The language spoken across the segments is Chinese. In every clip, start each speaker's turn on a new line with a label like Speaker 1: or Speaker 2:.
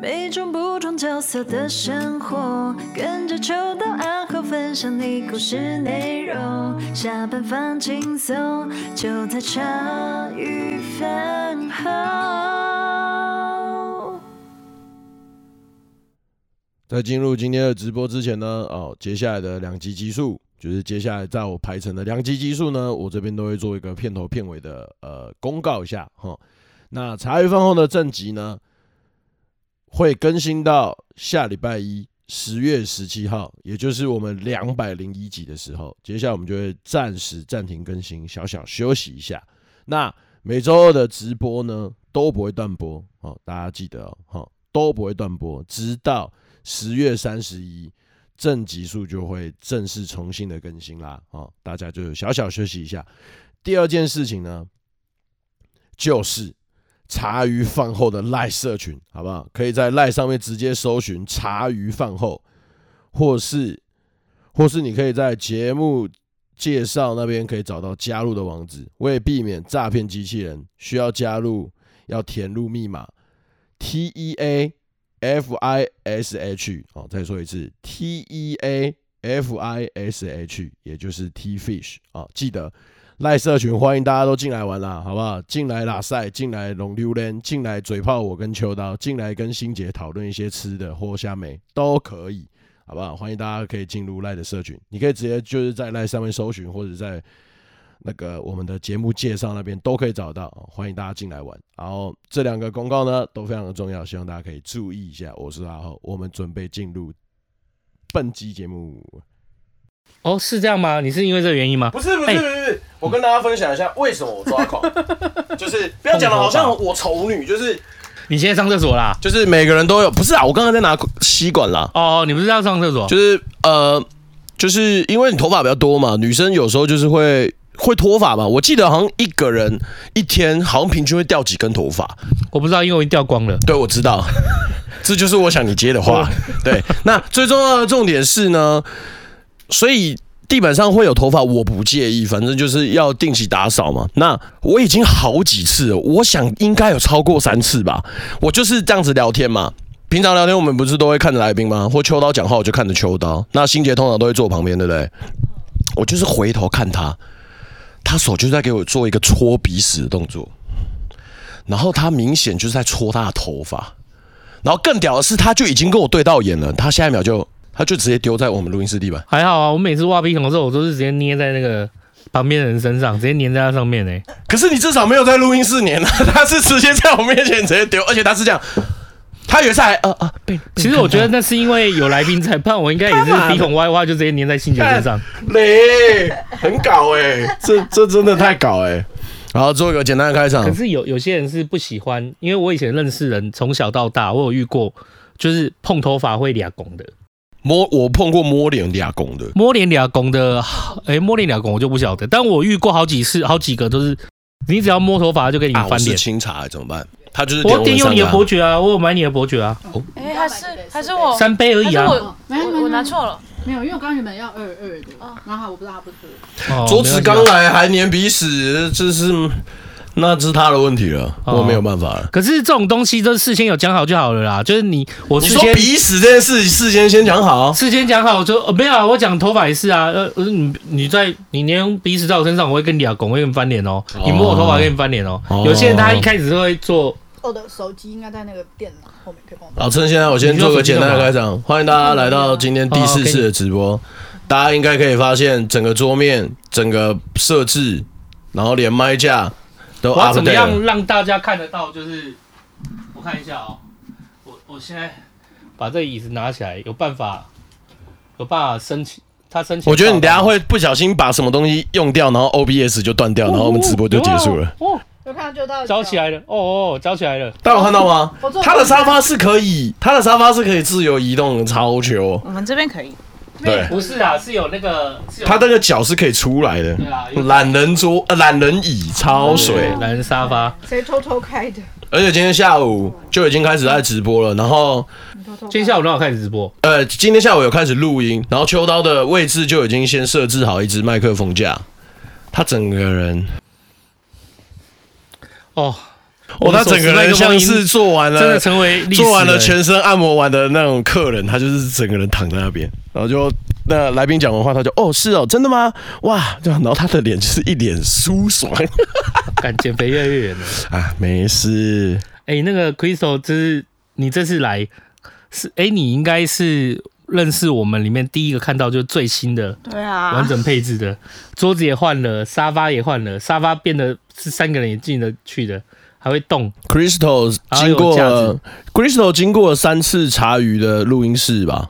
Speaker 1: 每种不同角色的生活，跟着秋到暗号分享你故事内容。下班放轻松，就在茶余饭后。
Speaker 2: 在进入今天的直播之前呢，哦，接下来的两集集数，就是接下来在我排成的两集集数呢，我这边都会做一个片头片尾的呃公告一下哈。那茶余饭后的正集呢，会更新到下礼拜一十月十七号，也就是我们两百零一集的时候，接下来我们就会暂时暂停更新，小小休息一下。那每周二的直播呢都不会断播哦，大家记得哦，哦都不会断播，直到。十月三十一，正集数就会正式重新的更新啦。哦，大家就小小休息一下。第二件事情呢，就是茶余饭后的赖社群，好不好？可以在赖上面直接搜寻“茶余饭后”，或是或是你可以在节目介绍那边可以找到加入的网址。为避免诈骗机器人，需要加入要填入密码 T E A。F I S H 哦，再说一次，T E A F I S H，也就是 T Fish 啊、哦，记得赖社群欢迎大家都进来玩啦，好不好？进来拉赛，进来龙溜人，进来嘴炮我跟秋刀，进来跟欣姐讨论一些吃的或虾梅都可以，好不好？欢迎大家可以进入赖的社群，你可以直接就是在赖上面搜寻，或者在那个我们的节目介绍那边都可以找到、哦欢迎大家进来玩。然后这两个公告呢都非常的重要，希望大家可以注意一下。我是阿浩，我们准备进入本期节目。
Speaker 3: 哦，是这样吗？你是因为这个原因吗？
Speaker 2: 不是不
Speaker 3: 哎
Speaker 2: 是不是，不是我跟大家分享一下为什么我抓狂，就是不要讲的 好像我丑女，就是
Speaker 3: 你现在上厕所啦？
Speaker 2: 就是每个人都有，不是啊，我刚刚在拿吸管啦，
Speaker 3: 哦，你不是要上厕所？
Speaker 2: 就是呃，就是因为你头发比较多嘛，女生有时候就是会。会脱发嘛？我记得好像一个人一天好像平均会掉几根头发，
Speaker 3: 我不知道，因为我已经掉光了。
Speaker 2: 对，我知道， 这就是我想你接的话。对，那最重要的重点是呢，所以地板上会有头发，我不介意，反正就是要定期打扫嘛。那我已经好几次了，我想应该有超过三次吧。我就是这样子聊天嘛。平常聊天我们不是都会看着来宾吗？或秋刀讲话我就看着秋刀，那新杰通常都会坐我旁边，对不对？我就是回头看他，他手就在给我做一个搓鼻屎的动作，然后他明显就是在搓他的头发。然后更屌的是，他就已经跟我对到眼了，他下一秒就他就直接丢在我们录音室地板。
Speaker 3: 还好啊，我每次挖鼻孔的时候，我都是直接捏在那个旁边的人身上，直接粘在他上面呢、欸
Speaker 2: 可是你至少没有在录音室粘啊， 他是直接在我面前直接丢，而且他是这样，他有一次还呃呃被，被
Speaker 3: 其实我觉得那是因为有来宾在，不然我应该也是鼻孔歪一挖就直接粘在新杰身上。
Speaker 2: 雷很搞哎、这这真的太搞哎、然后做一个简单的开场
Speaker 3: 可，是有有些人是不喜欢，因为我以前认识人，从小到大我有遇过，就是碰头发会俩拱的，
Speaker 2: 摸我碰过摸脸俩拱的，
Speaker 3: 摸脸俩拱的，哎、摸脸俩拱我就不晓得，但我遇过好几次，好几个都是，你只要摸头发就给你
Speaker 2: 啊，我
Speaker 3: 翻
Speaker 2: 是
Speaker 3: 脸。
Speaker 2: 清茶、怎么办？他就是
Speaker 3: 我点用
Speaker 2: 上
Speaker 3: 你的
Speaker 2: 来
Speaker 3: 伯爵啊，我有买你的伯爵啊，
Speaker 4: 哎，还是还是我，
Speaker 3: 三杯而
Speaker 4: 还
Speaker 3: 已
Speaker 4: 是
Speaker 3: 啊。
Speaker 4: 我
Speaker 5: 哦没有没有
Speaker 4: 嗯我我拿错了，
Speaker 5: 没有，因为我刚原本要二二的
Speaker 4: 哦，
Speaker 5: 然后我不知道他不是
Speaker 3: 哦
Speaker 2: 桌子
Speaker 3: 没
Speaker 2: 刚
Speaker 3: 关系啊
Speaker 2: 来还粘鼻屎，这是嗯那是他的问题了，
Speaker 3: 哦
Speaker 2: 我没有办法了。
Speaker 3: 可是这种东西都是事先有讲好就好了啦，就是你我
Speaker 2: 你
Speaker 3: 事
Speaker 2: 说
Speaker 3: 先
Speaker 2: 鼻屎这件事情事先先讲好，
Speaker 3: 事先讲好，我说、哦、没有啊，我讲头发也是啊，呃，呃你你在你连鼻屎在我身上，我会跟你啊，拱会跟你翻脸哦，
Speaker 2: 哦
Speaker 3: 你摸我头发跟你翻脸哦。
Speaker 2: 哦
Speaker 3: 有些人他一开始是会做，
Speaker 5: 我的哦手机应该在那个电脑后面，可以帮我
Speaker 2: 好，趁现在我先做个简单的开场，欢迎大家来到今
Speaker 3: 哦
Speaker 2: 天第四次的直播。大家应该可以发现，整个桌面、整个设置，然后连麦架都
Speaker 3: 我要怎么
Speaker 2: update 了
Speaker 3: 样让大家看得到？就是我看一下哦，我我现在把这椅子拿起来，有办法有办法申请，他申请。
Speaker 2: 我觉得你等一下会不小心把什么东西用掉，然后 OBS 就断掉，然后我们直播就结束了。
Speaker 3: 哦，
Speaker 5: 有看到就到
Speaker 3: 找起，来了，哦哦，找起来了。
Speaker 2: 大家有看到
Speaker 3: 哦
Speaker 2: 吗
Speaker 5: 我？做
Speaker 2: 他的沙发是可以，他的沙发是可以自由移动的，超球。哦
Speaker 4: 我们这边可以。
Speaker 2: 对，
Speaker 3: 不是啊，是有那个，是有
Speaker 2: 他这个脚是可以出来的
Speaker 3: 对。啊，有
Speaker 2: 懒人桌，呃，懒人椅，超水。
Speaker 3: 懒人沙发。
Speaker 5: 谁偷偷开的？
Speaker 2: 而且今天下午就已经开始在直播了，然后
Speaker 5: 你偷偷开
Speaker 3: 今天下午让我开始直播，
Speaker 2: 呃，今天下午有开始录音，然后秋刀的位置就已经先设置好一支麦克风架，他整个人
Speaker 3: 哦，
Speaker 2: 哦，他整个人像是欸做完
Speaker 3: 真的
Speaker 2: 了，
Speaker 3: 成为历史
Speaker 2: 做完了全身按摩完的那种客人，他就是整个人躺在那边，然后就那来宾讲完话，他就哦是哦，真的吗？哇，这样，然后他的脸就是一脸舒爽
Speaker 3: 感减肥越来越远了。
Speaker 2: 啊，没事，
Speaker 3: 哎、那个 Crystal，就是你这次来是哎、你应该是认识我们里面第一个看到就是最新的
Speaker 4: 对啊，
Speaker 3: 完整配置的，桌子也换了，沙发也换了，沙发变得是三个人也进得去的，还会动。
Speaker 2: Crystal
Speaker 3: 啊
Speaker 2: 经过
Speaker 3: 有价值
Speaker 2: 了 Crystal 经过了三次茶余的录音室吧，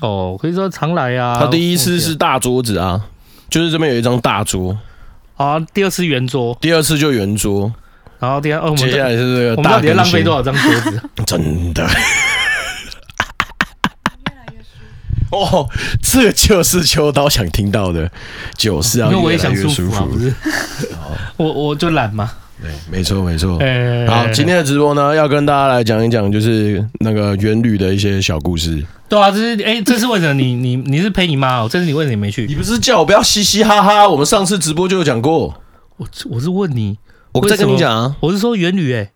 Speaker 3: 哦，可以说常来啊。
Speaker 2: 他第一次是大桌子啊，就是这边有一张大桌，
Speaker 3: 啊，第二次圆桌，
Speaker 2: 第二次就圆桌，
Speaker 3: 然后第二哦，我们
Speaker 2: 接下来是这个
Speaker 3: 我们到
Speaker 2: 大
Speaker 3: 底要
Speaker 2: 更
Speaker 3: 浪费
Speaker 2: 新
Speaker 3: 多少张桌子？
Speaker 2: 真 的。哦，这就是秋刀想听到的，就是要
Speaker 3: 因为我
Speaker 2: 越来
Speaker 3: 也想
Speaker 2: 越
Speaker 3: 舒
Speaker 2: 舒
Speaker 3: 服啊，不是？ 我我就懒嘛。
Speaker 2: 对，没错没错。
Speaker 3: 哎，
Speaker 2: 哦好，今天的直播呢，要跟大家来讲一讲，就是那个元旅的一些小故事。
Speaker 3: 对啊，这是哎，这是为什么你你你是陪你妈哦？这是你为什么你没去
Speaker 2: 你？不是叫我不要嘻嘻哈哈？我们上次直播就有讲过，
Speaker 3: 我我是问你，
Speaker 2: 我再跟你讲啊，
Speaker 3: 我是说元旅哎，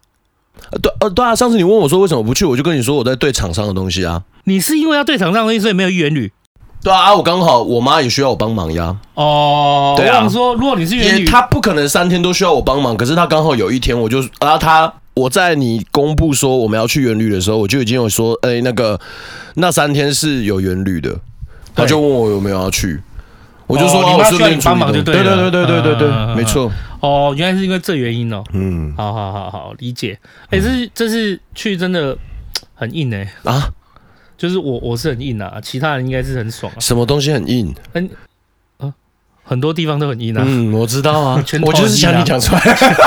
Speaker 2: 呃对呃对啊，上次你问我说为什么不去，我就跟你说我在对厂商的东西啊。
Speaker 3: 你是因为要对场上东西，所以没有元旅
Speaker 2: 对啊，啊我刚好我妈也需要我帮忙呀，
Speaker 3: 哦。
Speaker 2: 对啊
Speaker 3: 我想说，如果你是元
Speaker 2: 也
Speaker 3: 旅，
Speaker 2: 他不可能三天都需要我帮忙，可是他刚好有一天，我就然后他我在你公布说我们要去元旅的时候，我就已经有说，哎、那个那三天是有元旅的，他就问我有没有要去，我就说、
Speaker 3: 哦
Speaker 2: 啊
Speaker 3: 你
Speaker 2: 我
Speaker 3: 妈
Speaker 2: 顺便
Speaker 3: 需要你帮忙
Speaker 2: 处理
Speaker 3: 就
Speaker 2: 东西
Speaker 3: 对
Speaker 2: 对
Speaker 3: 了
Speaker 2: 对对对对对，
Speaker 3: 嗯嗯嗯
Speaker 2: 没错，
Speaker 3: 哦，原来是因为这原因哦。
Speaker 2: 嗯
Speaker 3: 好好好好，理解。哎，这是这是去真的很硬哎，
Speaker 2: 啊，
Speaker 3: 就是我我是很硬啊，其他人应该是很爽啊，
Speaker 2: 什么东西很硬？
Speaker 3: 很多地方都很硬啊。，
Speaker 2: 嗯，我知道啊
Speaker 3: 拳头
Speaker 2: 我就是想你讲出来。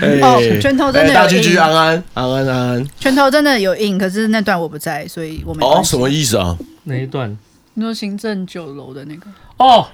Speaker 2: 哎
Speaker 5: 哦拳头真的
Speaker 2: 哎大
Speaker 5: 有
Speaker 2: 居居
Speaker 5: 硬
Speaker 2: 安安安安安安，
Speaker 5: 拳头真的有硬，可是那段我不在，所以我没
Speaker 2: 哦，
Speaker 5: 关系
Speaker 2: 什么意思啊？
Speaker 3: 哪一段？
Speaker 5: 你说行政酒楼的那个，
Speaker 3: 哦，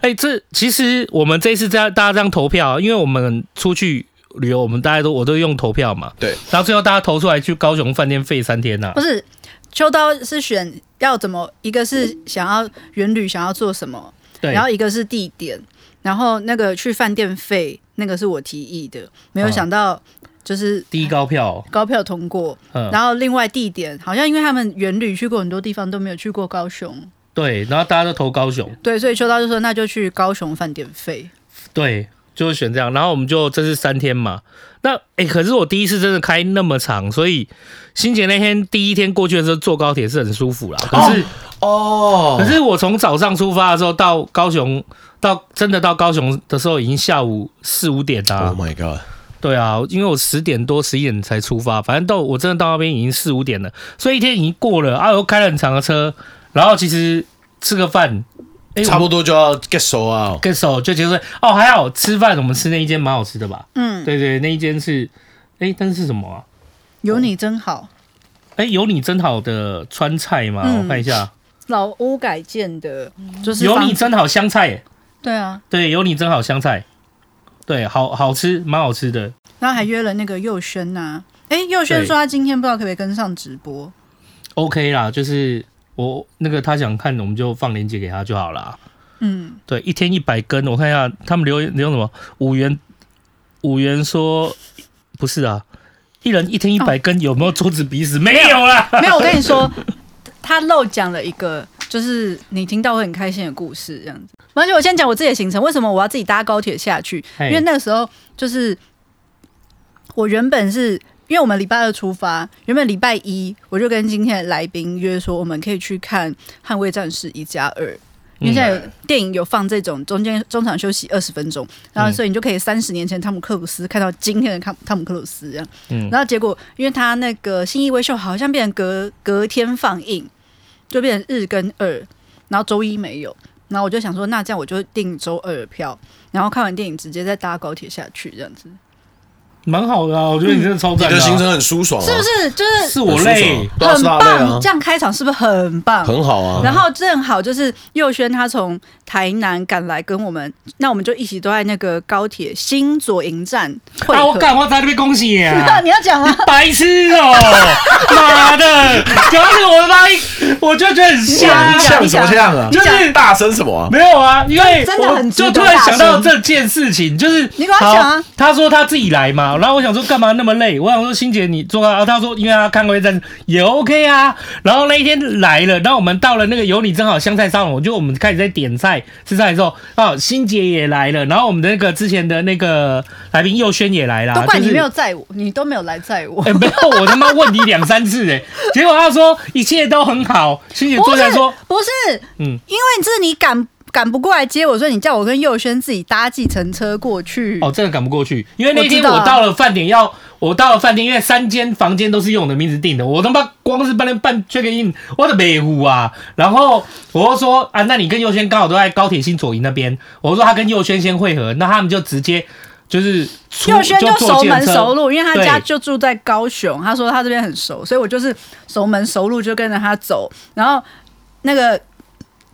Speaker 3: 哎、这其实我们这一次这样大家这样投票啊，因为我们出去旅游，我们大家都我都用投票嘛。
Speaker 2: 对。
Speaker 3: 然后最后大家投出来去高雄饭店费三天呐、
Speaker 5: 不是秋刀是选要怎么，一个是想要原旅想要做什么，
Speaker 3: 对。
Speaker 5: 然后一个是地点，然后那个去饭店费那个是我提议的，没有
Speaker 3: 嗯
Speaker 5: 想到就是
Speaker 3: 低高票，
Speaker 5: 高票通过，
Speaker 3: 嗯，
Speaker 5: 然后另外地点好像因为他们原旅去过很多地方都没有去过高雄，
Speaker 3: 对，然后大家都投高雄，
Speaker 5: 对，所以秋刀就说那就去高雄饭店费，
Speaker 3: 对，就是选这样。然后我们就这是三天嘛。那哎、可是我第一次真的开那么长，所以欣姐那天第一天过去的时候坐高铁是很舒服啦。可是、
Speaker 2: 哦
Speaker 3: 可是我从早上出发的时候到高雄，到真的到高雄的时候已经下午四五点啦、
Speaker 2: ，Oh my god！
Speaker 3: 对啊，因为我十点多十一点才出发，反正到我真的到那边已经四五点了，所以一天已经过了啊，又开了很长的车，然后其实吃个饭，哎、
Speaker 2: 差不多
Speaker 3: 多
Speaker 2: 就要 get 熟啊。
Speaker 3: 跟手就结束了。哦，还好吃饭，我们吃那一间蛮好吃的吧？
Speaker 5: 嗯，
Speaker 3: 对对，那一间是，哎、但是什么啊？
Speaker 5: 有你真好，
Speaker 3: 哎、有你真好的川菜吗？
Speaker 5: 嗯
Speaker 3: 我看一下，
Speaker 5: 老屋改建的，就是
Speaker 3: 有
Speaker 5: 房
Speaker 3: 你真好香菜耶，
Speaker 5: 对啊，
Speaker 3: 对，有你真好香菜，对，好好吃，蛮好吃的。
Speaker 5: 然后还约了那个佑轩呐、诶哎，佑轩说他今天不知道可不可以跟上直播，
Speaker 3: OK 啦，就是我那个他想看，我们就放链接给他就好啦。
Speaker 5: 嗯，
Speaker 3: 对，一天一百根，我看一下他们留言留什么？五元，五元说不是啊，一人一天一
Speaker 5: 哦
Speaker 3: 百根，有没有桌子鼻屎？没有啦。
Speaker 5: 没有，我跟你说，他漏讲了一个，就是你听到会很开心的故事，这样子。而且我先讲我自己的行程，为什么我要自己搭高铁下去？因为那个时候就是我原本是。因为我们礼拜二出发，原本礼拜一我就跟今天的来宾约说，我们可以去看《捍卫战士一加二》，
Speaker 3: 嗯
Speaker 5: 因为现在有电影有放这种中间中场休息二十分钟，然后所以你就可以三十年前汤姆克鲁斯看到今天的汤汤姆克鲁斯这样，
Speaker 3: 嗯
Speaker 5: 然后结果因为他那个《新义威秀》好像变成隔隔天放映，就变成日跟二，然后周一没有，然后我就想说那这样我就订周二的票，然后看完电影直接再搭高铁下去这样子，
Speaker 3: 蛮好的啊，我觉得
Speaker 5: 嗯
Speaker 3: 你真的超
Speaker 2: 你
Speaker 3: 赞
Speaker 2: 的
Speaker 3: 啊
Speaker 2: 行程很舒爽啊，
Speaker 5: 是不是就是
Speaker 3: 是我累，
Speaker 2: 对啊
Speaker 5: 很
Speaker 2: 是大类啊
Speaker 5: 棒？这样开场是不是很棒？
Speaker 2: 很好啊。
Speaker 3: 哦
Speaker 5: 然后正好就是佑轩他从台南赶来跟我们，那我们就一起都在那个高铁新左营站会
Speaker 3: 啊，我
Speaker 5: 合。？
Speaker 3: 干嘛在那边恭喜你啊
Speaker 5: 你要讲吗？
Speaker 3: 白痴哦、妈 的！主要是我妈一，我就觉得很瞎啊
Speaker 5: 你讲
Speaker 2: 像什么像啊？
Speaker 3: 就是
Speaker 2: 大声什么啊？
Speaker 3: 没有啊，因为
Speaker 5: 真的
Speaker 3: 我
Speaker 5: 很值
Speaker 3: 就
Speaker 5: 得
Speaker 3: 突然想到
Speaker 5: 大声
Speaker 3: 这件事情，就是
Speaker 5: 你给我讲啊
Speaker 3: 好他说他自己来嘛，然后我想说干嘛那么累？我想说欣姐你做啊，他说因为他看过一站也 OK 啊。然后那一天来了，然后我们到了那个有你真好香菜沙龙，就我们开始在点菜吃菜的时候，啊，欣姐也来了，然后我们的那个之前的那个来宾佑轩也来了，
Speaker 5: 都怪你
Speaker 3: 就是
Speaker 5: 没有载我，你都没有来载我
Speaker 3: 哎、。没有，我他妈问你两三次哎、结果他说一切都很好。欣姐
Speaker 5: 不
Speaker 3: 坐
Speaker 5: 是
Speaker 3: 下来说，
Speaker 5: 不是，
Speaker 3: 嗯
Speaker 5: 因为是你赶赶不过来接我，所以你叫我跟佑轩自己搭计程车过去。
Speaker 3: 哦，真的赶不过去，因为那
Speaker 5: 我知
Speaker 3: 天
Speaker 5: 道啊
Speaker 3: 我到了饭点要，我到了饭店，因为三间房间都是用我的名字订的，我他妈光是帮人办 check in，我的美虎啊！然后我就说啊，那你跟佑轩刚好都在高铁新左营那边，我说他跟佑轩先会合，那他们就直接就是出
Speaker 5: 佑轩
Speaker 3: 就坐
Speaker 5: 熟
Speaker 3: 计
Speaker 5: 门
Speaker 3: 程车
Speaker 5: 熟路，因为他家
Speaker 3: 对
Speaker 5: 就住在高雄，他说他这边很熟，所以我就是熟门熟路就跟着他走。然后那个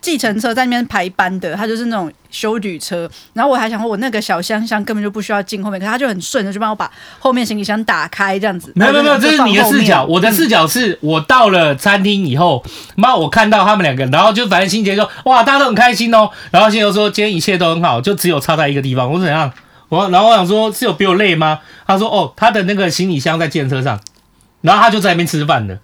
Speaker 5: 计程车在那边排班的，他就是那种修旅车。然后我还想说，我那个小箱箱根本就不需要进后面，可是他就很顺的就帮我把后面行李箱打开，这样子。
Speaker 3: 没有没有没有，
Speaker 5: 然后
Speaker 3: 这
Speaker 5: 呃就是
Speaker 3: 你的
Speaker 5: 放后
Speaker 3: 视
Speaker 5: 面嗯
Speaker 3: 角，我的视角是我到了餐厅以后，妈，我看到他们两个，然后就反正欣杰说，哇，大家都很开心哦，然后欣杰说今天一切都很好，就只有差在一个地方，我说怎样？我然后我想说是有比我累吗？他说哦，他的那个行李箱在建车上，然后他就在那边吃饭的。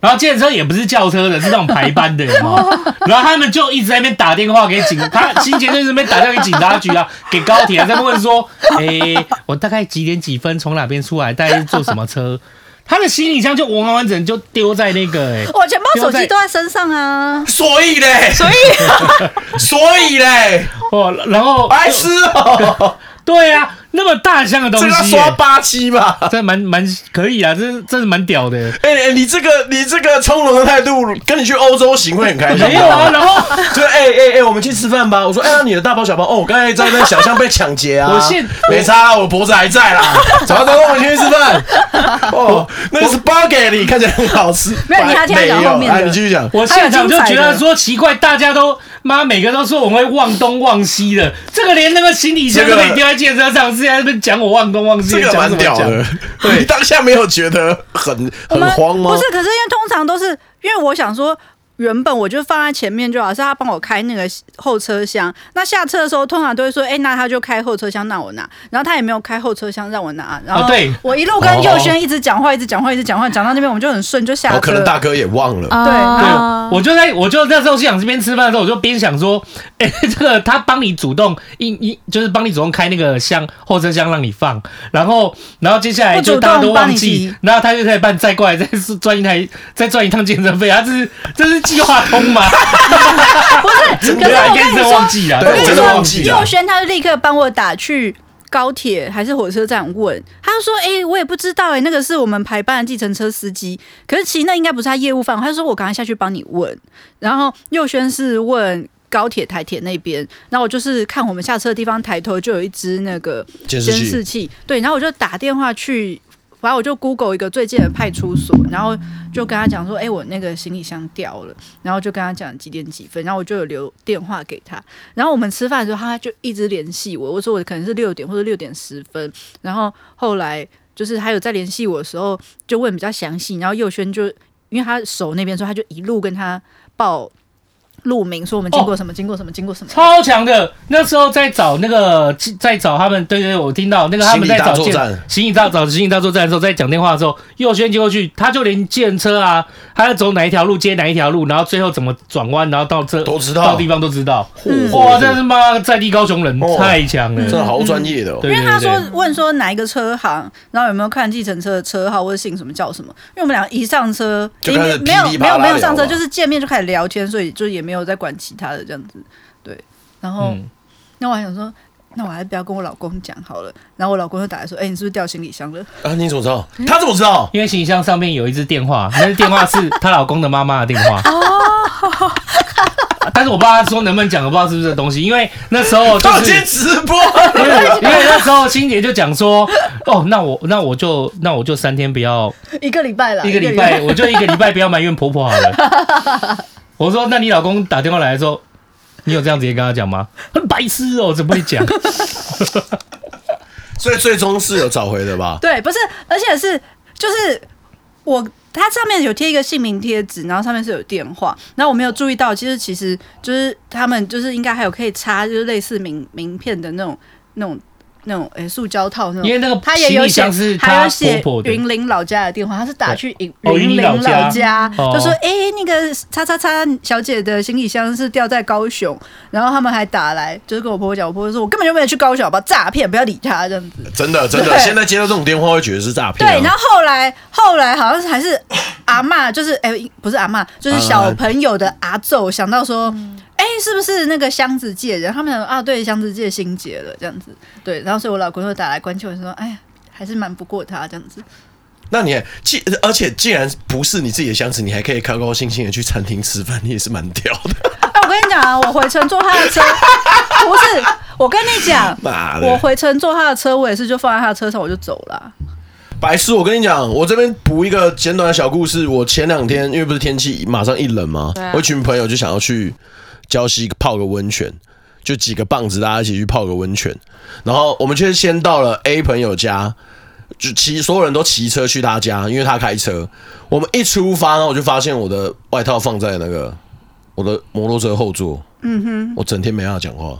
Speaker 3: 然后建车也不是轿车的，是那种排班的，有没有然后他们就一直在那边打电话给警，他新杰就在那边打电话给警察局啊，给高铁啊，在那边问说， 诶、我大概几点几分从哪边出来，大概是坐什么车？他的行李箱就完完整整就丢在那个、欸诶
Speaker 5: 我钱包、手机都在身上啊。
Speaker 2: 所以嘞，所以 所以嘞，
Speaker 3: 哦，然后
Speaker 2: 白痴哦，
Speaker 3: 对啊，那么大箱的东
Speaker 2: 哎这个要
Speaker 3: 西、
Speaker 2: 刷
Speaker 3: 诶
Speaker 2: 八七吧。
Speaker 3: 这蛮蛮可以啊，这真是蛮屌的、
Speaker 2: 哎、哎你这个你这个从容的态度，跟你去欧洲行会很开心。哦
Speaker 3: 没有啊，，然后。
Speaker 2: 就哎哎哎，我们去吃饭吧。我说，哎、呀，你的大包小包哦，我刚才在那小巷被抢劫 啊。
Speaker 3: 我现
Speaker 2: 没差啊啦，我脖子还在啦。走啊，走啊，我们先去吃饭。 哦，那个是 b u g 里看起来很好吃。
Speaker 5: 没有你还听他讲
Speaker 2: 没有
Speaker 5: 后面的
Speaker 2: 哎你继续讲。
Speaker 3: 我
Speaker 5: 还有
Speaker 3: 现场就觉
Speaker 5: 精彩
Speaker 3: 得
Speaker 5: 的
Speaker 3: 说奇怪，大家都妈每个都说我会忘东忘西的，这个连那个行李箱
Speaker 2: 这
Speaker 3: 都
Speaker 2: 个
Speaker 3: 可以丢在健身上，是在那边讲我忘东忘西，
Speaker 2: 这个
Speaker 3: 讲什
Speaker 2: 蛮
Speaker 3: 么
Speaker 2: 屌
Speaker 3: 讲
Speaker 2: 的， 你当下没有觉得很
Speaker 5: 我
Speaker 2: 很
Speaker 5: 们
Speaker 2: 慌吗？
Speaker 5: 不是，可是因为通常都是因为我想说，原本我就放在前面就好，是他帮我开那个后车厢。那下车的时候，通常都会说，哎、那他就开后车厢，那我拿。然后他也没有开后车厢让我拿。然后
Speaker 3: 哦对
Speaker 5: 我一路跟佑轩一直讲话，一直讲话，一直讲话，讲到那边我们就很顺就下车
Speaker 2: 哦，
Speaker 5: 了。
Speaker 2: 可能大哥也忘了。
Speaker 5: 对
Speaker 3: 对，
Speaker 5: 啊
Speaker 3: 我就在我就那时候想这边吃饭的时候，我就边想说， 哎、这个他帮你主动一一就是帮你主动开那个箱后车厢让你放，然后然后接下来
Speaker 5: 不主
Speaker 3: 就
Speaker 5: 动
Speaker 3: 大家都
Speaker 5: 帮
Speaker 3: 忘
Speaker 5: 你
Speaker 3: 记
Speaker 5: 提，
Speaker 3: 然后他就开始办再过来再赚一台再赚一趟健身费，他这是这是计划通吗？
Speaker 5: 不是，可是
Speaker 3: 对啊
Speaker 5: 我
Speaker 3: 应该
Speaker 5: 跟你
Speaker 3: 真的
Speaker 5: 说
Speaker 3: 忘，记了，
Speaker 2: 对
Speaker 5: 我
Speaker 2: 我
Speaker 5: 跟
Speaker 2: 真
Speaker 5: 你
Speaker 2: 的忘记
Speaker 5: 说，
Speaker 2: 了
Speaker 5: 佑轩他就立刻帮我打去高铁还是火车站问，他就说：“哎、我也不知道哎、那个是我们排班的计程车司机，可是其实那应该不是他业务范围。”他就说：“我赶快下去帮你问。”然后佑轩是问。高铁台铁那边，然后我就是看我们下车的地方，抬头就有一只那个
Speaker 2: 监视
Speaker 5: 监
Speaker 2: 器
Speaker 5: 视器，对，然后我就打电话去，反正我就 Google 一个最近的派出所，然后就跟他讲说，哎、我那个行李箱掉了，然后就跟他讲几点几分，然后我就有留电话给他，然后我们吃饭的时候，他就一直联系我，我说我可能是六点或者六点十分，然后后来就是还有在联系我的时候，就问比较详细，然后佑轩就因为他手那边说，他就一路跟他报路名，说我们经
Speaker 2: 哦
Speaker 5: 过什么，经过什么，经过什么。
Speaker 3: 超强的。那时候在找那个，在找他们，对对，对我听到那个他们在找
Speaker 2: 行李大
Speaker 3: 建
Speaker 2: 作战
Speaker 3: 行李大找行李大作战的时候，在讲电话的时候，右轩接过去，他就连建车啊，他要走哪一条路，接哪一条路，然后最后怎么转弯，然后到这
Speaker 2: 都知道
Speaker 3: 到地方都知道。
Speaker 2: 嗯
Speaker 3: 哇，这是妈在地高雄人，
Speaker 2: 哦
Speaker 3: 太强了
Speaker 2: 真。的好
Speaker 5: 嗯
Speaker 2: 专业的哦。
Speaker 3: 对
Speaker 5: 因为他
Speaker 3: 对对
Speaker 5: 说问说哪一个车行，然后有没有看计程车的车号或者姓什么叫什么？因为我们俩一上车，
Speaker 2: 就
Speaker 5: 一
Speaker 2: 开始
Speaker 5: 没有
Speaker 2: 噼里啪
Speaker 5: 没
Speaker 2: 啦
Speaker 5: 有没有
Speaker 2: 聊
Speaker 5: 上车，
Speaker 2: 吧
Speaker 5: 就是见面就开始聊天，所以就也没有再管其他的这样子。对，然后、
Speaker 3: 嗯
Speaker 5: 那我还想说，那我还是不要跟我老公讲好了。然后我老公就打来说，哎、你是不是掉行李箱了？
Speaker 2: 啊，你怎么知道？
Speaker 5: 嗯
Speaker 2: 他怎么知道？
Speaker 3: 因为行李箱
Speaker 5: 哦
Speaker 3: 上面有一只电话，那只电话是她老公的妈妈的电话。 但是我不知道他说能不能讲，我不知道是不是这东西，因为那时 候就
Speaker 2: 到今
Speaker 3: 是
Speaker 2: 天直播，
Speaker 3: 因为因为那时候清姐就讲说，哦，那我那我就那我就三天不要
Speaker 5: 一个礼拜了，
Speaker 3: 一个礼拜，我就一个礼拜不要埋怨婆婆好了。我说，那你老公打电话来的时候，你有这样直接跟他讲吗？很白痴哦，怎么会 讲？
Speaker 2: 所以 最终是有找回的吧？
Speaker 5: 对，不是，而且是就是我，它上面有贴一个姓名贴纸，然后上面是有电话，然后我没有注意到，其实其实就是他们就是应该还有可以插就是类似名名片的那种那种那种诶、塑胶套那种，
Speaker 3: 因为那个
Speaker 5: 他也
Speaker 3: 行
Speaker 5: 有
Speaker 3: 李
Speaker 5: 写
Speaker 3: 箱是，
Speaker 5: 还
Speaker 3: 他
Speaker 5: 有写
Speaker 3: 婆婆的，
Speaker 5: 云林老家的电话，他是打去云
Speaker 3: 哦云
Speaker 5: 林
Speaker 3: 林老家
Speaker 5: 老家，
Speaker 3: 哦
Speaker 5: 就说哎、诶那个叉叉叉小姐的行李箱是掉在高雄，然后他们还打来，就是跟我婆婆讲，我婆婆说我根本就没有去高雄，好吧，诈骗，不要理他这样子。
Speaker 2: 真 的真的，
Speaker 5: 对
Speaker 2: 现在接到这种电话会觉得是诈骗、啊。
Speaker 5: 对，然后后来后来好像是还是 阿嬷，就是哎、不是阿嬷，
Speaker 3: 啊
Speaker 5: 就是小朋友的阿昼想到说，
Speaker 3: 嗯
Speaker 5: 哎、是不是那个箱子借人？他们想说啊，对，箱子借心结了这样子。对，然后所以我老公又打来关切我说，哎呀，还是瞒不过他这样子。
Speaker 2: 那你还既而且既然不是你自己的箱子，你还可以高高兴兴的去餐厅吃饭，你也是蛮屌的。
Speaker 5: 哎、我跟你讲啊，我回程坐他的车， 不是，我跟你讲，
Speaker 2: 妈
Speaker 5: 我
Speaker 2: 的，
Speaker 5: 回程坐他的车，我也是就放在他的车上，我就走了啊。
Speaker 2: 白痴！我跟你讲，我这边补一个简短的小故事。我前两天因为不是天气马上一冷嘛，我一群朋友就想要去礁溪泡个温泉，就几个棒子大家一起去泡个温泉。然后我们却先到了 A 朋友家，就骑所有人都骑车去他家，因为他开车。我们一出发，然后我就发现我的外套放在那个我的摩托车后座。嗯哼，我整天没办法讲话。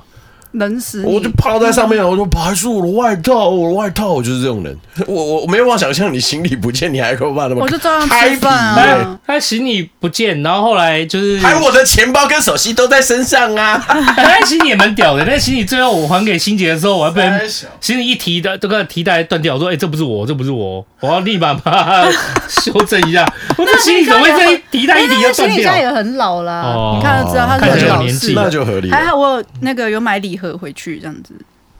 Speaker 5: 冷死你！
Speaker 2: 我就趴在上面，我说还是我的外套，我的外套，我就是这种人，我我我没有办法想象你行李不见，你还跟我爸那么，
Speaker 5: 我就照样吃饭啊
Speaker 2: 嗨
Speaker 3: 哎他行李不见，然后后来就是，
Speaker 2: 还我的钱包跟手机都在身上啊，
Speaker 3: 哎 他行李也蛮屌的，但行李最后我还给欣姐的时候，我还被人
Speaker 6: 三小
Speaker 3: 行李一提的这个提带断掉，我说哎、这不是我，这不是我，我要立马 把它修正一下。我这行李怎么会这一提带一提
Speaker 5: 哎
Speaker 3: 就
Speaker 5: 那行
Speaker 3: 断
Speaker 5: 李
Speaker 3: 掉
Speaker 5: 箱？也很老啦，
Speaker 3: 哦
Speaker 5: 你看就知啊道他
Speaker 3: 看
Speaker 5: 是
Speaker 3: 起来
Speaker 5: 很
Speaker 3: 有
Speaker 5: 老
Speaker 3: 年
Speaker 5: 式
Speaker 3: 纪
Speaker 5: 的。
Speaker 2: 那就合理
Speaker 5: 还
Speaker 2: 了，
Speaker 5: 好我有那个有买礼盒回去这样子，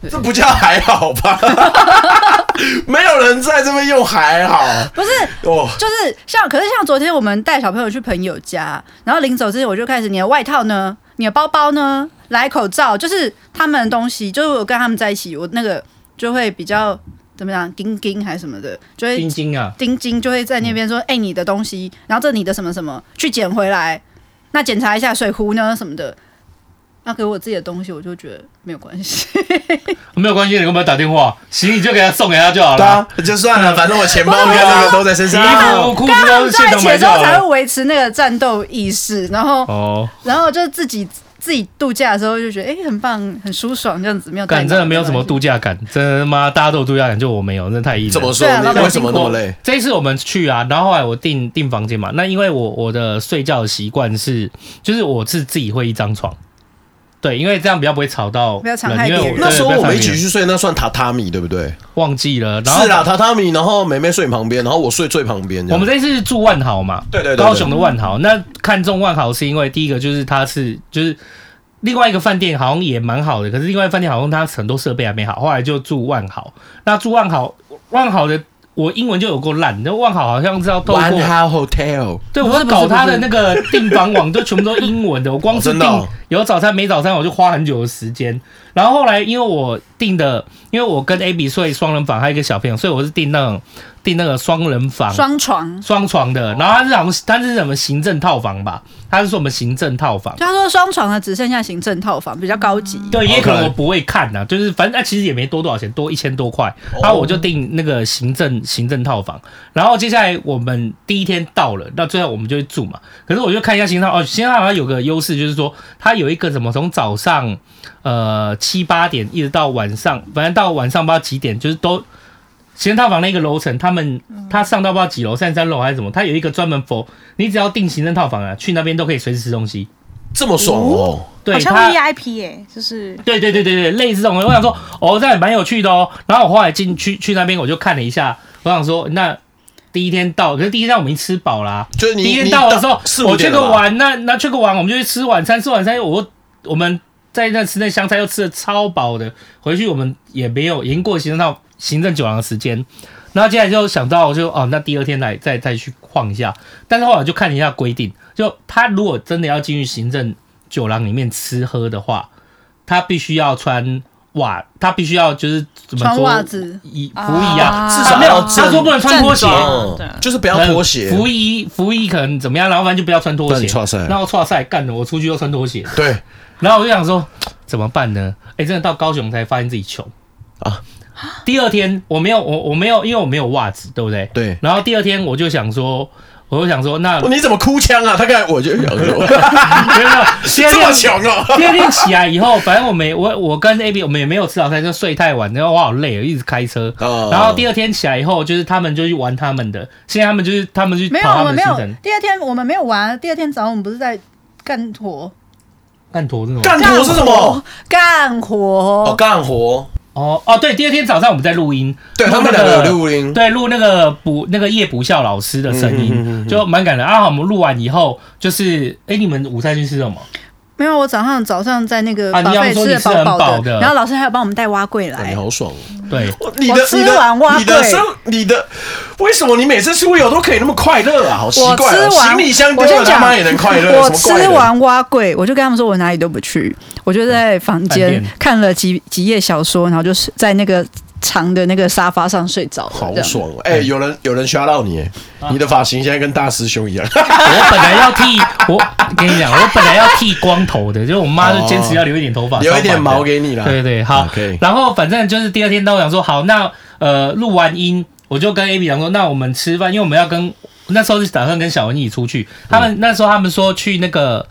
Speaker 2: 这不叫还好吧？ 没有人在这边用还好
Speaker 5: 不是。
Speaker 2: 哦，
Speaker 5: 就是像，可是像昨天我们带小朋友去朋友家，然后临走之前我就开始，你的外套呢？你的包包呢？来口罩，就是他们的东西，就是我跟他们在一起，我那个就会比较怎么讲，钉钉还是什么的，就会
Speaker 3: 晶晶啊，
Speaker 5: 钉钉就会在那边说，哎、你的东西，然后这你的什么什么，去捡回来，那检查一下水壶呢什么的，那给我自己的东西，我就觉得没有关系。
Speaker 3: 没有关系，你给我们打电话，行李就给他送给他就好
Speaker 2: 对
Speaker 3: 了。
Speaker 2: 啊，就算了，反正我钱包跟那个都在身上啊，
Speaker 3: 衣哦服、裤子
Speaker 5: 他
Speaker 3: 都
Speaker 5: 们
Speaker 3: 是
Speaker 5: 哦
Speaker 3: 现
Speaker 5: 在一
Speaker 3: 场
Speaker 5: 起
Speaker 3: 买
Speaker 5: 的时
Speaker 3: 就
Speaker 5: 候
Speaker 3: 好
Speaker 5: 才会
Speaker 3: 了。
Speaker 5: 维持那个战斗意识，然后
Speaker 3: 哦，
Speaker 5: 然后就自己自己度假的时候就觉得哎、诶很棒很舒爽这样子，没
Speaker 2: 哦
Speaker 5: 有太
Speaker 3: 感
Speaker 5: 难
Speaker 3: 真的没有什么
Speaker 5: 关系
Speaker 3: 度假感，真的妈大家都有度假感，就我没有，真的太硬了。
Speaker 2: 怎么说？
Speaker 5: 对啊老
Speaker 2: 你
Speaker 5: 板
Speaker 2: 为什么那么累？
Speaker 3: 这一次我们去啊，然后后来我订订房间嘛，那因为我我的睡觉的习惯是，就是我是自己会一张床，对，因为这样比较不会吵到人，
Speaker 5: 不要伤害
Speaker 3: 因为
Speaker 5: 别人
Speaker 3: 对啊
Speaker 2: 那时候
Speaker 3: 不要
Speaker 2: 我
Speaker 3: 伤害
Speaker 2: 们一
Speaker 3: 别
Speaker 2: 起
Speaker 3: 人
Speaker 2: 去睡，那算榻榻米对不对？
Speaker 3: 忘记了，然后
Speaker 2: 是啦，啊榻榻米，然后梅梅睡旁边，然后我睡最旁边这
Speaker 3: 我
Speaker 2: 样。
Speaker 3: 们这次住万豪嘛，
Speaker 2: 对对对对
Speaker 3: 高雄的万豪。那看中万豪是因为第一个就是它是就是另外一个饭店好像也蛮好的，可是另外一个饭店好像它很多设备还没好，后来就住万豪。那住万豪，万豪的我英文就有够烂，那万豪好像是要透过
Speaker 2: Hall Hotel。
Speaker 3: 对
Speaker 5: 不
Speaker 3: 我
Speaker 5: 是
Speaker 3: 要
Speaker 5: 不是
Speaker 3: 搞
Speaker 5: 不
Speaker 3: 他
Speaker 5: 是
Speaker 3: 的那个订房网都全部都英文的，我 光
Speaker 2: 哦
Speaker 3: 是
Speaker 2: 真
Speaker 3: 订
Speaker 2: 的哦
Speaker 3: 有早餐没早餐我就花很久的时间。然后后来因为我订的，因为我跟 AB 睡双人房，还有一个小朋友，所以我是订那种订那个双人房。
Speaker 5: 双床。
Speaker 3: 双床的，然后他是好像他是什么行政套房吧？他是说我们行政套房，
Speaker 5: 就他说双床的只剩下行政套房比较高级，
Speaker 3: 对，也可能
Speaker 2: OK
Speaker 3: 我不会看呐、就是反正、啊、其实也没多多少钱，多一千多块，然啊
Speaker 2: 哦
Speaker 3: 后我就订那个行政行政套房，然后接下来我们第一天到了，那最后我们就会住嘛，可是我就看一下行政套哦，行政套房有个优势就是说它有一个什么从早上呃七八点一直到晚上，反正到晚上不知道几点，就是都。行政套房那个楼层，他们
Speaker 4: 嗯
Speaker 3: 他上到不知道几楼，三十三楼还是什么，他有一个专门否，你只要订行政套房啊，去那边都可以随时吃东西。
Speaker 2: 这么爽哦！
Speaker 3: 对，
Speaker 4: 好像
Speaker 3: 他
Speaker 4: VIP 哎，就是
Speaker 3: 对对对对对，类似这种，我想说，哦，这样也蛮有趣的哦。然后我后来进去去那边，我就看了一下，我想说，那第一天到，可是第一天我们已经吃饱啦、
Speaker 2: 就是你
Speaker 3: 第一天
Speaker 2: 你
Speaker 3: 到的时候
Speaker 2: 四，五
Speaker 3: 我去
Speaker 2: 点
Speaker 3: 个
Speaker 2: 了吧，
Speaker 3: 玩，那那去个玩，我们就去吃晚餐，吃晚餐，我我们在那吃那香菜，又吃的超饱的，回去我们也没有已经过行政到行政酒廊的时间。然后接下来就想到就哦，那第二天来再再去晃一下，但是后来就看了一下规定，就他如果真的要进去行政酒廊里面吃喝的话，他必须要穿袜，他必须要就是怎么
Speaker 5: 穿
Speaker 3: 说
Speaker 5: 袜子
Speaker 3: 衣服衣啊，
Speaker 2: 至少
Speaker 3: 没有
Speaker 2: 要
Speaker 3: 他说不能穿拖鞋，
Speaker 2: 哦
Speaker 4: 对啊
Speaker 2: 就是不要拖鞋。
Speaker 3: 服役服役可能怎么样，然后反正就不要穿拖
Speaker 2: 那
Speaker 3: 鞋。
Speaker 2: 你错赛
Speaker 3: 然后错赛干了，我出去又穿拖鞋，
Speaker 2: 对
Speaker 3: 然后我就想说怎么办呢？哎，真的到高雄才发现自己穷
Speaker 2: 啊！
Speaker 3: 第二天我没有我我没有，因为我没有袜子，对不对？
Speaker 2: 对，
Speaker 3: 然后第二天我就想说，我就想说，那
Speaker 2: 哦你怎么哭腔啊？他刚才我就想说，
Speaker 3: 没有没有，第二
Speaker 2: 这么
Speaker 3: 天
Speaker 2: 强 啊！
Speaker 3: 第二天起来以后，反正我没我我跟 A B 我们也没有吃早餐，就睡太晚，然后我好累，一直开车。
Speaker 2: 哦
Speaker 3: 然后第二天起来以后，就是他们就去玩他们的，现在他们就是他们去
Speaker 5: 没有，
Speaker 3: 跑他
Speaker 5: 我
Speaker 3: 们
Speaker 5: 们没
Speaker 3: 的行
Speaker 5: 有
Speaker 3: 程，。
Speaker 5: 第二天我们没有玩，第二天早上我们不是在干活，
Speaker 3: 干坨这种。
Speaker 2: 干活是什么？？
Speaker 5: 干
Speaker 2: 哦，
Speaker 5: 活，
Speaker 2: 干活。
Speaker 3: 哦哦，对，第二天早上我们在录音，
Speaker 2: 对
Speaker 3: 录
Speaker 2: 他们
Speaker 3: 那
Speaker 2: 两个有录音
Speaker 3: 对，录那个补那个叶补校老师的声音，
Speaker 2: 嗯嗯嗯嗯嗯
Speaker 3: 就蛮感人啊。我们录完以后，就是哎，你们午餐去吃什么？
Speaker 5: 没有，我早上早上在那个
Speaker 3: 啊
Speaker 5: 宝
Speaker 3: 你要
Speaker 5: 贝
Speaker 3: 说你
Speaker 5: 吃
Speaker 3: 吃
Speaker 5: 的
Speaker 3: 很
Speaker 5: 饱
Speaker 3: 饱
Speaker 5: 饱
Speaker 3: 的
Speaker 5: 的，然后老师还有帮我们带蛙柜
Speaker 2: 哇你
Speaker 5: 来。
Speaker 2: 好爽哦！
Speaker 3: 对，
Speaker 2: 哇你的
Speaker 5: 我吃
Speaker 2: 你的
Speaker 5: 完蛙
Speaker 2: 你的
Speaker 5: 贵
Speaker 2: 生你的为什么你每次出游都可以那么快乐啊？好奇
Speaker 5: 我
Speaker 2: 怪、
Speaker 5: 吃
Speaker 2: 啊，
Speaker 5: 完，
Speaker 2: 行李箱丢
Speaker 5: 我
Speaker 2: 了
Speaker 5: 先
Speaker 2: 他
Speaker 5: 讲
Speaker 2: 妈也能快乐，
Speaker 5: 我
Speaker 2: 什么怪
Speaker 5: 吃
Speaker 2: 人
Speaker 5: 完蛙柜，我就跟他们说我哪里都不去，我就在房
Speaker 3: 饭
Speaker 5: 间
Speaker 3: 店
Speaker 5: 看了几几页小说，然后就是在那个长的那个沙发上睡着了。
Speaker 2: 好
Speaker 5: 这样
Speaker 2: 爽哦！哎、有人有人刷到你耶，
Speaker 3: 啊
Speaker 2: 你的发型现在跟大师兄一样。
Speaker 3: 我本来要剃，我跟你讲，我本来要剃光头的，就是我妈就坚持要留一点 头发，
Speaker 2: 留一点
Speaker 3: 超烦的
Speaker 2: 毛给你啦
Speaker 3: 对对，好
Speaker 2: 啊可以，
Speaker 3: 然后反正就是第二天，到我想说，好，那呃录完音，我就跟 AB 讲说，那我们吃饭，因为我们要跟那时候是打算跟小文一起出去，他们那时候他们说去那个。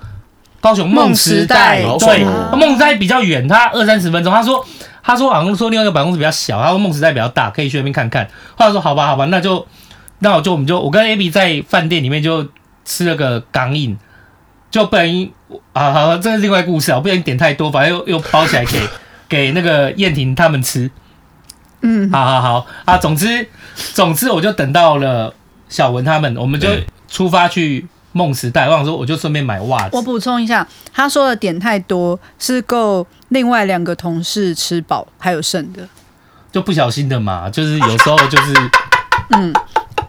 Speaker 3: 高雄梦时代，
Speaker 5: 梦
Speaker 2: 时代好
Speaker 3: 对
Speaker 2: 爽哦，
Speaker 3: 梦时代比较远，他二三十分钟。他说，啊他说好像说另外一个办公室比较小，他说梦时代比较大，可以去那边看看。后来说好吧，好吧，那就那我就我们就我跟 AB 在饭店里面就吃了个港饮，就不然啊，好，这是另外故事啊，我不小心点太多，反正又又包起来给给那个燕婷他们吃。
Speaker 5: 嗯，
Speaker 3: 好好好啊，总之总之我就等到了小文他们，我们就
Speaker 2: 对
Speaker 3: 出发去梦时代。我想说，我就顺便买袜
Speaker 5: 我
Speaker 3: 子。
Speaker 5: 补充一下，他说的点太多，是够另外两个同事吃饱，还有剩的。
Speaker 3: 就不小心的嘛，就是有时候就是，
Speaker 5: 嗯，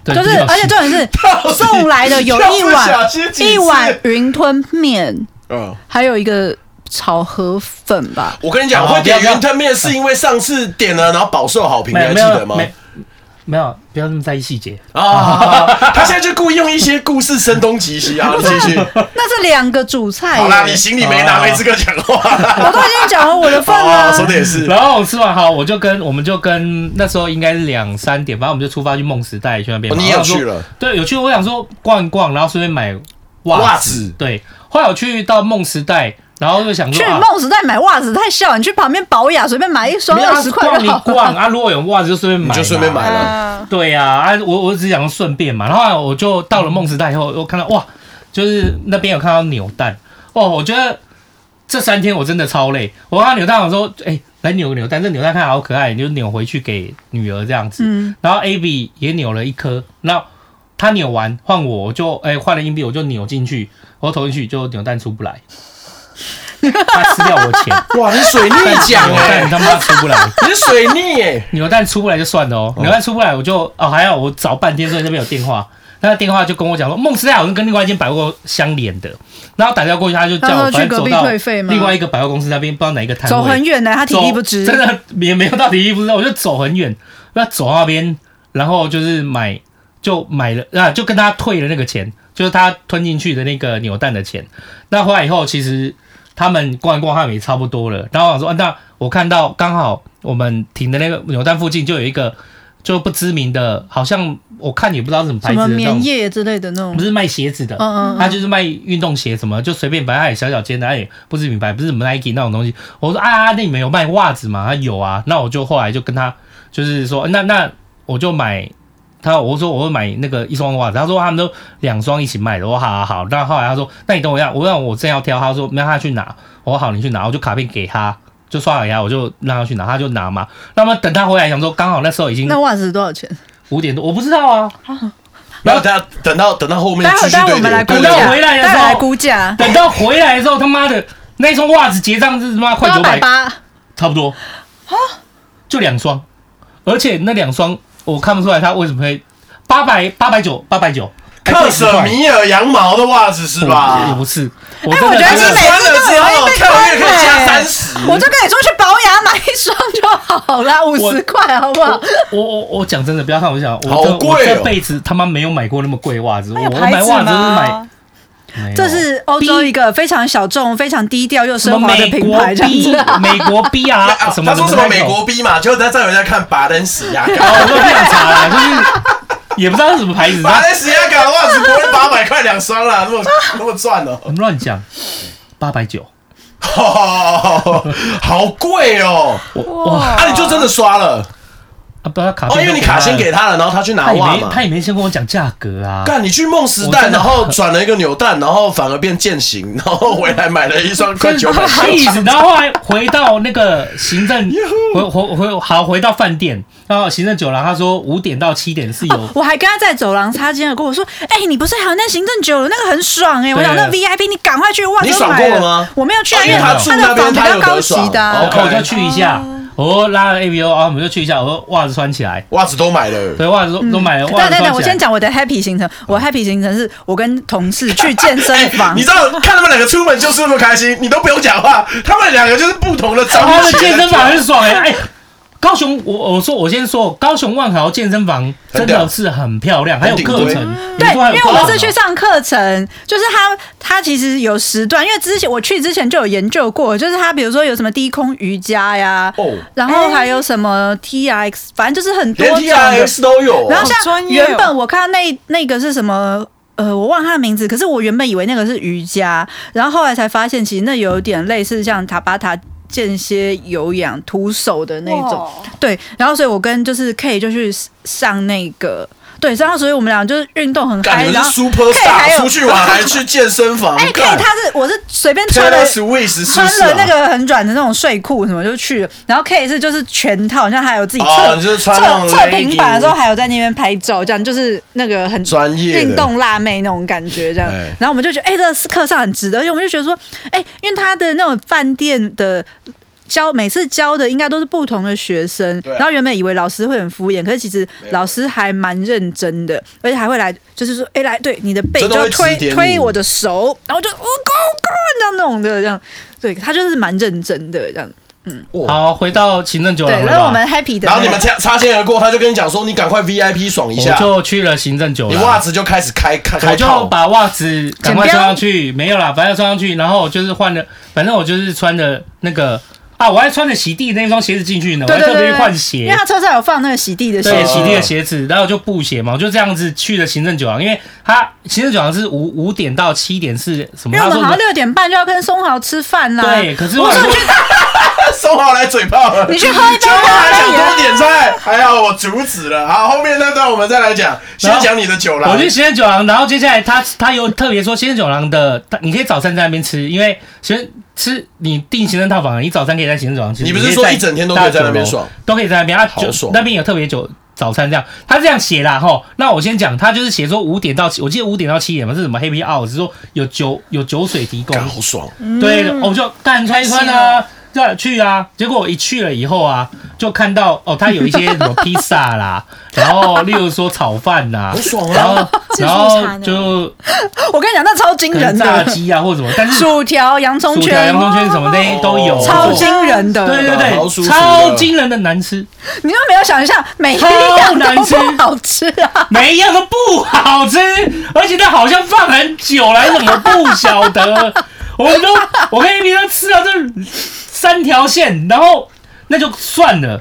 Speaker 3: 对，
Speaker 5: 就是，
Speaker 3: 不小
Speaker 5: 而
Speaker 3: 心
Speaker 5: 且重点是 送来的有一碗一碗云吞面，
Speaker 2: 嗯，
Speaker 5: 还有一个炒河粉 吧。
Speaker 2: 我跟你讲，
Speaker 3: 好
Speaker 2: 会点
Speaker 3: 不要
Speaker 2: 云吞面是因为上次点了，然后饱受好评，你
Speaker 3: 没有
Speaker 2: 还记
Speaker 3: 没
Speaker 2: 得
Speaker 3: 有
Speaker 2: 吗？
Speaker 3: 没没有，不要那么在意细节。
Speaker 2: 啊， 他现在就故意用一些故事声东击 西
Speaker 5: 哎
Speaker 2: 啊，你继续。
Speaker 5: 那是两个主菜耶，
Speaker 2: 好啦，你行李没拿，没资格讲话。
Speaker 5: 我都已经讲了我的份
Speaker 2: 啊，
Speaker 3: 哦
Speaker 2: 说
Speaker 5: 了。
Speaker 2: 的也是。
Speaker 3: 然后我吃完好，我就跟我们就跟那时候应该是两三点，反正我们就出发去梦时代去那边
Speaker 2: 哦
Speaker 3: 嘛。
Speaker 2: 你也
Speaker 3: 然后我
Speaker 2: 去
Speaker 3: 说
Speaker 2: 了？
Speaker 3: 对，有去。我想说逛一逛，然后顺便买袜
Speaker 2: 袜子
Speaker 3: 对，后来我去到梦时代，然后就想说
Speaker 5: 去
Speaker 3: 啊
Speaker 5: 梦时代买袜子太小，你去旁边宝雅随便买一双
Speaker 3: 没有啊
Speaker 5: 二十块
Speaker 3: 逛
Speaker 5: 就
Speaker 3: 一
Speaker 5: 好了。
Speaker 3: 逛 啊，如果有袜子就顺便买嘛，
Speaker 2: 你就顺便买了。
Speaker 4: 啊，
Speaker 3: 对呀、啊，我我只想顺便嘛，然后我就到了梦时代以后，我看到哇，就是那边有看到扭蛋哦，我觉得这三天我真的超累。我看到扭蛋，我说哎、来扭个扭蛋，这扭蛋看起来好可爱，你就扭回去给女儿这样子。
Speaker 5: 嗯，
Speaker 3: 然后 A B 也扭了一颗，那他扭完换我，我就哎换、了硬币，我就扭进去，我投进去就扭蛋出不来，他吃掉我 钱，
Speaker 2: 哇，你水逆
Speaker 3: 但
Speaker 2: 奖
Speaker 3: 扭
Speaker 2: 哎
Speaker 3: 蛋，他妈出不来。
Speaker 2: 你是水逆哎。
Speaker 3: 扭蛋出不来就算了哦，扭蛋出不来我就哦还好，我找半天，所以那边有电话，那电话就跟我讲说，梦时代好像跟另外一间百货相连的，然后打电话过去，他就叫
Speaker 5: 他
Speaker 3: 我
Speaker 5: 说
Speaker 3: 反正
Speaker 5: 去隔
Speaker 3: 走
Speaker 5: 壁
Speaker 3: 到
Speaker 5: 退费吗
Speaker 3: 另外一个百货公司那边，不知道哪一个摊
Speaker 5: 走
Speaker 3: 位
Speaker 5: 很，远的，他体力不支。
Speaker 3: 走真的也没有到体力不支，我就走很远，那走到那边，然后就是买就买了啊，就跟他退了那个钱，就是他吞进去的那个扭蛋的钱。那后来以后，其实他们逛一逛，他们也差不多了。然后我想说，啊那我看到刚好我们停的那个扭蛋附近就有一个就不知名的，好像我看也不知道是什么牌
Speaker 5: 什
Speaker 3: 子的
Speaker 5: 么
Speaker 3: 那种
Speaker 5: 棉，叶之类的那种
Speaker 3: 不，是卖鞋子的，
Speaker 5: 嗯嗯
Speaker 3: 他就是卖运动鞋什么，就随便摆，他也小小间的，他也不是品牌，不是什么 Nike 那种东西。我说啊，那你们有卖袜子吗？他有啊。那我就后来就跟他就是说，那那我就买他，我说我会买那个一双袜子。他说他们都两双一起卖的。我说好好好。那后来他说，那你等我一下，我让我正要挑，他说没有，他去拿。我说好，你去拿，我就卡片给他。就刷好牙，我就让他去拿，他就拿嘛。那么等他回来，想说刚好那时候已经
Speaker 5: 那袜子多少钱？
Speaker 3: 五点多，我不知道啊。
Speaker 2: 然后等下等到等到后面
Speaker 5: 待
Speaker 2: 继
Speaker 5: 会
Speaker 2: 续
Speaker 5: 待会
Speaker 2: 对
Speaker 5: 我们来
Speaker 2: 点
Speaker 5: 估
Speaker 2: 对
Speaker 5: 价，
Speaker 2: 对
Speaker 3: 等
Speaker 2: 对
Speaker 3: 我回来的时候 等到回来的
Speaker 5: 待会来估价，
Speaker 3: 时候，他妈的那一双袜子结账是他妈快
Speaker 5: 八
Speaker 3: 九
Speaker 5: 百
Speaker 3: 百，
Speaker 5: 八，
Speaker 3: 差不多啊，就两双，而且那两双我看不出来他为什么会八百八百九八百九，哎
Speaker 2: 克什米尔羊毛的袜子是
Speaker 3: 也
Speaker 2: 吧
Speaker 3: 不？是，嗯我
Speaker 5: 哎
Speaker 3: 真
Speaker 5: 我
Speaker 3: 的
Speaker 5: 觉得
Speaker 2: 但
Speaker 3: 觉
Speaker 2: 是
Speaker 5: 是
Speaker 3: 得
Speaker 2: 穿了之后，跳跃可以加三十。
Speaker 5: 我就跟你说去保养买一双就好啦，五十块好不好？
Speaker 3: 我我我讲真的，不要看我讲，
Speaker 2: 好
Speaker 3: 我这
Speaker 2: 贵哦
Speaker 3: 我这辈子他妈没有买过那么贵的袜子，
Speaker 5: 哎
Speaker 3: 我
Speaker 4: 有
Speaker 3: 我
Speaker 4: 牌
Speaker 3: 买
Speaker 4: 子
Speaker 3: 袜子都是买
Speaker 4: 吗？哦
Speaker 3: 没有，
Speaker 5: 这是欧洲一个非常小众、非常低调又
Speaker 3: 什
Speaker 5: 奢
Speaker 3: 么
Speaker 5: 华的
Speaker 3: 美
Speaker 5: 品
Speaker 3: 国
Speaker 5: 牌，这样
Speaker 3: B
Speaker 5: 子。
Speaker 3: 美国 B 啊
Speaker 2: 啊
Speaker 3: 什么
Speaker 2: 他
Speaker 3: 的？
Speaker 2: 说什么
Speaker 3: 不太
Speaker 2: 美
Speaker 3: 懂
Speaker 2: 国逼嘛，结果他站有人在看巴登斯牙
Speaker 3: 哦，
Speaker 2: 膏，
Speaker 3: 我都不想查了，就是也不知道是什么 牌子，
Speaker 2: 巴
Speaker 3: 他
Speaker 2: 登斯牙膏的袜子不会八百块两双啊啦，那么那么赚哦，
Speaker 3: 我们乱讲，八百九，
Speaker 2: 好贵哦！
Speaker 3: 哇
Speaker 2: 啊，你就真的刷了
Speaker 3: 啊，不要卡
Speaker 2: 哦，
Speaker 3: 片，
Speaker 2: 因为你卡先给，他了，然后他去拿
Speaker 3: 他也
Speaker 2: 袜
Speaker 3: 没
Speaker 2: 嘛。
Speaker 3: 他也没先跟我讲价格啊，
Speaker 2: 干，你去梦时
Speaker 3: 我
Speaker 2: 代，
Speaker 3: 真的
Speaker 2: 然后转了一个扭蛋，然后反而变践行， 然后回来买了一双快
Speaker 3: 真
Speaker 2: 九
Speaker 3: 的
Speaker 2: 百块
Speaker 3: 气死！然后后来回到那个行政，回回回好回到饭店，然后行政酒廊，他说五点到七点是有
Speaker 5: 哦我还跟他在走廊擦肩而过，我说：“哎、你不是还有那行政酒楼那个很爽哎、我想那 VIP，你赶快去哇！
Speaker 2: 你
Speaker 5: 都
Speaker 2: 爽
Speaker 5: 买
Speaker 2: 过了吗
Speaker 5: 我没有去啊，
Speaker 2: 哦因
Speaker 3: 为
Speaker 5: 为
Speaker 3: 他
Speaker 5: 他
Speaker 2: 住那
Speaker 5: 的
Speaker 2: 边
Speaker 5: 房比
Speaker 2: 他
Speaker 5: 较
Speaker 2: 有
Speaker 5: 高
Speaker 2: 得
Speaker 5: 级
Speaker 2: 爽
Speaker 5: 的、
Speaker 2: 哦
Speaker 5: 啊。
Speaker 3: 然后我就去一下，我拉了 A B O，然后我啊们就去一下，我说袜子穿起来，
Speaker 2: 袜子都买了。
Speaker 3: 对，袜子都都
Speaker 2: 哎
Speaker 3: 买了，袜
Speaker 5: 对
Speaker 3: 子
Speaker 5: 对对，我
Speaker 3: 穿起来
Speaker 5: 先。讲我的 happy 行
Speaker 2: 哦
Speaker 5: 程。我 happy 行程是我跟同事去健身房
Speaker 3: 啊
Speaker 2: 你，知道看他们两个出门就是那么开心，你都不用讲话，他们两个就是不同的章
Speaker 3: 他的
Speaker 2: 节。
Speaker 3: 哦健身房很爽哎、哎，高雄，我我说我先说，高雄万豪健身房真的是很漂亮，还有课程，
Speaker 5: 对，
Speaker 3: 你说还
Speaker 5: 因
Speaker 3: 有课
Speaker 5: 为我
Speaker 3: 程
Speaker 5: 们是去上课程，就是他他其实有时段，因为之前我去之前就有研究过，就是他比如说有什么低空瑜伽呀，
Speaker 2: 哦
Speaker 5: 然后还有什么 T R X，反正就是很多
Speaker 2: 连
Speaker 5: 种
Speaker 2: T
Speaker 5: 的
Speaker 2: R X 都有哦，
Speaker 5: 然后
Speaker 4: 好专
Speaker 5: 像
Speaker 4: 业哦
Speaker 5: 原本我看到那那个是什么？呃，我忘了他的名字，可是我原本以为那个是瑜伽，然后后来才发现，其实那有点类似像塔巴塔间歇有氧徒手的那种，
Speaker 4: 哇
Speaker 5: 对。然后所以我跟就是 K 就去上那个，对，然后所以我们俩就是运动很嗨，
Speaker 2: 感觉
Speaker 5: 然
Speaker 2: 是
Speaker 5: 后
Speaker 2: super
Speaker 5: K 还
Speaker 2: star，
Speaker 5: 有
Speaker 2: 出去玩还去健身房。
Speaker 5: 哎、K
Speaker 2: 干
Speaker 5: 他是我是随便穿的
Speaker 2: Taylor Swift 是
Speaker 5: 穿
Speaker 2: 不是
Speaker 5: 了
Speaker 2: 啊？
Speaker 5: 那个很软的那种睡裤什么就去了，然后 K 是就是全套，像还有自己
Speaker 2: 哦
Speaker 5: 测
Speaker 2: 你就是穿那
Speaker 5: 测
Speaker 2: 种
Speaker 5: 测平板的时候
Speaker 2: legging
Speaker 5: 还有在那边拍照，这样就是那个很
Speaker 2: 专业的
Speaker 5: 运动辣妹那种感觉，这样
Speaker 2: 哎。
Speaker 5: 然后我们就觉得，哎、这个课上很值得，而且我们就觉得说，哎、因为他的那种饭店的。教每次教的应该都是不同的学生，
Speaker 2: 对
Speaker 5: 然后原本以为老师会很敷衍，可是其实
Speaker 2: 没有
Speaker 5: 老师还蛮认真的，而且还会来，就是说，哎、来，对你的背
Speaker 2: 真的会
Speaker 5: 就推
Speaker 2: 指点你
Speaker 5: 推我的手，然后就哦，高高这样那种的，这样，对他就是蛮认真的这样，
Speaker 3: 好，回到行政酒
Speaker 5: 对
Speaker 3: 廊，了
Speaker 5: 然后我
Speaker 3: 吧
Speaker 5: 们 happy 的那个，
Speaker 2: 然后你们擦擦肩而过，他就跟你讲说，你赶快 V I P 爽一
Speaker 3: 我
Speaker 2: 下，
Speaker 3: 就去了行政酒
Speaker 2: 你
Speaker 3: 廊，
Speaker 2: 袜子就开始开开
Speaker 3: 我
Speaker 2: 开
Speaker 3: 就
Speaker 2: 套。
Speaker 3: 把袜子赶快穿上去，没有啦，反正穿上去，然后我就是换了，反正我就是穿的那个啊，我还穿着洗地那双鞋子进去呢，我
Speaker 5: 对
Speaker 3: 还
Speaker 5: 对
Speaker 3: 特
Speaker 5: 对
Speaker 3: 别去
Speaker 5: 对，
Speaker 3: 换
Speaker 5: 因为
Speaker 3: 鞋。
Speaker 5: 他车上有放那个洗地的
Speaker 3: 对
Speaker 5: 鞋，
Speaker 3: 洗地的鞋子，然后就布鞋嘛，我就这样子去了行政酒廊，因为他行政酒廊是五五点到七点是什么？
Speaker 5: 因为
Speaker 3: 他
Speaker 5: 我
Speaker 3: 说
Speaker 5: 们好像六点半就要跟松豪吃饭啦，
Speaker 3: 对，可是我
Speaker 5: 我说
Speaker 3: 说
Speaker 5: 你去
Speaker 2: 收好来嘴炮了。
Speaker 5: 你去喝一杯
Speaker 2: 就还想
Speaker 5: 咖
Speaker 2: 多
Speaker 5: 啡，
Speaker 2: 点菜，还好我阻止了。好，后面那段我们再来讲，先讲你的酒啦。
Speaker 3: 我去行政酒廊，然后接下来他他有特别说行政酒廊的，他你可以早餐在那边吃，因为其实吃你订行政套房，你早餐可以在行政酒廊吃。
Speaker 2: 你不
Speaker 3: 可
Speaker 2: 是
Speaker 3: 以
Speaker 2: 说
Speaker 3: 在
Speaker 2: 一整天都可以在那边爽？
Speaker 3: 都可以在那边啊，
Speaker 2: 好
Speaker 3: 就
Speaker 2: 爽
Speaker 3: 那边有特别酒早餐这样，他这样写啦吼。那我先讲，他就是写说五点到七，我记得五点到七点嘛，是什么 Happy Hour，是说有酒有酒水提供
Speaker 2: 干。好爽，
Speaker 3: 对，我就干穿一穿啊，要去啊。结果我一去了以后啊，就看到哦，他有一些什么披萨啦，然后例如说炒饭 呐、
Speaker 2: 好爽
Speaker 3: 然
Speaker 2: 啊！
Speaker 3: 后然后就
Speaker 5: 我跟你讲，那超惊
Speaker 3: 可能
Speaker 5: 人
Speaker 3: 炸
Speaker 5: 的，
Speaker 3: 鸡啊或什 么，但是薯
Speaker 5: 薯条、洋葱
Speaker 3: 条、
Speaker 5: 圈
Speaker 3: 洋。葱圈什么那都有，
Speaker 5: 超惊人的，
Speaker 3: 对对
Speaker 2: 好舒
Speaker 3: 对，
Speaker 2: 服的啊
Speaker 3: 超惊人的难吃。
Speaker 5: 你都没有想象，每一样都不好吃啊！
Speaker 3: 每一样都不好吃，而且它好像放很久了，还是怎么不晓得？我们都我跟一平常吃到这三条线，然后那就算了，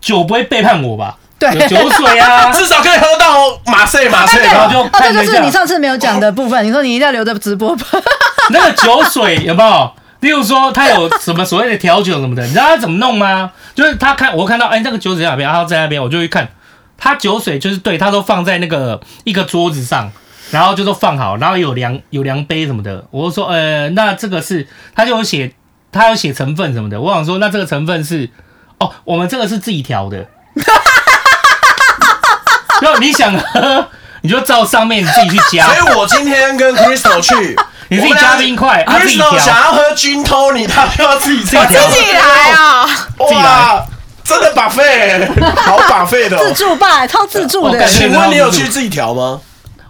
Speaker 3: 酒不会背叛我吧？
Speaker 5: 对
Speaker 3: 有酒水啊，
Speaker 2: 至少可以喝到马赛马赛
Speaker 3: 然
Speaker 2: 吧
Speaker 3: 后。就
Speaker 5: 哦，
Speaker 3: 看
Speaker 5: 这
Speaker 3: 了
Speaker 5: 就
Speaker 3: 一
Speaker 5: 是你
Speaker 3: 下哦
Speaker 5: 上次没有讲的部分。你说你一定要留着直播吧？
Speaker 3: 那个酒水有没有？例如说，它有什么所谓的调酒什么的，你知道它怎么弄吗？就是他看我看到，哎、那个酒水在哪边，然后在那边，我就去看，它酒水就是对，它都放在那个一个桌子上，然后就都放好，然后有量有量杯什么的，我就说，呃，那这个是，它就有写，它有写成分什么的，我想说，那这个成分是，哦，我们这个是自己调的，然后你想喝，你就照上面你自己去加
Speaker 2: 所，以我今天跟 Crystal 去，
Speaker 3: 你自己加冰块啊自己调
Speaker 2: Crystal 想要喝君偷你，他就要自己自
Speaker 3: 己调
Speaker 4: 自己来啊！
Speaker 3: 己来
Speaker 2: 哇，真的把费，好把费的哦。
Speaker 5: 自助吧，超自助
Speaker 3: 我
Speaker 5: 的
Speaker 3: 感。觉
Speaker 2: 请问你有去自己调吗？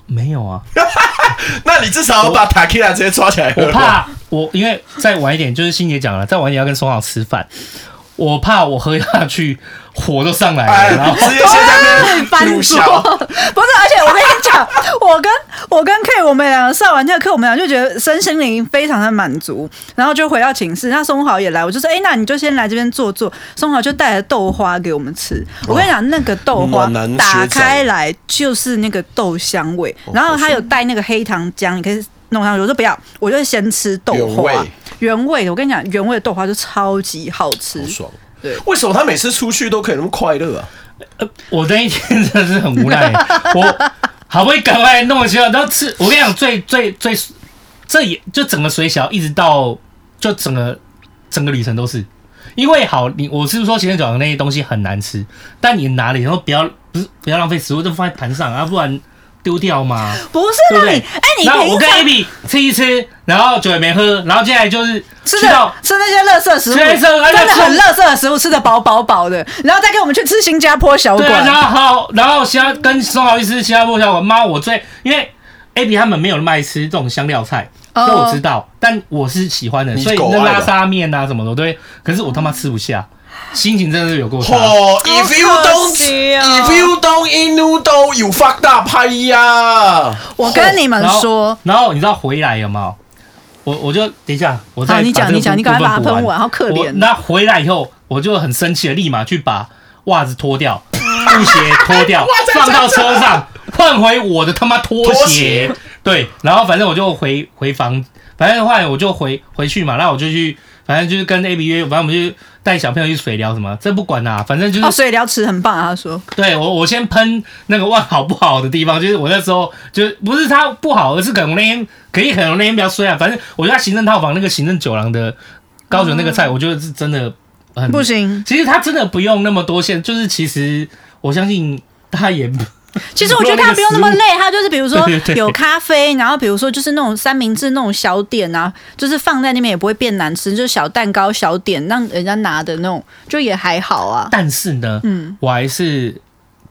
Speaker 3: 没有啊，
Speaker 6: 那你至少要把塔 Q 拉直接抓起来喝
Speaker 3: 我
Speaker 6: 吧。
Speaker 3: 怕我因为再晚一点，就是欣姐讲了，再晚一点要跟松浩吃饭，我怕我喝下去火都上来
Speaker 6: 哎
Speaker 3: 了，然后，
Speaker 6: 直接现在
Speaker 5: 翻
Speaker 6: 边
Speaker 5: 桌，
Speaker 6: 入
Speaker 5: 不是，
Speaker 6: 小，
Speaker 5: 而且我跟你讲，我跟我跟 K 我们两个上完那个课，我们俩就觉得身心灵非常的满足，然后就回到寝室。那松豪也来，我就说，哎、那你就先来这边坐坐。松豪就带了豆花给我们吃。我跟你讲，那个豆花
Speaker 6: 暖男学
Speaker 5: 打
Speaker 6: 长哦
Speaker 5: 开来就是那个豆香味，然后他有带那个黑糖浆，你可以弄上去。我说不要，我就先吃豆
Speaker 6: 原
Speaker 5: 花
Speaker 6: 味，
Speaker 5: 原味的。我跟你讲，原味的豆花就超级好吃，
Speaker 6: 好爽。
Speaker 5: 对
Speaker 6: 为什么他每次出去都可以那么快乐啊？
Speaker 3: 我那一天真的是很无奈，我好不容易赶快弄了学校，然后吃，我跟你讲，最最最，这也就整个水小一直到就整个整个旅程都是，因为好，你我是说前面讲的那些东西很难吃，但你拿了以后不要不是不要浪费食物，就放在盘上啊，不然丢掉嘛。
Speaker 5: 不是
Speaker 3: 对不
Speaker 5: 让你，
Speaker 3: 对？
Speaker 5: 哎、你
Speaker 3: 然后
Speaker 5: 平
Speaker 3: 我跟
Speaker 5: 常
Speaker 3: AB 吃一吃，然后酒也没喝，然后接下来就是
Speaker 5: 吃
Speaker 3: 去
Speaker 5: 的
Speaker 3: 到
Speaker 5: 吃那些垃圾食物，
Speaker 3: 吃那些垃圾而且
Speaker 5: 真的很
Speaker 3: 吃
Speaker 5: 垃圾的食物，吃的饱饱饱的，然后再跟我们去吃新加坡小
Speaker 3: 对啊，然
Speaker 5: 馆。
Speaker 3: 后好，然后其他跟松豪一吃，其他不小我妈我最因为 AB 他们没有卖吃这种香料菜，
Speaker 5: 哦
Speaker 3: 这我知道，但我是喜欢的，
Speaker 6: 你
Speaker 3: 所以
Speaker 6: 狗
Speaker 3: 那
Speaker 6: 爱吧
Speaker 3: 拉沙面啊什么的，我都会，可是我他妈吃不下，心情真的是有够差。
Speaker 6: 哦，If you
Speaker 5: 好
Speaker 6: don't,
Speaker 5: 可惜哦
Speaker 6: if you don't in noodle, you fucked up，哎呀！
Speaker 5: 我跟你们
Speaker 3: 然后
Speaker 5: 说，
Speaker 3: 然后你知道回来有没有？我我就等一下，我再
Speaker 5: 好你
Speaker 3: 把
Speaker 5: 讲
Speaker 3: 这个
Speaker 5: 你讲
Speaker 3: 部
Speaker 5: 你赶快
Speaker 3: 部分
Speaker 5: 把
Speaker 3: 补
Speaker 5: 它喷完好可
Speaker 3: 我
Speaker 5: 怜
Speaker 3: 那回来以后，我就很生气的，立马去把袜子脱掉，布鞋脱掉，放到车上，换回我的他妈拖
Speaker 6: 拖
Speaker 3: 鞋
Speaker 6: 鞋。
Speaker 3: 对，然后反正我就回回房，反正后来我就回回去嘛，然后我就去，反正就是跟 A B 约，反正我们就带小朋友去水疗什么，这不管啦、反正就是
Speaker 5: 哦，水疗池很棒啊，他说
Speaker 3: 对我，我先喷那个万好不好的地方，就是我那时候就不是他不好，而是可能我那天可以可能我那天比较衰啊。反正我觉得他行政套房那个行政酒廊的高雄那个菜，我觉得是真的很
Speaker 5: 嗯不。行。
Speaker 3: 其实他真的不用那么多线，就是其实我相信他也
Speaker 5: 其实我觉得他不用那么累，他就是比如说
Speaker 3: 对对对
Speaker 5: 有咖啡，然后比如说就是那种三明治那种小点啊，就是放在那边也不会变难吃，就是小蛋糕小点让人家拿的那种，就也还好啊。
Speaker 3: 但是呢，
Speaker 5: 嗯，
Speaker 3: 我还是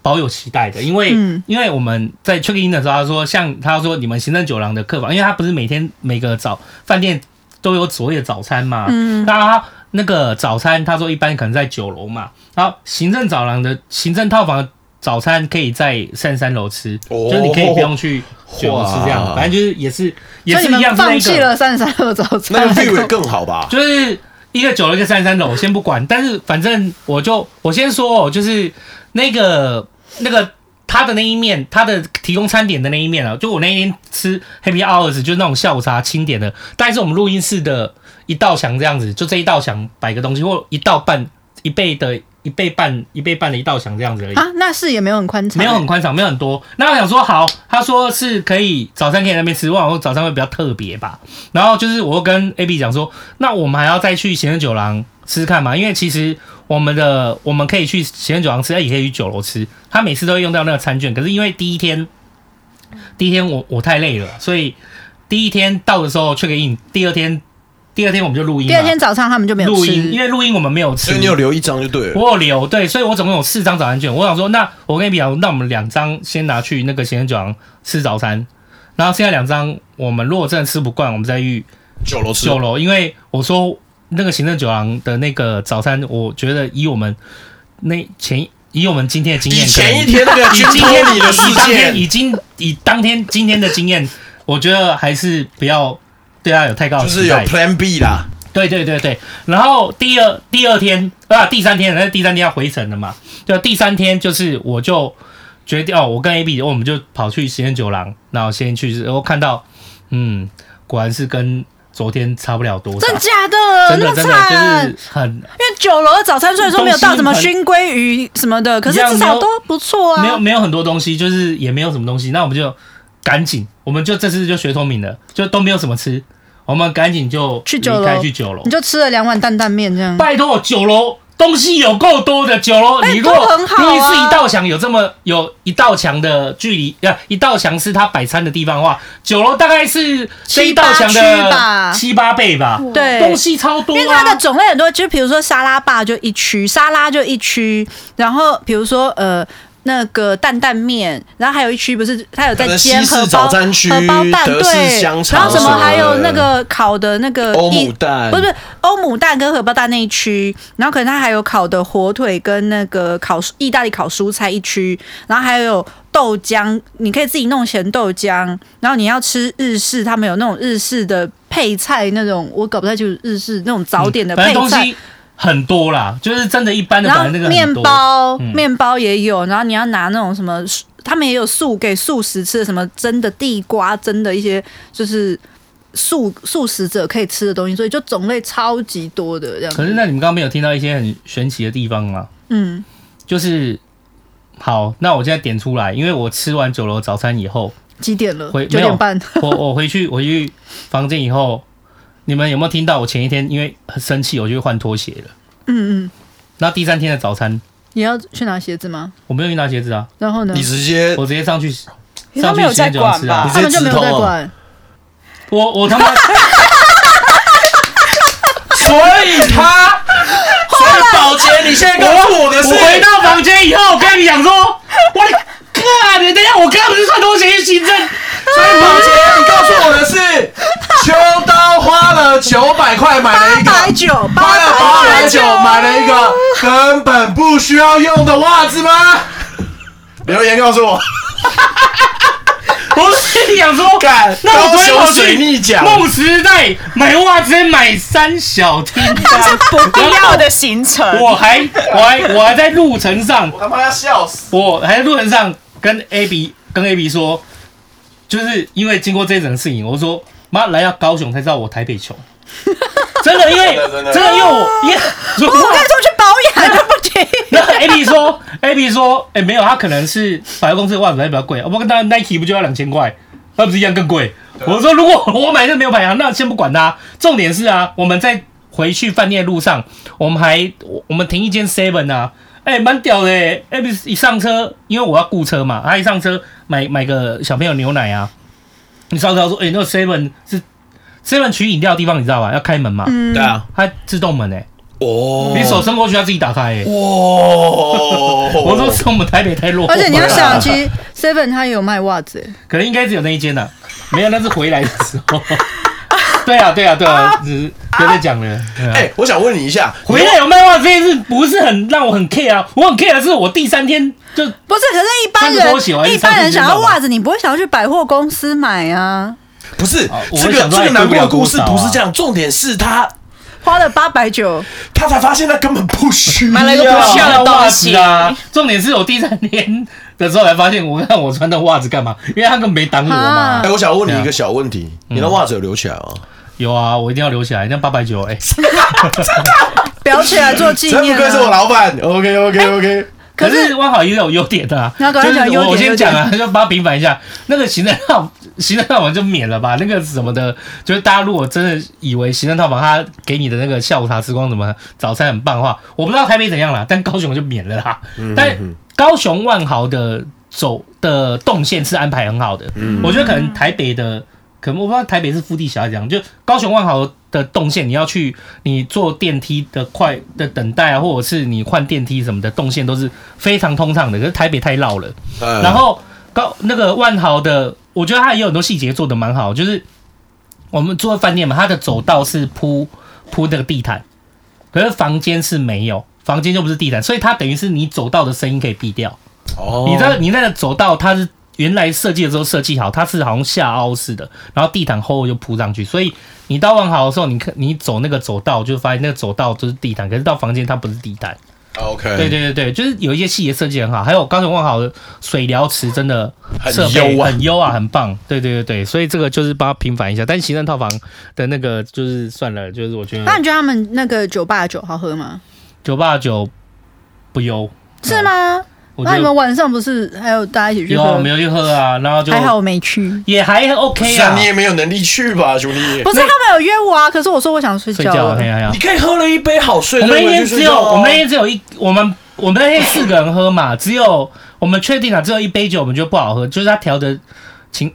Speaker 3: 保有期待的，因为、
Speaker 5: 嗯
Speaker 3: 因为我们在 check in 的时候，他说像他说你们行政酒廊的客房，因为他不是每天每个早饭店都有所谓的早餐嘛，嗯，那他那个早餐他说一般可能在九楼嘛，然后行政走廊的行政套房。早餐可以在三三楼吃，
Speaker 6: 哦
Speaker 3: 就是你可以不用去九楼吃这样，
Speaker 6: 哇
Speaker 3: 反正就是也是也
Speaker 5: 所以
Speaker 3: 是
Speaker 5: 你
Speaker 3: 一样是
Speaker 5: 们
Speaker 3: 那
Speaker 5: 放
Speaker 3: 一
Speaker 5: 弃
Speaker 3: 个，
Speaker 5: 了三十三楼早餐，
Speaker 6: 那个 view 也更好吧？
Speaker 3: 就是一个九楼一个三三楼，我先不管，但是反正我就我先说哦，就是那个那个他的那一面，他的提供餐点的那一面啊，就我那一天吃 Happy Hours，就是那种下午茶清点的，大概是我们录音室的一道墙这样子，就这一道墙摆个东西，或一道半一倍的一倍半一倍半的一道墙这样子而已。
Speaker 5: 啊，那是也没有很宽敞，
Speaker 3: 没有很宽敞，没有很多。那我想说，好，他说是可以早餐可以在那边吃，我想说早餐会比较特别吧。然后就是我又跟 A B 讲说，那我们还要再去行政酒廊吃吃看嘛，因为其实我们的我们可以去行政酒廊吃，也可以去酒楼吃。他每次都会用到那个餐券，可是因为第一天，第一天我我太累了，所以第一天到的时候 check in，第二天第二天我们就录音嘛，
Speaker 5: 第二天早上他们就没有
Speaker 3: 录
Speaker 5: 吃，
Speaker 3: 音，因为录音我们没有吃，
Speaker 6: 所以你有留一张就对了。
Speaker 3: 我有留，对，所以我总共有四张早餐券。我想说，那我跟你比讲，那我们两张先拿去那个行政酒廊吃早餐，然后剩下两张，我们如果真的吃不惯，我们再去
Speaker 6: 九楼吃
Speaker 3: 酒楼。因为我说那个行政酒廊的那个早餐，我觉得以我们那前以我们今天的经
Speaker 6: 以
Speaker 3: 验，
Speaker 6: 前一天
Speaker 3: 可能
Speaker 6: 那个
Speaker 3: 以
Speaker 6: 军
Speaker 3: 今天
Speaker 6: 托你的事
Speaker 3: 以当天
Speaker 6: 件，
Speaker 3: 已经以当天今天的经验，我觉得还是不要对他有太高的
Speaker 6: 就是
Speaker 3: 期
Speaker 6: 有
Speaker 3: 待。
Speaker 6: Plan B 啦。
Speaker 3: 对对对对，然后第二第二天啊，第三天，那第三天要回程了嘛？就第三天就是我就决定哦，我跟 AB 我们就跑去实验酒廊，然后先去，然后看到嗯，果然是跟昨天差不了多少
Speaker 5: 真，假的
Speaker 3: 真
Speaker 5: 那
Speaker 3: 的
Speaker 5: 么
Speaker 3: 真的
Speaker 5: 惨，
Speaker 3: 就是很
Speaker 5: 因为九楼的早餐虽然说没有到什么熏鲑鱼什么的，可是至少都不错啊。
Speaker 3: 没有没有很多东西，就是也没有什么东西，那我们就赶紧，我们就这次就学聪明了，就都没有什么吃，我们赶紧就
Speaker 5: 去酒楼
Speaker 3: 离开去酒楼
Speaker 5: 你，就吃了两碗担担面这样。
Speaker 3: 拜托，酒楼东西有够多的，酒楼
Speaker 5: 嗯哎
Speaker 3: 你如果
Speaker 5: 都很好啊
Speaker 3: 第一次一道墙有这么有一道墙的距离，啊，一道墙是它摆餐的地方的话，酒楼大概是这一道墙
Speaker 5: 七八区
Speaker 3: 的
Speaker 5: 吧
Speaker 3: 七八倍吧，
Speaker 5: 对，
Speaker 3: 东西超多、啊，
Speaker 5: 因为它的种类很多，就比如说沙拉吧就一区，沙拉就一区，然后比如说呃那个担担面，然后还有一区不是它有在
Speaker 6: 它的
Speaker 5: 煎
Speaker 6: 西式
Speaker 5: 荷包
Speaker 6: 早餐区
Speaker 5: 荷包蛋，
Speaker 6: 德式
Speaker 5: 对，
Speaker 6: 香肠
Speaker 5: 然后什么
Speaker 6: 什么的
Speaker 5: 还有那个烤的那个
Speaker 6: 欧
Speaker 5: 意
Speaker 6: 姆
Speaker 3: 嗯
Speaker 6: 蛋，
Speaker 5: 呃不是不是欧姆蛋跟荷包蛋那一区，然后可能它还有烤的火腿跟那个烤蔬意大利烤蔬菜一区，然后还有豆浆，你可以自己弄咸豆浆，然后你要吃日式，他们有那种日式的配菜那种，我搞不太清楚日式那种早点的
Speaker 3: 嗯反
Speaker 5: 配
Speaker 3: 正东
Speaker 5: 菜。
Speaker 3: 西很多啦，就是真的一般的，
Speaker 5: 然
Speaker 3: 反
Speaker 5: 后
Speaker 3: 正那个
Speaker 5: 面
Speaker 3: 很多。
Speaker 5: 包，
Speaker 3: 嗯
Speaker 5: 面包也有，然后你要拿那种什么素，他们也有素给素食吃的，什么蒸的地瓜，蒸的一些就是素素食者可以吃的东西，所以就种类超级多的这样子。
Speaker 3: 可是那你们刚刚没有听到一些很神奇的地方吗？
Speaker 5: 嗯，
Speaker 3: 就是好，那我现在点出来，因为我吃完九楼早餐以后，
Speaker 5: 几点了？
Speaker 3: 回
Speaker 5: 九
Speaker 3: 没有
Speaker 5: 点半。
Speaker 3: 我我回去我去房间以后，你们有没有听到？我前一天因为很生气，我就去换拖鞋了。
Speaker 5: 嗯嗯，
Speaker 3: 那第三天的早餐，
Speaker 5: 你要去拿鞋子吗？
Speaker 3: 我没有去拿鞋子啊，
Speaker 5: 然后呢
Speaker 6: 你？直接
Speaker 3: 我直接上去
Speaker 4: 因为
Speaker 3: 上
Speaker 4: 他
Speaker 3: 去
Speaker 4: 们有
Speaker 3: 先
Speaker 4: 在
Speaker 3: 就能
Speaker 4: 管
Speaker 3: 吃
Speaker 4: 吧
Speaker 3: 啊。
Speaker 5: 他们就没有
Speaker 6: 直
Speaker 5: 在
Speaker 6: 接直通哦
Speaker 5: 管，
Speaker 3: 我 我他妈，
Speaker 6: 所以他，所以宝洁，你现在告诉我的
Speaker 3: 我
Speaker 6: 是，
Speaker 3: 回到房间以后，我跟你讲说，我的干，你等一下，我刚刚不是穿拖鞋去行政，
Speaker 6: 所以宝洁，哎你告诉我的是，秋刀花了九百块买了一个，
Speaker 5: 九，
Speaker 6: 花了八百九买了一个根本不需要用的袜子吗？留言告诉我，
Speaker 3: 我跟你讲说，
Speaker 6: 干，
Speaker 3: 那
Speaker 6: 高
Speaker 3: 我昨天
Speaker 6: 雄
Speaker 3: 跑
Speaker 6: 水
Speaker 3: 去
Speaker 6: 逆奖，
Speaker 3: 梦时代买袜子，买三小 厅， 不
Speaker 4: 啊必要的行程，
Speaker 3: 我还我还我还在路程上，
Speaker 6: 我他妈要笑死！
Speaker 3: 我还在路程上跟 A B 跟 A B 说，就是因为经过这整个事情，我说妈来到高雄才知道我台 北穷，真的，因为
Speaker 6: 真的真的
Speaker 3: 真的因为我因为如果
Speaker 5: 我跟你说去保养，对不 起。
Speaker 3: 然后 A B 说 A B 说，哎、没有，他可能是百货公司的袜子还比较贵，我不跟他 Nike 不就要两千块，那不是一样更贵？我说如果我买这没有排行，那先不管它。重点是啊，我们在回去饭店的路上，我们还我我们停一间 Seven 啊，哎、蛮屌的、欸。A B 一上车，因为我要雇车嘛，他一上车买买个小朋友牛奶啊，你上车说，哎、那个 Seven 是 Seven 取饮料的地方，你知道吧？要开门嘛，
Speaker 2: 嗯
Speaker 6: 对啊，
Speaker 3: 它自动门哎、
Speaker 6: 哦，
Speaker 3: 你手伸过去，它自己打开哎、
Speaker 6: 哇，
Speaker 3: 我
Speaker 6: 我
Speaker 3: 说是我们台北太落后，
Speaker 5: 而且你要想，其实 Seven 它也有卖袜子，欸
Speaker 3: 可能应该只有那一间呐、没有那是回来的时候。 对啊，对啊，对啊，只是别再讲了。对啊
Speaker 6: 哎，我想问你一下，
Speaker 3: 回来有卖袜子这件事不是很让我很 care 啊，我很 care 的是我第三天就
Speaker 5: 不是？可是，一般
Speaker 3: 穿着拖鞋我还
Speaker 5: 人
Speaker 3: 是
Speaker 5: 一般人想要袜子，你不会想要去百货公司买啊？
Speaker 6: 不是
Speaker 3: 啊我
Speaker 6: 这
Speaker 3: 会
Speaker 6: 个
Speaker 3: 想说
Speaker 6: 这个
Speaker 3: 还
Speaker 6: 难
Speaker 3: 贵
Speaker 6: 过
Speaker 3: 不
Speaker 6: 的故
Speaker 3: 了
Speaker 6: 事
Speaker 3: 多少啊
Speaker 6: 不是这样，重点是他
Speaker 5: 花了八百九，
Speaker 6: 他才发现他根本不需
Speaker 4: 买了一个
Speaker 6: 要
Speaker 4: 不需要的
Speaker 3: 袜
Speaker 4: 东
Speaker 3: 子
Speaker 4: 西
Speaker 3: 啊。重点是我第三天的时候才发现，我看我穿的袜子干嘛？因为他根本没挡我嘛
Speaker 5: 啊
Speaker 6: 哎，。我想问你一个小问题，
Speaker 3: 嗯
Speaker 6: 你的袜子有留起来吗？
Speaker 3: 有啊，我一定要留起来，那八百九哎。
Speaker 5: 裱起来做纪
Speaker 6: 真
Speaker 5: 念
Speaker 6: 不愧是我
Speaker 5: 啊。
Speaker 6: 老板，OK OK OK，
Speaker 3: 可
Speaker 5: 可是
Speaker 3: 是万好也有优点的、啊，
Speaker 5: 那赶
Speaker 3: 就
Speaker 5: 快
Speaker 3: 是
Speaker 5: 讲优
Speaker 3: 我
Speaker 5: 点
Speaker 3: 我先
Speaker 5: 优
Speaker 3: 讲
Speaker 5: 点
Speaker 3: 啊，就帮他平反一下。那个行政套 行政套房就免了吧，那个什么的，就是大家如果真的以为行政套房他给你的那个下午茶时光什么早餐很棒的话，我不知道台北怎样啦，但高雄就免了啦。
Speaker 6: 嗯
Speaker 3: 但高雄万豪的走的动线是安排很好的，我觉得可能台北的。可能我不知道台北是腹地小还是怎样，就高雄万豪的动线，你要去你坐电梯的快的等待啊，或者是你换电梯什么的动线都是非常通畅的。可是台北太绕了，
Speaker 2: 呃
Speaker 6: 然
Speaker 3: 然后高那个万豪的，我觉得它也有很多细节做的蛮好，就是我们住的饭店嘛，它的走道是铺铺那个地毯，可是房间是没有，房间就不是地毯，所以它等于是你走道的声音可以避掉。
Speaker 6: 哦
Speaker 3: 你知道你那个走道它是原来设计的时候设计好，它是好像下凹式的，然后地毯厚厚就铺上去，所以你到万豪的时候，你看你走那个走道，就发现那个走道就是地毯，可是到房间它不是地毯。
Speaker 2: 哎
Speaker 6: OK，
Speaker 3: 对对对对，就是有一些细节设计很好，还有刚才万豪的水疗池真的
Speaker 6: 很
Speaker 3: 设备
Speaker 6: 优啊
Speaker 3: 很优啊，很棒。对对对对，所以这个就是帮他平反一下，但行政套房的那个就是算了，就是我觉
Speaker 5: 那
Speaker 3: 得
Speaker 5: 你觉得他们那个酒吧的酒好喝吗？
Speaker 3: 九八九不优，
Speaker 5: 是吗？
Speaker 3: 我
Speaker 5: 那
Speaker 3: 觉
Speaker 5: 你们
Speaker 3: 得
Speaker 5: 晚上不是还有大家一起去
Speaker 3: 有啊我
Speaker 5: 喝
Speaker 3: 们？有去喝啊，然后就
Speaker 5: 还好我没去。
Speaker 3: 也还 OK
Speaker 6: 是
Speaker 3: 啊
Speaker 6: 啊，你，也没有能力去吧，兄弟
Speaker 5: 不。是他们有约我啊，可是我说我想睡
Speaker 3: 睡
Speaker 5: 觉
Speaker 3: 觉
Speaker 5: 了。
Speaker 3: 哎呀呀
Speaker 6: 你，可以喝了一杯好睡，
Speaker 3: 我们
Speaker 6: 就
Speaker 3: 那
Speaker 6: 回
Speaker 3: 天
Speaker 6: 去
Speaker 3: 只
Speaker 6: 睡
Speaker 3: 有
Speaker 6: 觉哦
Speaker 3: 我们那天只有一我们我们那天四个人喝嘛，只有我们确定啊了，只有一杯酒我们觉得不好喝，就是他调的琴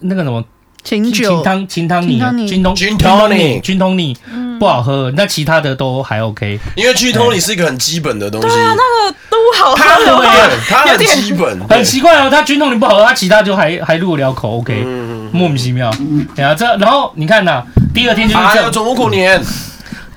Speaker 3: 那个什么
Speaker 5: 请
Speaker 3: 琴
Speaker 5: 酒
Speaker 3: 琴，汤琴汤
Speaker 5: 琴汤
Speaker 3: 尼
Speaker 5: 尼
Speaker 3: 军通
Speaker 6: Gin
Speaker 3: 尼
Speaker 6: tonic
Speaker 3: 军通尼不好喝，那其他的都还 OK。
Speaker 6: 因为剧透你是一个很基本的东西，
Speaker 4: 对啊，那个都好
Speaker 3: 他
Speaker 4: 喝的话，
Speaker 3: 对
Speaker 6: 他很基本，
Speaker 3: 很奇怪哦，他军统你不好，他其他就还还入得了口，OK，莫
Speaker 6: 嗯
Speaker 3: 名其妙。然后这，然后你看呐，第二天就是
Speaker 6: 啊，
Speaker 3: 这
Speaker 6: 要
Speaker 3: 样，嗯
Speaker 6: 中国过年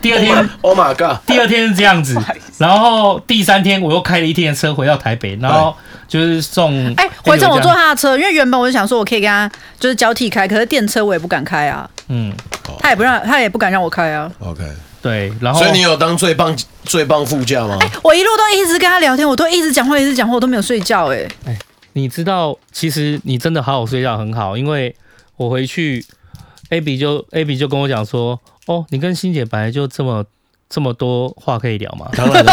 Speaker 3: 第二天
Speaker 6: ，Oh my god！
Speaker 3: 第二天是这样子，然后第三天我又开了一天的车回到台北，然后就是送
Speaker 5: 哎，回程我坐，他的车，因为原本我就想说我可以跟他就是交替开，可是电车我也不敢开啊，
Speaker 3: 嗯，
Speaker 5: 他也不让，他也不敢让我开啊。
Speaker 6: OK，
Speaker 3: 对，然后哎
Speaker 6: 所以你有当最棒最棒副驾吗？
Speaker 5: 我一路都一直跟他聊天，我都一直讲话，一直讲话，我都没有睡觉、哎，
Speaker 3: 你知道，其实你真的好好睡觉很好，因为我回去，Abby 就 Abby 就跟我讲说，哦，你跟欣姐本来就这么这么多话可以聊嘛，
Speaker 6: 当然 了，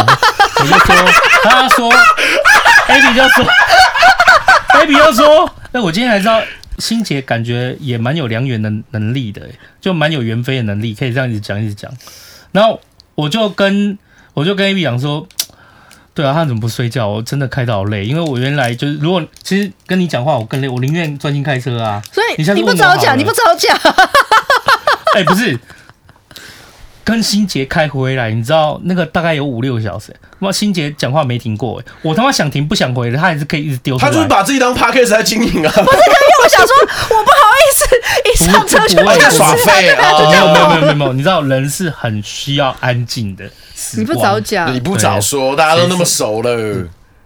Speaker 3: 我就说，他说，Abby 就说，Abby 就说，哎，我今天才知道，欣姐感觉也蛮有良缘的能力的，就蛮有缘分的能力，可以这样一直讲一直讲。然后我就跟我就跟 Abby 讲说，对啊，他怎么不睡觉？我真的开到好累，因为我原来就是如果其实跟你讲话我更累，我宁愿专心开车啊。
Speaker 5: 所
Speaker 3: 你
Speaker 5: 以
Speaker 3: 下次
Speaker 5: 你不
Speaker 3: 问我
Speaker 5: 早
Speaker 3: 好了
Speaker 5: 讲，你不早 讲，
Speaker 3: 哎、不是，跟新杰开回来，你知道那个大概有五六个小时。妈，新杰讲话没停过、哎，我他妈想停不想回的，他还是可以一直丢出
Speaker 6: 他
Speaker 3: 来。
Speaker 6: 就是把自己当 Parkes 在经营啊，
Speaker 5: 我想说，我不好意思，一上车就
Speaker 3: 不会不
Speaker 5: 把
Speaker 3: 会
Speaker 6: 在
Speaker 5: 吃
Speaker 6: 耍
Speaker 5: 完
Speaker 6: 废
Speaker 5: 就
Speaker 3: 哦没
Speaker 5: 这
Speaker 3: 有
Speaker 5: 样
Speaker 6: 啊！
Speaker 3: 没有没
Speaker 5: 弄
Speaker 3: 有没有没有，你知道人是很需要安静的时
Speaker 5: 你不
Speaker 3: 光
Speaker 5: 早讲
Speaker 6: 你，不早说，大家都那么熟了，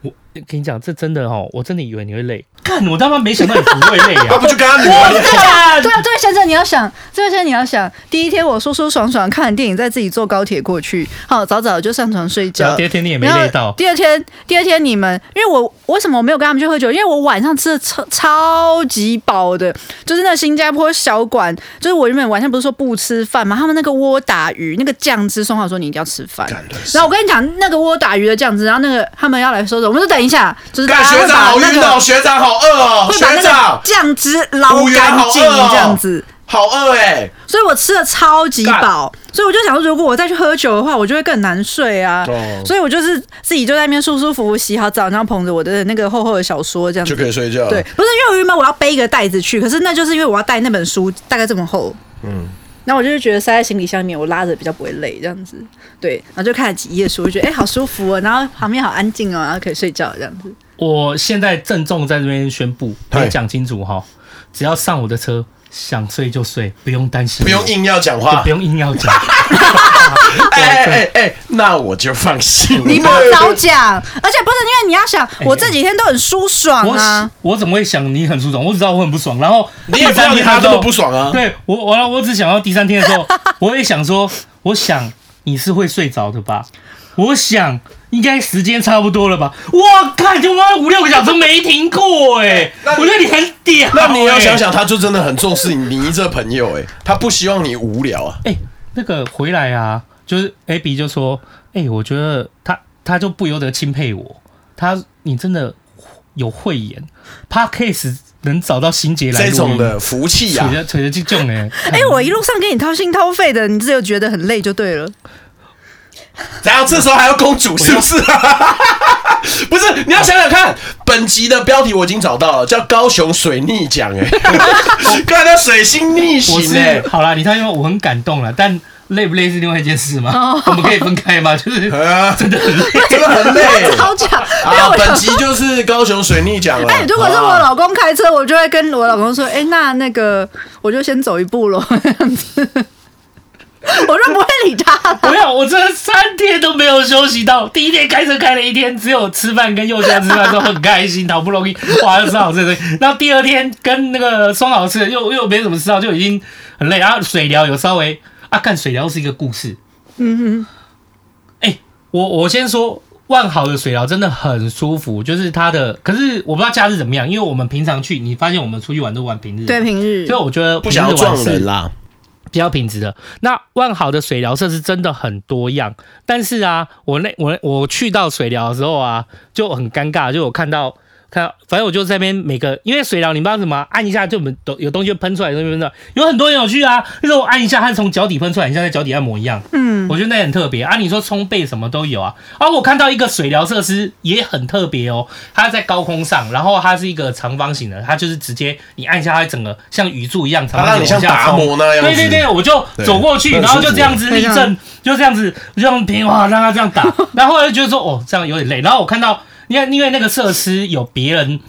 Speaker 3: 我跟你讲，这真的哦，我真的以为你会累，干，我他妈没想到你不会累
Speaker 6: 他
Speaker 3: 啊！
Speaker 6: 不就跟他女儿
Speaker 5: 对啊，对啊，对啊，先生你要想，这位先生你要想，第一天我舒舒爽爽看完电影，再自己坐高铁过去，好，早早就上床睡
Speaker 3: 然后啊
Speaker 5: 觉
Speaker 3: 第。二天你也没
Speaker 5: 然
Speaker 3: 累
Speaker 5: 后
Speaker 3: 到，
Speaker 5: 第二天，第二天你们，因为我为什么我没有跟他们去喝酒？因为我晚上吃的超超级饱的，就是那新加坡小馆，就是我原本晚上不是说不吃饭嘛，他们那个窝打鱼那个酱汁，宋浩说你一定要吃饭。然后我跟你讲，那个窝打鱼的酱汁，然后那个他们要来收拾，我们说等一下，就是大
Speaker 6: 干
Speaker 5: 家
Speaker 6: 学
Speaker 5: 会
Speaker 6: 长
Speaker 5: 把
Speaker 6: 好
Speaker 5: 那
Speaker 6: 晕哦，
Speaker 5: 个
Speaker 6: 学长好饿哦，
Speaker 5: 会把
Speaker 6: 学
Speaker 5: 那个
Speaker 6: 长
Speaker 5: 酱汁捞
Speaker 6: 服务员
Speaker 5: 干
Speaker 6: 好
Speaker 5: 净
Speaker 6: 饿哦
Speaker 5: 这样子。
Speaker 6: 好饿哎，
Speaker 5: 所以我吃的超级饱，所以我就想说，如果我再去喝酒的话，我就会更难睡啊。
Speaker 6: 哦
Speaker 5: 所以我就是自己就在那边舒舒服服洗好澡，然后捧着我的那个厚厚的小说这样
Speaker 6: 就
Speaker 5: 子。
Speaker 6: 可以睡觉。
Speaker 5: 对，，不是因为我原本我要背一个袋子去，可是那就是因为我要带那本书，大概这么厚。
Speaker 6: 嗯，
Speaker 5: 然后我就是觉得塞在行李箱里面，我拉着比较不会累，这样子。对，然后就看了几页书，我就觉得哎、好舒服哦，然后旁边好安静哦，然后可以睡觉这样子。
Speaker 3: 我现在郑重在这边宣布，
Speaker 6: 嗨
Speaker 3: 你讲清楚哈，只要上我的车，想睡就睡，不用啊担心，
Speaker 6: 不用，硬要讲
Speaker 3: 就
Speaker 6: 话
Speaker 3: 不，用硬要讲。
Speaker 6: 哎哎哎哎，那我就放心。
Speaker 5: 你不早讲，而且不是因为你要想，我这几天都很舒爽
Speaker 3: 哎我
Speaker 5: 啊。
Speaker 3: 我怎么会想你很舒爽？我只知道我很不爽，然后
Speaker 6: 你也
Speaker 3: 第
Speaker 6: 知道
Speaker 3: 三
Speaker 6: 你
Speaker 3: 天
Speaker 6: 他
Speaker 3: 的时
Speaker 6: 这
Speaker 3: 候
Speaker 6: 么不爽啊？
Speaker 3: 对我，我我只想到第三天的时候，我也想说，我想你是会睡着的吧？我想应该时间差不多了吧？哇，看就妈五六个小时没停过哎、
Speaker 6: 那你
Speaker 3: 我觉得你很屌、欸
Speaker 6: 那你要想，想，他就真的很重视你这朋友哎，他不希望你无聊啊。
Speaker 3: 哎、那个回来啊，就是 Abby 就说，哎、我觉得他他就不由得钦佩我，他你真的有慧眼，Podcast 能找到心结来
Speaker 6: 这
Speaker 3: 录
Speaker 6: 种
Speaker 3: 音
Speaker 6: 的福气啊呀
Speaker 3: 垂，着垂着去种哎，
Speaker 5: 啊 哎、我一路上跟你掏心掏肺的，你只有觉得很累 就对了。
Speaker 6: 然后这时候还要公主是不是？啊 不是，你要想想看，本集的标题我已经找到了，叫《高雄水逆奖》哎， 看他水星逆
Speaker 3: 我
Speaker 6: 行哎
Speaker 3: 是，好啦，你看，因为我很感动了，但累不累是另外一件事
Speaker 5: 哦
Speaker 3: 嘛，我们可以分开吗？ 就是
Speaker 6: 啊，
Speaker 3: 真的很累，
Speaker 6: 真的很累
Speaker 5: 好讲，因为
Speaker 6: 啊。
Speaker 5: 我
Speaker 6: 本
Speaker 5: 想
Speaker 6: 集就是高雄水逆奖了。
Speaker 5: 哎、如果是
Speaker 6: 好
Speaker 2: 啊
Speaker 5: 我
Speaker 6: 不好
Speaker 5: 老公开车，我就会跟我老公说，
Speaker 3: 啊
Speaker 5: 哎、那那个我就先走一步喽， 这样子，我就不会理他了。
Speaker 3: 我要我这三天都没有休息到，第一天开车开了一天，只有吃饭跟佑家吃饭都很开心，好不容易哇，吃好吃的。然后第二天跟那个双老师又又没什么吃啊到，就已经很累。然后水疗有稍微啊，看水疗是一个故事，嗯嗯，哎、我我先说。万豪的水疗真的很舒服，就是它的，可是我不知道假日怎么样，因为我们平常去，你发现我们出去玩都玩平日，
Speaker 5: 对，平日
Speaker 3: 所以我觉得
Speaker 6: 不想要
Speaker 3: 平日玩
Speaker 6: 撞
Speaker 3: 是
Speaker 6: 人啊啦，
Speaker 3: 比较品质的。那万豪的水疗设施真的很多样，但是啊，我那我我去到水疗的时候啊，就很尴尬，就我看到看到，反正我就在那边每个，因为水疗你不知道怎么按一下就有东有东西会喷出来，有东西喷出来，有很多人有去啊，就是我按一下，它是从脚底喷出来，很像在脚底按摩一样。
Speaker 5: 嗯，
Speaker 3: 我觉得那很特别啊！你说冲背什么都有啊，啊，我看到一个水疗设施也很特别哦，它在高空上，然后它是一个长方形的，它就是直接你按一下它整个像鱼柱一样长
Speaker 6: 他
Speaker 3: 方
Speaker 6: 让
Speaker 3: 形
Speaker 6: 你
Speaker 3: 往
Speaker 6: 像
Speaker 3: 下
Speaker 6: 达
Speaker 3: 冲，
Speaker 6: 摩那样子。
Speaker 3: 对对对，我就走过去，
Speaker 6: 对
Speaker 3: 然后就这样子立
Speaker 5: 很舒 服
Speaker 3: 正，就这样子，就这样平滑让他这样打。然后后来就觉得说，哦，这样有点累。然后我看到因为因为那个设施有别人。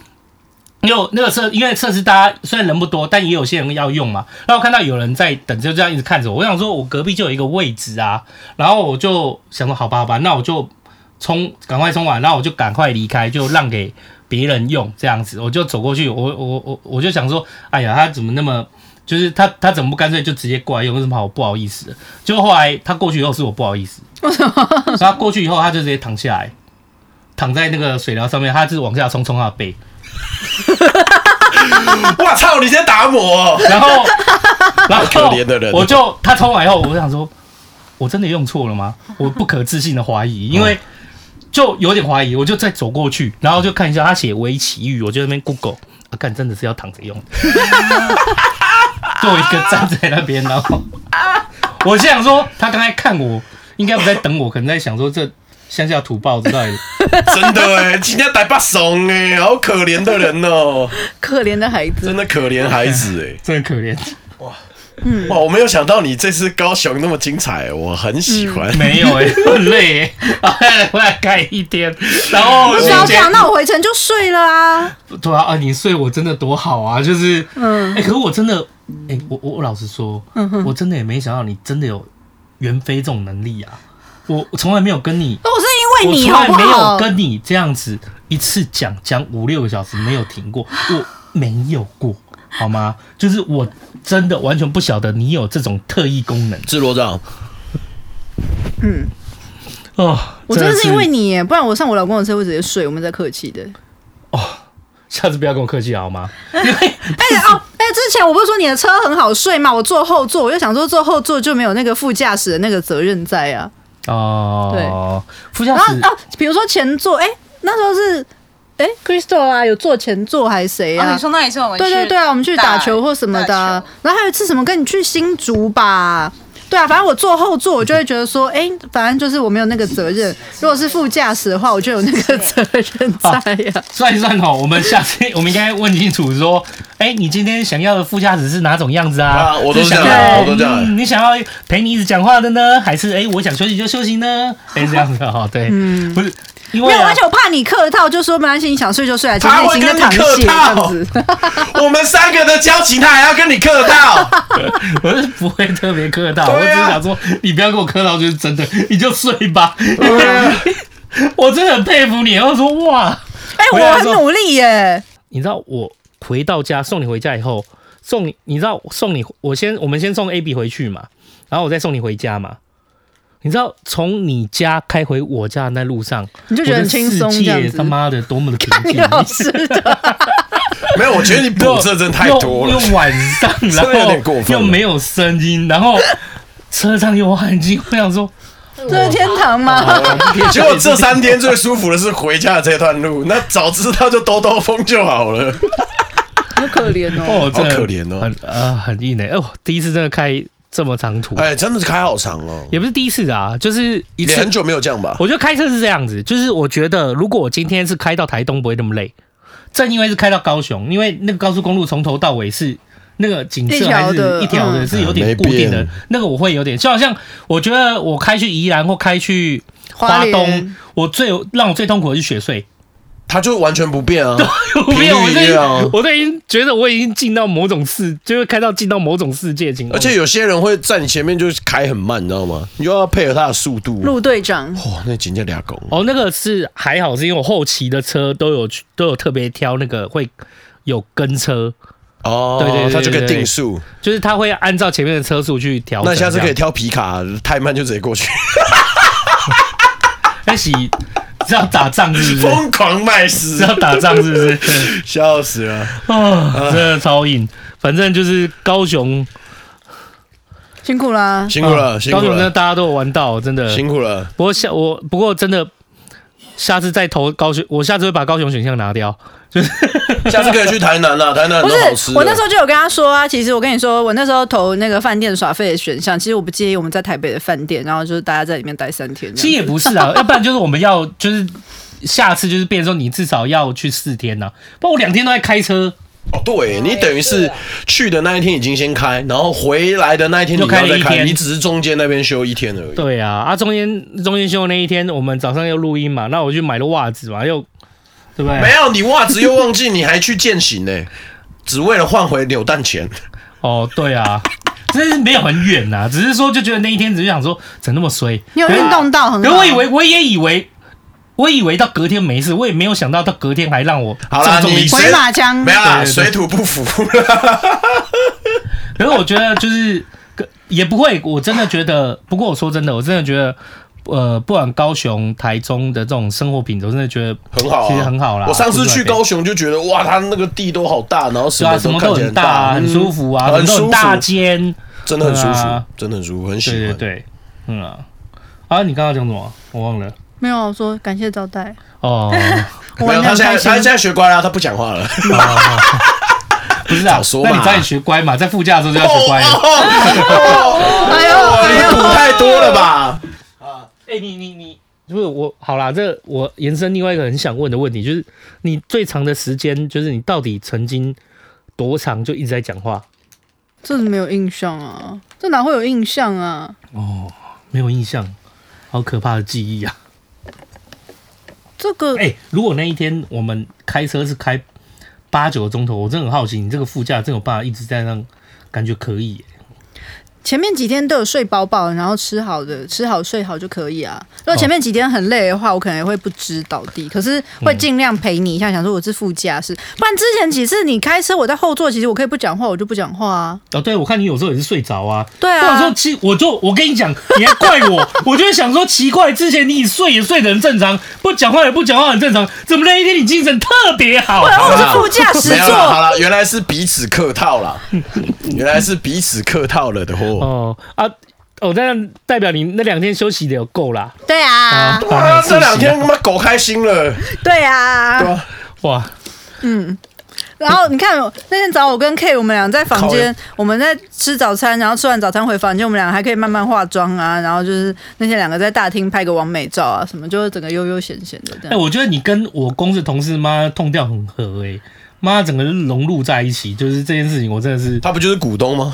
Speaker 3: 有那个设，因为设施大家虽然人不多，但也有些人要用嘛。然后看到有人在等，就这样一直看着我。我想说，我隔壁就有一个位置啊。然后我就想说，好吧，好吧，那我就冲，赶快冲完，然后我就赶快离开，就让给别人用这样子。我就走过去，我我我我就想说，哎呀，他怎么那么，就是他他怎么不干脆就直接过来用，有什么好不好意思的？结果后来他过去以后是我不好意思，为什么？他过去以后他就直接躺下来，躺在那个水疗上面，他就是往下冲冲他的背。
Speaker 2: 我啊操，你在打我哦！
Speaker 3: 然后，然后
Speaker 2: 可怜的人
Speaker 3: 我就他冲完以后，我想说，我真的用错了吗？我不可置信的怀疑，因为就有点怀疑，我就再走过去，然后就看一下他写围棋语，我就在那边 Google，啊，看真的是要躺着用的， 就一个站在那边，然后我心想说，他刚才看我，应该不在等我，可能在想说这乡下土豹之类的。
Speaker 2: 真的哎，今天逮把怂哎，好可怜的人哦，
Speaker 5: 可怜的孩子
Speaker 2: 真，的可怜孩子哎。
Speaker 3: 真的可怜，
Speaker 5: 嗯
Speaker 2: 哇，我没有想到你这次高雄那么精彩，哎我很喜欢。
Speaker 5: 嗯
Speaker 3: 没有哎、很累 哎、欸，我来盖一天，然后
Speaker 5: 不要这样，那我回程就睡了啊。
Speaker 3: 对啊，啊，你睡我真的多好啊，就是，
Speaker 5: 嗯
Speaker 3: 哎、可是我真的，哎、我我我老实说，我真的也没想到你真的有袁飞这种能力啊，我我从来没有跟你，
Speaker 5: 我是
Speaker 3: 我
Speaker 5: 因为你
Speaker 3: 从
Speaker 5: 好
Speaker 3: 来
Speaker 5: 不
Speaker 3: 没有
Speaker 5: 好？
Speaker 3: 跟你这样子一次讲讲五六个小时没有停过，我没有过，好吗？就是我真的完全不晓得你有这种特异功能
Speaker 2: 是罗长，
Speaker 3: 哦，
Speaker 5: 我真的是因为你耶，不然我上我老公的车会直接睡，我们在客气的。
Speaker 3: 下次不要跟我客气好吗？
Speaker 5: 哎、哦，哎、之前我不是说你的车很好睡嘛，我坐后座，我就想说坐后座就没有那个副驾驶的那个责任在啊。
Speaker 3: 哦，副驾
Speaker 5: 然后
Speaker 3: 驶
Speaker 5: 哦，比如说前座，哎、那时候是哎、Crystal 啊，有坐前座还是谁
Speaker 4: 哦，
Speaker 5: 啊
Speaker 4: 你？说那一次我们去
Speaker 5: 对对对啊，我们去打球或什么的啊、
Speaker 4: 打球
Speaker 5: 然后还有一次什么跟你去新竹吧。对啊，反正我坐后座，我就会觉得说，哎、反正就是我没有那个责任。如果是副驾驶的话，我就有那个责任在呀、啊。
Speaker 3: 算一算哦，我们下次我们应该问清楚说，哎、你今天想要的副驾驶是哪种样子啊？
Speaker 2: 啊我都
Speaker 3: 是
Speaker 2: 这样
Speaker 3: 想要
Speaker 2: 我都这样啊
Speaker 3: 嗯你想要陪你一直讲话的呢，还是哎、我想休息就休息呢？哎、这样子哈、哦，对，不是因
Speaker 5: 嗯没
Speaker 3: 为、
Speaker 5: 有，
Speaker 3: 啊
Speaker 5: 而且、我怕你客套，就说没关系，你想睡就睡啊，今
Speaker 2: 他
Speaker 5: 天已
Speaker 2: 会
Speaker 5: 经
Speaker 2: 跟
Speaker 5: 在
Speaker 2: 你
Speaker 5: 躺
Speaker 2: 客
Speaker 5: 戏了这样
Speaker 2: 套
Speaker 5: 子。
Speaker 2: 我们三个的交情，他还要跟你客套，
Speaker 3: 我是不会特别客套，
Speaker 2: 对啊
Speaker 3: 我只是想说你不要跟我客套，就是真的，你就睡吧。
Speaker 2: 啊
Speaker 3: 我真的很佩服你，然后说哇，
Speaker 5: 哎、
Speaker 3: 回来
Speaker 5: 我
Speaker 3: 的时
Speaker 5: 很
Speaker 3: 候
Speaker 5: 努力耶，
Speaker 3: 你知道我回到家送你回家以后，送你，你知道送你，我先我们先送 A B 回去嘛，然后我再送你回家嘛。你知道从你家开回我家的那路上，
Speaker 5: 你就觉得很轻松
Speaker 3: 我的世
Speaker 5: 这样
Speaker 3: 界
Speaker 5: 子哎
Speaker 3: 他妈的多么的平
Speaker 5: 看你
Speaker 3: 静。
Speaker 5: 老师的，
Speaker 2: 没有，我觉得你补这真太多了
Speaker 3: 又。又晚上，然
Speaker 2: 真的有点过
Speaker 3: 后
Speaker 2: 分
Speaker 3: 又
Speaker 2: 了
Speaker 3: 没有声音，然后 车上又安静，我想说，
Speaker 5: 这是天堂
Speaker 2: 哦
Speaker 5: 吗？
Speaker 2: 结果这三天最舒服的是回家的这段路，那早知道就兜兜风就好了。
Speaker 5: 好可怜哦。
Speaker 3: 哦，真的
Speaker 2: 好可怜哦
Speaker 3: 很啊很硬哎，哦，第一次真的开这么长途，
Speaker 2: 哎，真的是开好长哦，
Speaker 3: 也不是第一次啊，就是一
Speaker 2: 也
Speaker 3: 次
Speaker 2: 很久没有这样吧？
Speaker 3: 我觉得开车是这样子，就是我觉得如果我今天是开到台东不会那么累，正因为是开到高雄，因为那个高速公路从头到尾是那个景色还
Speaker 5: 一条的
Speaker 3: 是一条的，
Speaker 5: 嗯
Speaker 3: 是有点固定
Speaker 2: 没
Speaker 3: 的
Speaker 2: 变。
Speaker 3: 那个我会有点，就好像我觉得我开去宜兰或开去
Speaker 5: 花
Speaker 3: 花
Speaker 5: 莲
Speaker 3: 东，我最让我最痛苦的是雪穗。
Speaker 2: 它就完全不变啊，
Speaker 3: 我没有，
Speaker 2: 频
Speaker 3: 我
Speaker 2: 率啊
Speaker 3: 都已
Speaker 2: 一样
Speaker 3: 经，我都已经觉得我已经进到某种世，就是开到进到某种世界情况
Speaker 2: 而且有些人会在你前面就是开很慢，你知道吗？你又要配合他的速度。
Speaker 5: 陆队长，
Speaker 2: 哇，那紧接俩拱，
Speaker 3: 哦，那个是还好，是因为我后期的车都有去都有特别挑那个会有跟车，
Speaker 2: 哦，
Speaker 3: 对对对对
Speaker 2: 他就可以定速。
Speaker 3: 就是它会按照前面的车速去调整。
Speaker 2: 那下次可以
Speaker 3: 这样，
Speaker 2: 挑皮卡，太慢就直接过去，
Speaker 3: 但是是要打仗是不 是？
Speaker 2: 疯狂卖
Speaker 3: 是
Speaker 2: 尸，
Speaker 3: 要打仗是不 是？
Speaker 2: 笑死了。
Speaker 3: 啊，真的超硬。反正就是高雄，
Speaker 5: 辛苦啦。
Speaker 2: 辛苦了，
Speaker 3: 啊
Speaker 2: 辛
Speaker 3: 高
Speaker 2: 苦
Speaker 3: 雄真的
Speaker 2: 了，
Speaker 3: 大家都有玩到，真的。
Speaker 2: 辛苦了。
Speaker 3: 不过下我不过真的，下次再投高雄，我下次会把高雄选项拿掉。
Speaker 2: 下次可以去台南啊了，台南
Speaker 5: 不
Speaker 2: 很
Speaker 5: 是
Speaker 2: 多好吃，的。
Speaker 5: 我那时候就有跟他说啊，其实我跟你说，我那时候投那个饭店耍费的选项，其实我不介意我们在台北的饭店，然后就是大家在里面待三天这样。
Speaker 3: 其实也不 是啊，要不然就是我们要就是下次就是变成说你至少要去四天呐、不然我两天都在开车，
Speaker 2: 哦，对你等于是啊去的那一天已经先开，然后回来的那一天你
Speaker 3: 又
Speaker 2: 要
Speaker 3: 开了
Speaker 2: 再
Speaker 3: 一
Speaker 2: 开，
Speaker 3: 天
Speaker 2: 你只是中间那边休一天而已。
Speaker 3: 对啊，啊中间中间休那一天，我们早上要录音嘛，那我去买了袜子嘛，又对不对？
Speaker 2: 没有，你袜子又忘记，你还去践行 呢、只为了换回扭蛋钱。
Speaker 3: 哦，对啊，真是没有很远呐、只是说就觉得那一天只是想说，怎么那么衰？
Speaker 5: 你
Speaker 2: 啊
Speaker 5: 有运动到很
Speaker 3: 可
Speaker 5: 好。啊
Speaker 3: 我以为，我也以为，我以为到隔天没事，我也没有想到到隔天还让我
Speaker 2: 好啦
Speaker 3: 重重
Speaker 2: 你
Speaker 3: 一击。
Speaker 5: 回马枪
Speaker 2: 没有啦，
Speaker 3: 对对对
Speaker 2: 水土不 服啦。
Speaker 3: 可是我觉得就是可也不会，我真的觉得。不过我说真的，我真的觉得，呃，不管高雄、台中的这种生活品质，我真的觉得
Speaker 2: 很好、啊，
Speaker 3: 其实很好啦。
Speaker 2: 我上次去
Speaker 3: 对
Speaker 2: 高雄就觉得，哇，它那个地都好大，然后什
Speaker 3: 对啊，
Speaker 2: 么
Speaker 3: 什么
Speaker 2: 看
Speaker 3: 都
Speaker 2: 起来
Speaker 3: 很大啊，很舒服啊，
Speaker 2: 嗯
Speaker 3: 很
Speaker 2: 很
Speaker 3: 多
Speaker 2: 舒
Speaker 3: 很
Speaker 2: 服，
Speaker 3: 大间，
Speaker 2: 真的很舒
Speaker 3: 对
Speaker 2: 服
Speaker 3: 啊，
Speaker 2: 真的很舒服，很喜
Speaker 3: 对对
Speaker 2: 欢。
Speaker 3: 对，嗯啊。啊，你刚刚讲什么？我忘了。
Speaker 5: 没有我说感谢招待，
Speaker 3: 哦，
Speaker 5: 我
Speaker 2: 没
Speaker 5: 玩
Speaker 2: 有，
Speaker 5: 的
Speaker 2: 他
Speaker 5: 很
Speaker 2: 现
Speaker 5: 开
Speaker 2: 在
Speaker 5: 心
Speaker 2: 他现。在学乖啦，他不讲 话了。
Speaker 3: 不是啊
Speaker 2: 早说，嘛哦
Speaker 3: 那你早点学乖嘛，在副驾的时候就要学乖。啊
Speaker 5: 哎呦
Speaker 2: 哇，
Speaker 5: 哎
Speaker 2: 你
Speaker 5: 呦，
Speaker 2: 补太多了吧？
Speaker 3: 哎、你你你，不是我好啦，这我延伸另外一个很想问的问题，就是你最长的时间，就是你到底曾经多长就一直在讲话？
Speaker 5: 这没有印象啊，这哪会有印象啊？
Speaker 3: 没有印象，好可怕的记忆啊！
Speaker 5: 这个
Speaker 3: 哎、如果那一天我们开车是开八九个钟头，我真的很好奇，你这个副驾真有办法一直在让感觉可以耶、
Speaker 5: 前面几天都有睡饱饱，然后吃好的，吃好睡好就可以啊。如果前面几天很累的话，我可能也会不知倒地，可是会尽量陪你一下，想说我是副驾驶。不然之前几次你开车，我在后座，其实我可以不讲话，我就不讲话啊。
Speaker 3: 哦，对，我看你有时候也是睡着啊。
Speaker 5: 对啊
Speaker 3: 我有时候其我就我跟你讲，你还怪我，我就会想说奇怪，之前你睡也睡得很正常，不讲话也不讲话很正常，怎么那一天你精神特别好？
Speaker 5: 然后我是
Speaker 2: 啊
Speaker 5: 副驾驶
Speaker 2: 没有啦，好
Speaker 5: 座，
Speaker 2: 了，原来是彼此客套啦，原来是彼此客套了的货。
Speaker 3: 哦啊，哦，那代表你那两天休息的有够啦。
Speaker 5: 对啊，
Speaker 2: 哇，这
Speaker 3: 很刺激啊
Speaker 2: 两天他妈狗开心了，
Speaker 5: 对啊。
Speaker 3: 哇，
Speaker 5: 然后你看那天早上我跟 K 我们俩在房间，我们在吃早餐，然后吃完早餐回房间，我们俩还可以慢慢化妆啊，然后就是那天两个在大厅拍个完美照啊，什么就是整个悠悠闲闲的这
Speaker 3: 哎、
Speaker 5: 样。
Speaker 3: 我觉得你跟我公司同事妈痛调很合哎、妈整个人融入在一起，就是这件事情，我真的是
Speaker 2: 他不就是股东吗？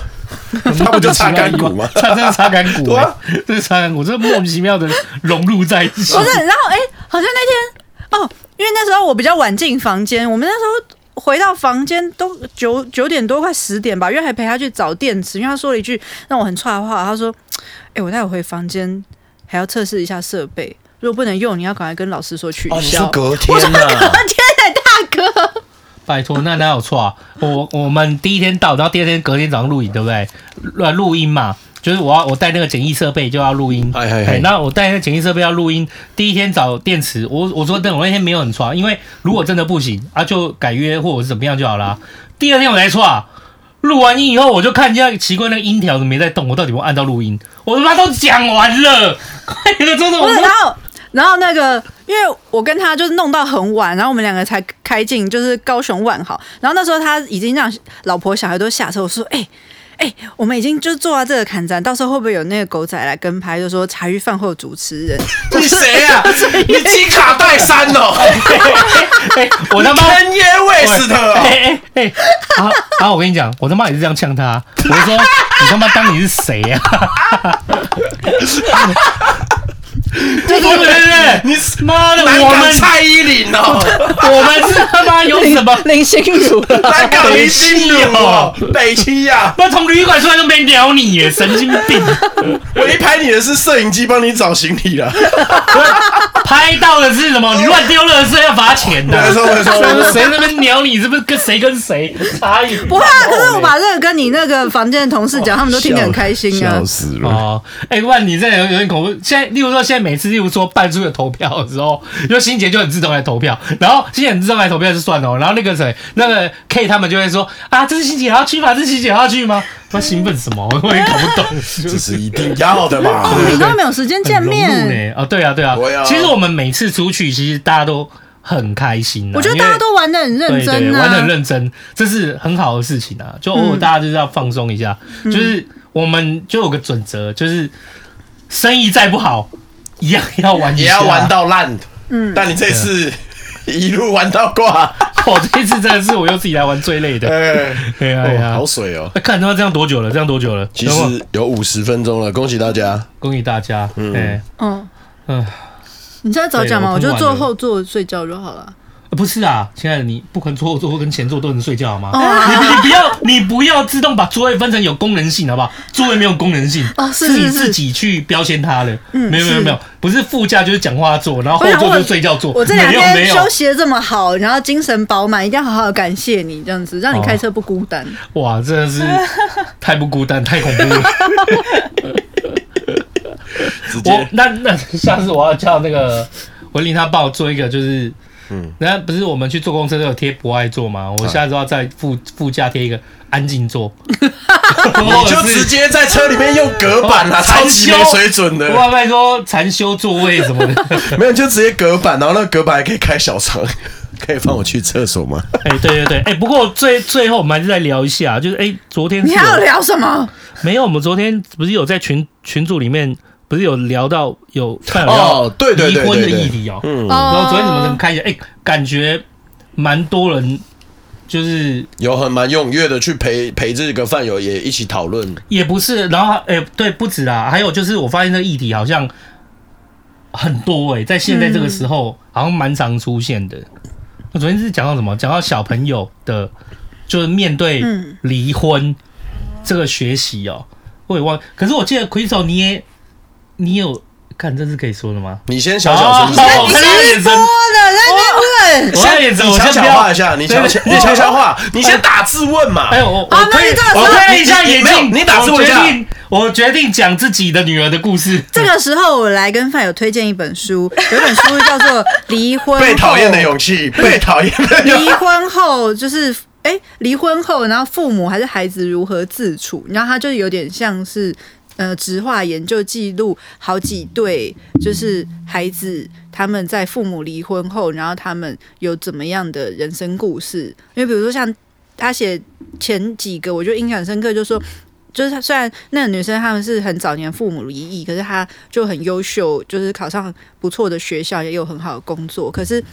Speaker 2: 他不就擦干股吗
Speaker 3: 他真的擦干股、
Speaker 2: 对
Speaker 3: 欸
Speaker 2: 啊，
Speaker 3: 真的擦干股，这莫名其妙的融入在一起。
Speaker 5: 不是，然后哎、好像那天哦，因为那时候我比较晚进房间，我们那时候回到房间都九九点多快十点吧，因为还陪他去找电池，因为他说了一句让我很差的话，他说：“哎、我待会回房间还要测试一下设备，如果不能用，你要赶快跟老师说取
Speaker 2: 哦，你
Speaker 5: 消。
Speaker 2: 说 隔天啊？
Speaker 5: 天哪，大哥！
Speaker 3: 拜托，那哪有错啊？我我们第一天到，然后第二天隔天早上录影，对不对？呃，录音嘛，就是我要我带那个简易设备就要录音。
Speaker 2: 哎哎哎
Speaker 3: 哎那我带那个简易设备要录音，第一天找电池，我我说等我那天没有很刷，因为如果真的不行啊，就改约或者是怎么样就好啦。第二天我才刷。录完音以后，我就看人家奇怪那个音条怎么没在动，我到底有没有按到录音？我他妈都讲完了，快点，真的，
Speaker 5: 不
Speaker 3: 我
Speaker 5: 是，
Speaker 3: 说
Speaker 5: 然后然后那个，因为我跟他就是弄到很晚，然后我们两个才开进就是高雄万豪，然后那时候他已经让老婆小孩都下车，我说哎。哎、我们已经就是做到这个砍展，到时候会不会有那个狗仔来跟拍？就说茶余饭后主持人，
Speaker 2: 你谁呀、啊？你金卡戴珊哦，
Speaker 3: 哎我他妈
Speaker 2: 天耶 West 的哦、
Speaker 3: 哎哎哎！啊啊！我跟你讲，我他妈也是这样呛他。我说你他妈当你是谁呀、啊？对对对对
Speaker 2: 你
Speaker 3: 对，妈的，
Speaker 2: 南
Speaker 3: 我
Speaker 2: 港
Speaker 3: 们
Speaker 2: 蔡依林哦，
Speaker 3: 我们是他妈有什么？
Speaker 5: 林心如，
Speaker 2: 南港林心如哦，北七呀、
Speaker 3: 那从旅馆出来都没鸟你耶，神经病！
Speaker 2: 我一拍你的是摄影机帮你找行李了。
Speaker 3: 拍到的是什么？你乱丢垃圾要罚钱的。
Speaker 2: 没错没错
Speaker 3: 谁在那边鸟你？是不是跟谁跟谁差异？
Speaker 5: 不会啊！可是我把这个跟你那个房间的同事讲，他们都听得很开心啊
Speaker 2: 笑。死了！
Speaker 3: 哦，哎、不然你这有有点恐怖。现在，例如说，现在每次，例如说办出有投票的时候，就欣姐就很自动来投票，然后欣姐很自动来投票就算了哦，然后那个谁，那个 K 他们就会说啊，这是欣姐要去吗？这是欣姐要去吗？他兴奋什么？我也搞不懂。
Speaker 2: 这是一定要的嘛？
Speaker 5: 哦，你都没有时间见
Speaker 3: 很融入呢？
Speaker 5: 面，
Speaker 3: 啊，对啊，对啊。
Speaker 2: 对啊
Speaker 3: 其实我们每次出去，其实大家都很开心、啊。
Speaker 5: 我觉得
Speaker 3: 因为
Speaker 5: 大家都玩的很认
Speaker 3: 对对，
Speaker 5: 真
Speaker 3: 玩的
Speaker 5: 啊
Speaker 3: 很。认真，这是很好的事情啊。就偶尔大家就是要放松一下，
Speaker 2: 嗯
Speaker 3: 就是我们就有个准则，就是生意再不好，一样要玩一下，
Speaker 2: 也要玩。到烂。嗯，但你这次
Speaker 6: 啊
Speaker 2: 一路玩到挂，
Speaker 3: 我这一次真的是我又自己来玩最 累的。
Speaker 2: 哎，
Speaker 3: 哎呀哎
Speaker 2: 哦
Speaker 3: 呀
Speaker 2: 好，水哦！
Speaker 3: 那看他妈这样多久了？这样多久了？
Speaker 2: 其
Speaker 3: 然后
Speaker 2: 实有五十分钟了，恭喜大家！
Speaker 3: 恭喜大家。哎，
Speaker 5: 嗯
Speaker 3: 嗯，
Speaker 5: 你现在早讲嘛，
Speaker 3: 对
Speaker 5: 我就
Speaker 3: 我听完
Speaker 5: 坐
Speaker 3: 了
Speaker 5: 后座睡觉就好了。
Speaker 3: 不是啊，亲爱的，你不管左座跟前座都能睡觉好吗？
Speaker 5: 哦
Speaker 3: 你你不要你不要自动把座位分成有功能性好不好？座位没有功能性，
Speaker 5: 哦是
Speaker 3: 你
Speaker 5: 是
Speaker 3: 自
Speaker 5: 是
Speaker 3: 己去标签它的。
Speaker 5: 嗯
Speaker 3: 没有没有
Speaker 5: 是
Speaker 3: 没有，不是副驾就是讲话座，然后
Speaker 5: 我
Speaker 3: 后
Speaker 5: 想
Speaker 3: 座
Speaker 5: 问
Speaker 3: 就是睡觉座。
Speaker 5: 我这两
Speaker 3: 没有没
Speaker 5: 天
Speaker 3: 有
Speaker 5: 休息的这么好，然后精神饱满，一定要好好感谢你，这样子让你开车不孤单。
Speaker 3: 哇，真的是太不孤单，太恐怖了。
Speaker 6: 直
Speaker 3: 我
Speaker 6: 接
Speaker 3: 那那下次我要叫那个文林他帮我做一个，就是嗯，那不是我们去坐公车都有贴不爱座吗？
Speaker 6: 嗯
Speaker 3: 我下次要在副副驾贴一个安静 座，
Speaker 6: 你
Speaker 3: 你
Speaker 6: 就直接在车里面用隔板
Speaker 3: 哦
Speaker 6: 啊，超级
Speaker 3: 哎
Speaker 6: 没水准的。
Speaker 3: 外卖说禅修座位什么的。
Speaker 6: 没有，你就直接隔板，然后那个隔板还可以开小窗， 可以放我去厕所吗？
Speaker 3: 哎、对对对，哎、不过最最后我们还是再聊一下，就是哎、昨天是
Speaker 5: 你还要
Speaker 3: 有
Speaker 5: 聊什么？
Speaker 3: 没有？我们昨天不是有在群群组里面不是有聊到有看
Speaker 6: 哦对对对
Speaker 3: 哎离婚的
Speaker 6: 对对
Speaker 3: 议题哦、
Speaker 6: 嗯，
Speaker 5: 哦
Speaker 3: 然后昨天怎么怎么开始，哎、感觉蛮多人就是
Speaker 6: 有很蛮踊跃的去陪陪这个饭友也一起讨论，
Speaker 3: 也不是，然后哎、对，不止啦，还有就是我发现这个议题好像很多哎、在现在这个时候、好像蛮常出现的。我昨天是讲到什么？讲到小朋友的，就是面对
Speaker 5: 嗯
Speaker 3: 离婚、这个学习哦、我也忘。可是我记得 Crystal 你也你有看，这是可以说的吗？
Speaker 6: 你先小小声声。
Speaker 3: 哦我看到眼神，哦
Speaker 5: 的在那边问。
Speaker 3: 我看到眼
Speaker 6: 你
Speaker 3: 哎神，我
Speaker 6: 悄
Speaker 3: 先
Speaker 6: 悄
Speaker 3: 不要
Speaker 6: 话一下，你悄悄，
Speaker 3: 对
Speaker 6: 你悄悄话，你先打字问嘛。
Speaker 3: 哎，我我
Speaker 5: 啊那
Speaker 3: 推
Speaker 5: 你这个时候
Speaker 3: 我推了一下眼
Speaker 6: 没有
Speaker 3: 镜，
Speaker 6: 你打字
Speaker 3: 我
Speaker 6: 我一
Speaker 3: 决
Speaker 6: 下
Speaker 3: 定，我决定讲自己的女儿的故事。
Speaker 5: 这个时候，我来跟范友推荐一本书，有一本书叫做《离婚后
Speaker 6: 被讨厌的勇气，被讨厌 的
Speaker 2: 啊
Speaker 6: 勇气。
Speaker 5: 离婚后就是哎，离、婚后，然后父母还是孩子如何自处？然后他就有点像是呃，直化研究记录好几对，就是孩子他们在父母离婚后，然后他们有怎么样的人生故事？因为比如说像他写前几个，我就印象深刻，就说。就是他虽然那个女生他们是很早年父母离异，可是她就很优秀，就是考上不错的学校，也有很好的工作。可是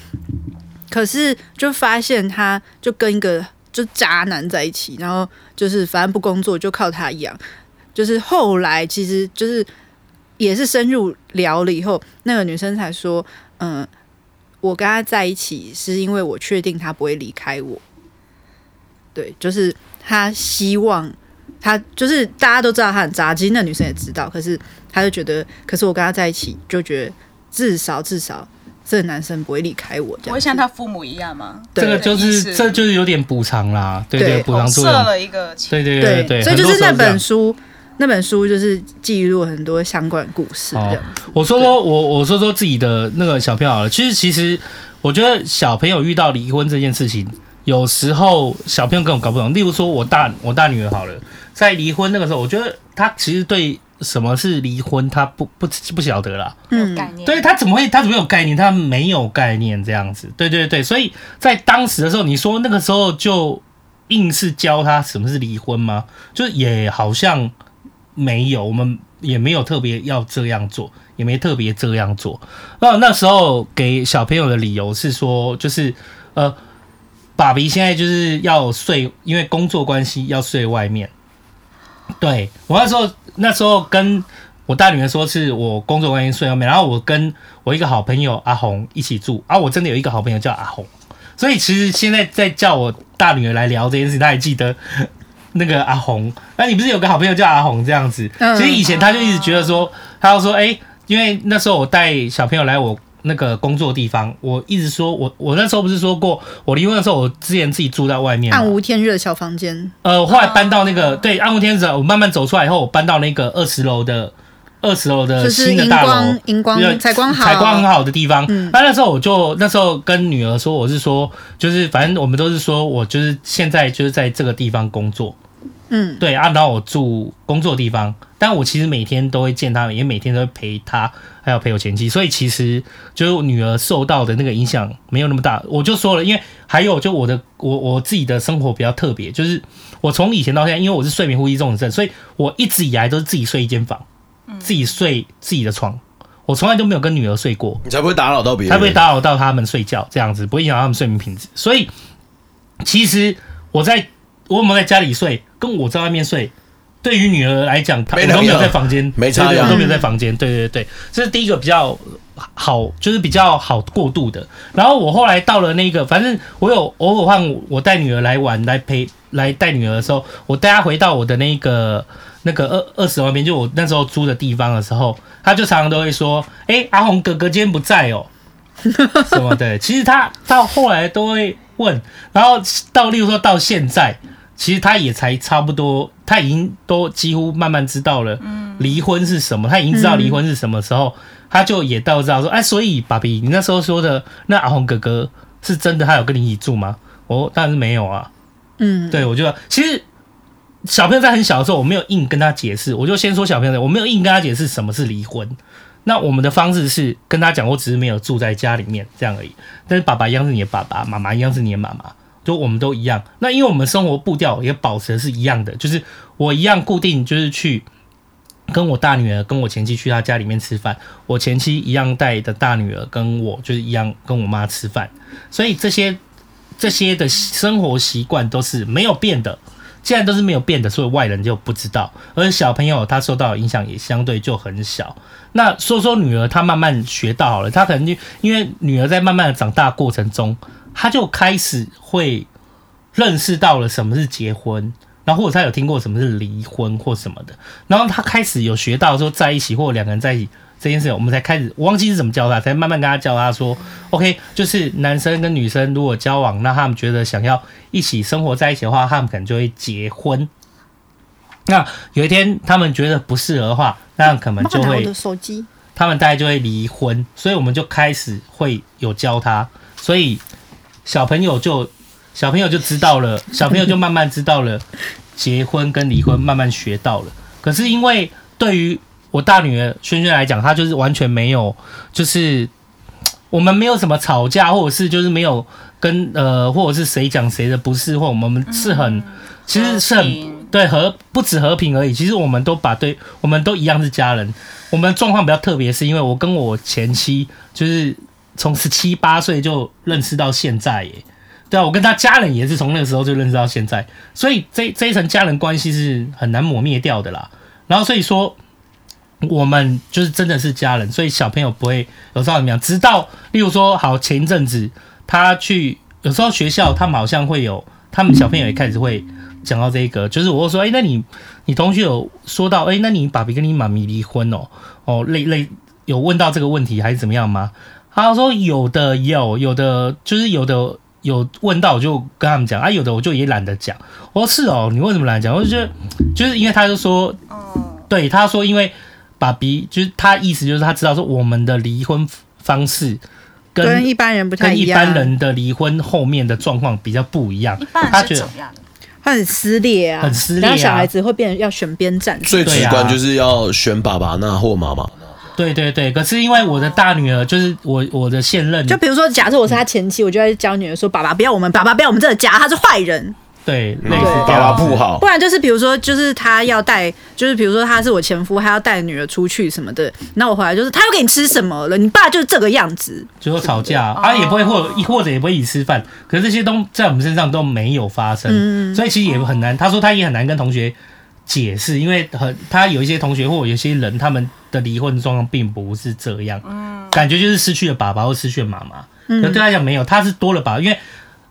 Speaker 5: 可是就发现他就跟一个就渣男在一起，然后就是反正不工作就靠他养。就是后来其实就是也是深入聊了以后，那个女生才说，嗯、我跟他在一起是因为我确定他不会离开我。对，就是他希望他就是大家都知道他很渣，其实那女生也知道，可是他就觉得，可是我跟他在一起就觉得至少至少这个男生不会离开我这样子。
Speaker 4: 我会像他父母一样吗？
Speaker 5: 对
Speaker 3: 这个就
Speaker 4: 意
Speaker 3: 是
Speaker 4: 思
Speaker 3: 这就是有点补偿啦，对
Speaker 5: 对哦
Speaker 3: 对，补偿作
Speaker 4: 设
Speaker 3: 用，
Speaker 4: 了一个情
Speaker 3: 对对对
Speaker 5: 对
Speaker 3: 对，
Speaker 5: 所
Speaker 3: 很
Speaker 5: 以就
Speaker 3: 多
Speaker 5: 是
Speaker 3: 时候
Speaker 5: 那
Speaker 3: 这样
Speaker 5: 本书，那本书就是记录很多相关故事
Speaker 3: 哦
Speaker 5: 这样子。
Speaker 3: 我说说我我说说自己的那个小朋友好了，其实其实我觉得小朋友遇到离婚这件事情，有时候小朋友根本搞不懂。例如说我大我大女儿好了，在离婚那个时候，我觉得她其实对什么是离婚，她不不不晓得啦。
Speaker 5: 嗯，
Speaker 4: 概念，
Speaker 3: 对他怎么会？他怎么有概念？他没有概念这样子。对对对，所以在当时的时候，你说那个时候就硬是教他什么是离婚吗？就是也好像没有，我们也没有特别要这样做，也没特别这样做。那那时候给小朋友的理由是说，就是呃，爸比现在就是要睡，因为工作关系要睡外面。对我那时候那时候跟我大女儿说是我工作关系睡外面，然后我跟我一个好朋友阿红一起住啊，我真的有一个好朋友叫阿红，所以其实现在在叫我大女儿来聊这件事，她还记得。那个阿红，那、你不是有个好朋友叫阿红这样子？
Speaker 5: 嗯
Speaker 3: 其实以前她就一直觉得说，她就说，哎、因为那时候我带小朋友来我那个工作地方，我一直说我我那时候不是说过，我离婚的时候，我之前自己住在外面嘛，
Speaker 5: 暗无哦天日的小房间，
Speaker 3: 呃，我后来搬到那个、对暗无天子，我慢慢走出来以后，我搬到那个二十楼的二十楼的
Speaker 5: 就是
Speaker 3: 呃新的
Speaker 5: 荧
Speaker 3: 大楼
Speaker 5: 光，
Speaker 3: 对
Speaker 5: 荧光采光好，
Speaker 3: 采光很好的地方。
Speaker 5: 嗯
Speaker 3: 那那时候我就那时候跟女儿说，我是说，就是反正我们都是说我就是现在就是在这个地方工作，
Speaker 5: 嗯，
Speaker 3: 对啊，然后我住工作地方，但我其实每天都会见他们，也每天都会陪他，还有陪我前妻，所以其实就是我女儿受到的那个影响没有那么大。我就说了，因为还有就我的我我自己的生活比较特别，就是我从以前到现在，因为我是睡眠呼吸综合症，所以我一直以来都是自己睡一间房，自己睡自己的床，我从来都没有跟女儿睡过。
Speaker 6: 你才不会打扰到别人，
Speaker 3: 才不会打扰到他们睡觉，这样子不会影响到他们睡眠品质。所以其实我在我有没有在家里睡，跟我在外面睡，对于女儿来讲，她
Speaker 6: 没
Speaker 3: 我
Speaker 6: 两
Speaker 3: 都没有
Speaker 6: 样
Speaker 3: 在房间，
Speaker 6: 没差
Speaker 3: 对对
Speaker 6: 两
Speaker 3: 我都没有在房间。对对对，这是第一个比较好，就是比较好过渡的。然后我后来到了那个，反正我有偶尔换我带女儿来玩，来陪来带女儿的时候，我带她回到我的那个那个二二十万边，就我那时候租的地方的时候，她就常常都会说：“哎、阿红哥哥今天不在哦。”什么的，其实她到后来都会问，然后到例如说到现在，其实他也才差不多，他已经都几乎慢慢知道了离婚是什么，他已经知道离婚是什么时候，他就也到知道说，哎，所以爸比，你那时候说的那阿红哥哥是真的，他有跟你一起住吗？哦，当然是没有啊。
Speaker 5: 嗯，
Speaker 3: 对，我就其实小朋友在很小的时候，我没有硬跟他解释，我就先说小朋友的，我没有硬跟他解释什么是离婚。那我们的方式是跟他讲，我只是没有住在家里面这样而已。但是爸爸一样是你的爸爸，妈妈一样是你的妈妈，就我们都一样。那因为我们生活步调也保持的是一样的，就是我一样固定就是去跟我大女儿跟我前妻去她家里面吃饭，我前妻一样带的大女儿跟我就是一样跟我妈吃饭，所以这些这些的生活习惯都是没有变的。既然都是没有变的，所以外人就不知道，而小朋友他受到的影响也相对就很小。那说说女儿，她慢慢学到好了，她可能就因为女儿在慢慢的长大过程中，她就开始会认识到了什么是结婚，然后或者她有听过什么是离婚或什么的，然后她开始有学到说在一起或两个人在一起这件事情，我们才开始，我忘记是怎么教她，才慢慢跟她教她说，OK，就是男生跟女生如果交往，那他们觉得想要一起生活在一起的话，他们可能就会结婚。那有一天他们觉得不适合的话，那可能就
Speaker 7: 拿我
Speaker 3: 会
Speaker 7: 的手机，
Speaker 3: 他们大概就会离婚，所以我们就开始会有教他，所以小朋友就小朋友就知道了，小朋友就慢慢知道了结婚跟离婚，慢慢学到了。可是因为对于我大女儿萱萱来讲，她就是完全没有，就是我们没有什么吵架，或者是就是没有跟呃，或者是谁讲谁的不是，或我们是很、其实是
Speaker 4: 和
Speaker 3: 很
Speaker 4: 平
Speaker 3: 对和不止和平而已。其实我们都把对，我们都一样是家人。我们状况比较特别，是因为我跟我前妻就是从十七八岁就认识到现在耶。对啊，我跟他家人也是从那个时候就认识到现在，所以这这一层家人关系是很难磨灭掉的啦。然后所以说，我们就是真的是家人，所以小朋友不会有时候怎么样。直到例如说，好前一阵子他去，有时候学校他们好像会有，他们小朋友也开始会讲到这个，就是我会说，哎、那你你同学有说到，哎、那你爸比跟你妈咪离婚哦，哦，类类有问到这个问题还是怎么样吗？他说有的有，有的就是有的有问到，我就跟他们讲啊，有的我就也懒得讲。我说是哦，你为什么懒得讲？我就觉得就是因为他就说，对，他说因为爸比就是他意思就是他知道说我们的离婚方式
Speaker 5: 跟
Speaker 3: 跟
Speaker 5: 一般人不太
Speaker 3: 跟一
Speaker 5: 样，
Speaker 3: 般人的离婚后面的状况比较不一样
Speaker 4: 一，般
Speaker 3: 他
Speaker 4: 人
Speaker 3: 觉得
Speaker 4: 是怎。么样的？
Speaker 5: 他很撕裂啊，
Speaker 3: 很撕裂啊
Speaker 5: 然后小孩子会变得要选边站，
Speaker 6: 最直
Speaker 3: 对啊
Speaker 6: 观就是要选爸爸那或妈妈，
Speaker 3: 对对对，可是因为我的大女儿就是我我的现任，
Speaker 5: 就比如说，假设我是他前妻，我就会教女儿说：“爸爸不要我们，爸爸不要我们这个家，他是坏人。
Speaker 3: 对类似
Speaker 6: 嗯
Speaker 3: 这
Speaker 6: 爸爸
Speaker 3: 样子
Speaker 6: 不好
Speaker 5: 不，然就是比如说，就是他要带，就是比如说他是我前夫，他要带女儿出去什么的。那我回来就是他又给你吃什么了？你爸就是这个样子。
Speaker 3: 就吵架啊，也不会或或者也不会一起吃饭，可是这些都在我们身上都没有发生，所以其实也很难。他说他也很难跟同学解释，因为很他有一些同学或有些人他们的离婚状况并不是这样，感觉就是失去了爸爸或失去了妈妈，
Speaker 5: 嗯
Speaker 3: 可对他来讲没有，他是多了爸爸，因为。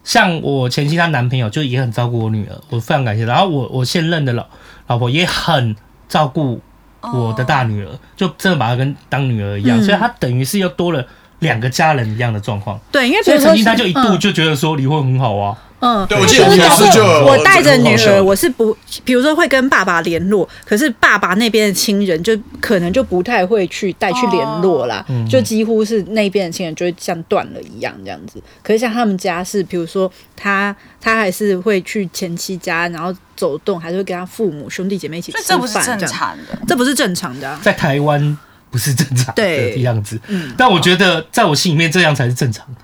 Speaker 3: 像我前妻她男朋友就也很照顾我女儿，我非常感谢。然后我我现任的老老婆也很照顾我的大女儿，就真的把她跟当女儿一
Speaker 5: 嗯
Speaker 3: 样，所以她等于是又多了两个家人一样的状况。
Speaker 5: 对，因为比
Speaker 3: 所以
Speaker 5: 如说
Speaker 3: 曾经她就一度
Speaker 5: 嗯
Speaker 3: 就觉得说离婚很好啊，
Speaker 5: 嗯，
Speaker 6: 对我
Speaker 5: 就
Speaker 6: 记
Speaker 5: 是
Speaker 6: 得我们
Speaker 5: 假
Speaker 6: 老师就
Speaker 5: 设
Speaker 6: 有
Speaker 5: 我带
Speaker 6: 这
Speaker 5: 着
Speaker 6: 个
Speaker 5: 女
Speaker 6: 好笑
Speaker 5: 儿，我是不，比如说会跟爸爸联络，可是爸爸那边的亲人就可能就不太会去带去联络
Speaker 6: 哦
Speaker 5: 啦，
Speaker 3: 嗯
Speaker 5: 就几乎是那边的亲人就会像断了一样这样子。可是像他们家是，比如说他他还是会去前妻家，然后走动，还是会跟他父母兄弟姐妹一起吃
Speaker 4: 所以这
Speaker 5: 饭，
Speaker 4: 不是正
Speaker 5: 这样，
Speaker 4: 常的，
Speaker 5: 这不是正常的、啊。嗯
Speaker 3: 在台湾不是正常的
Speaker 5: 对
Speaker 3: 样子。但我觉得在我心里面这样才是正常的。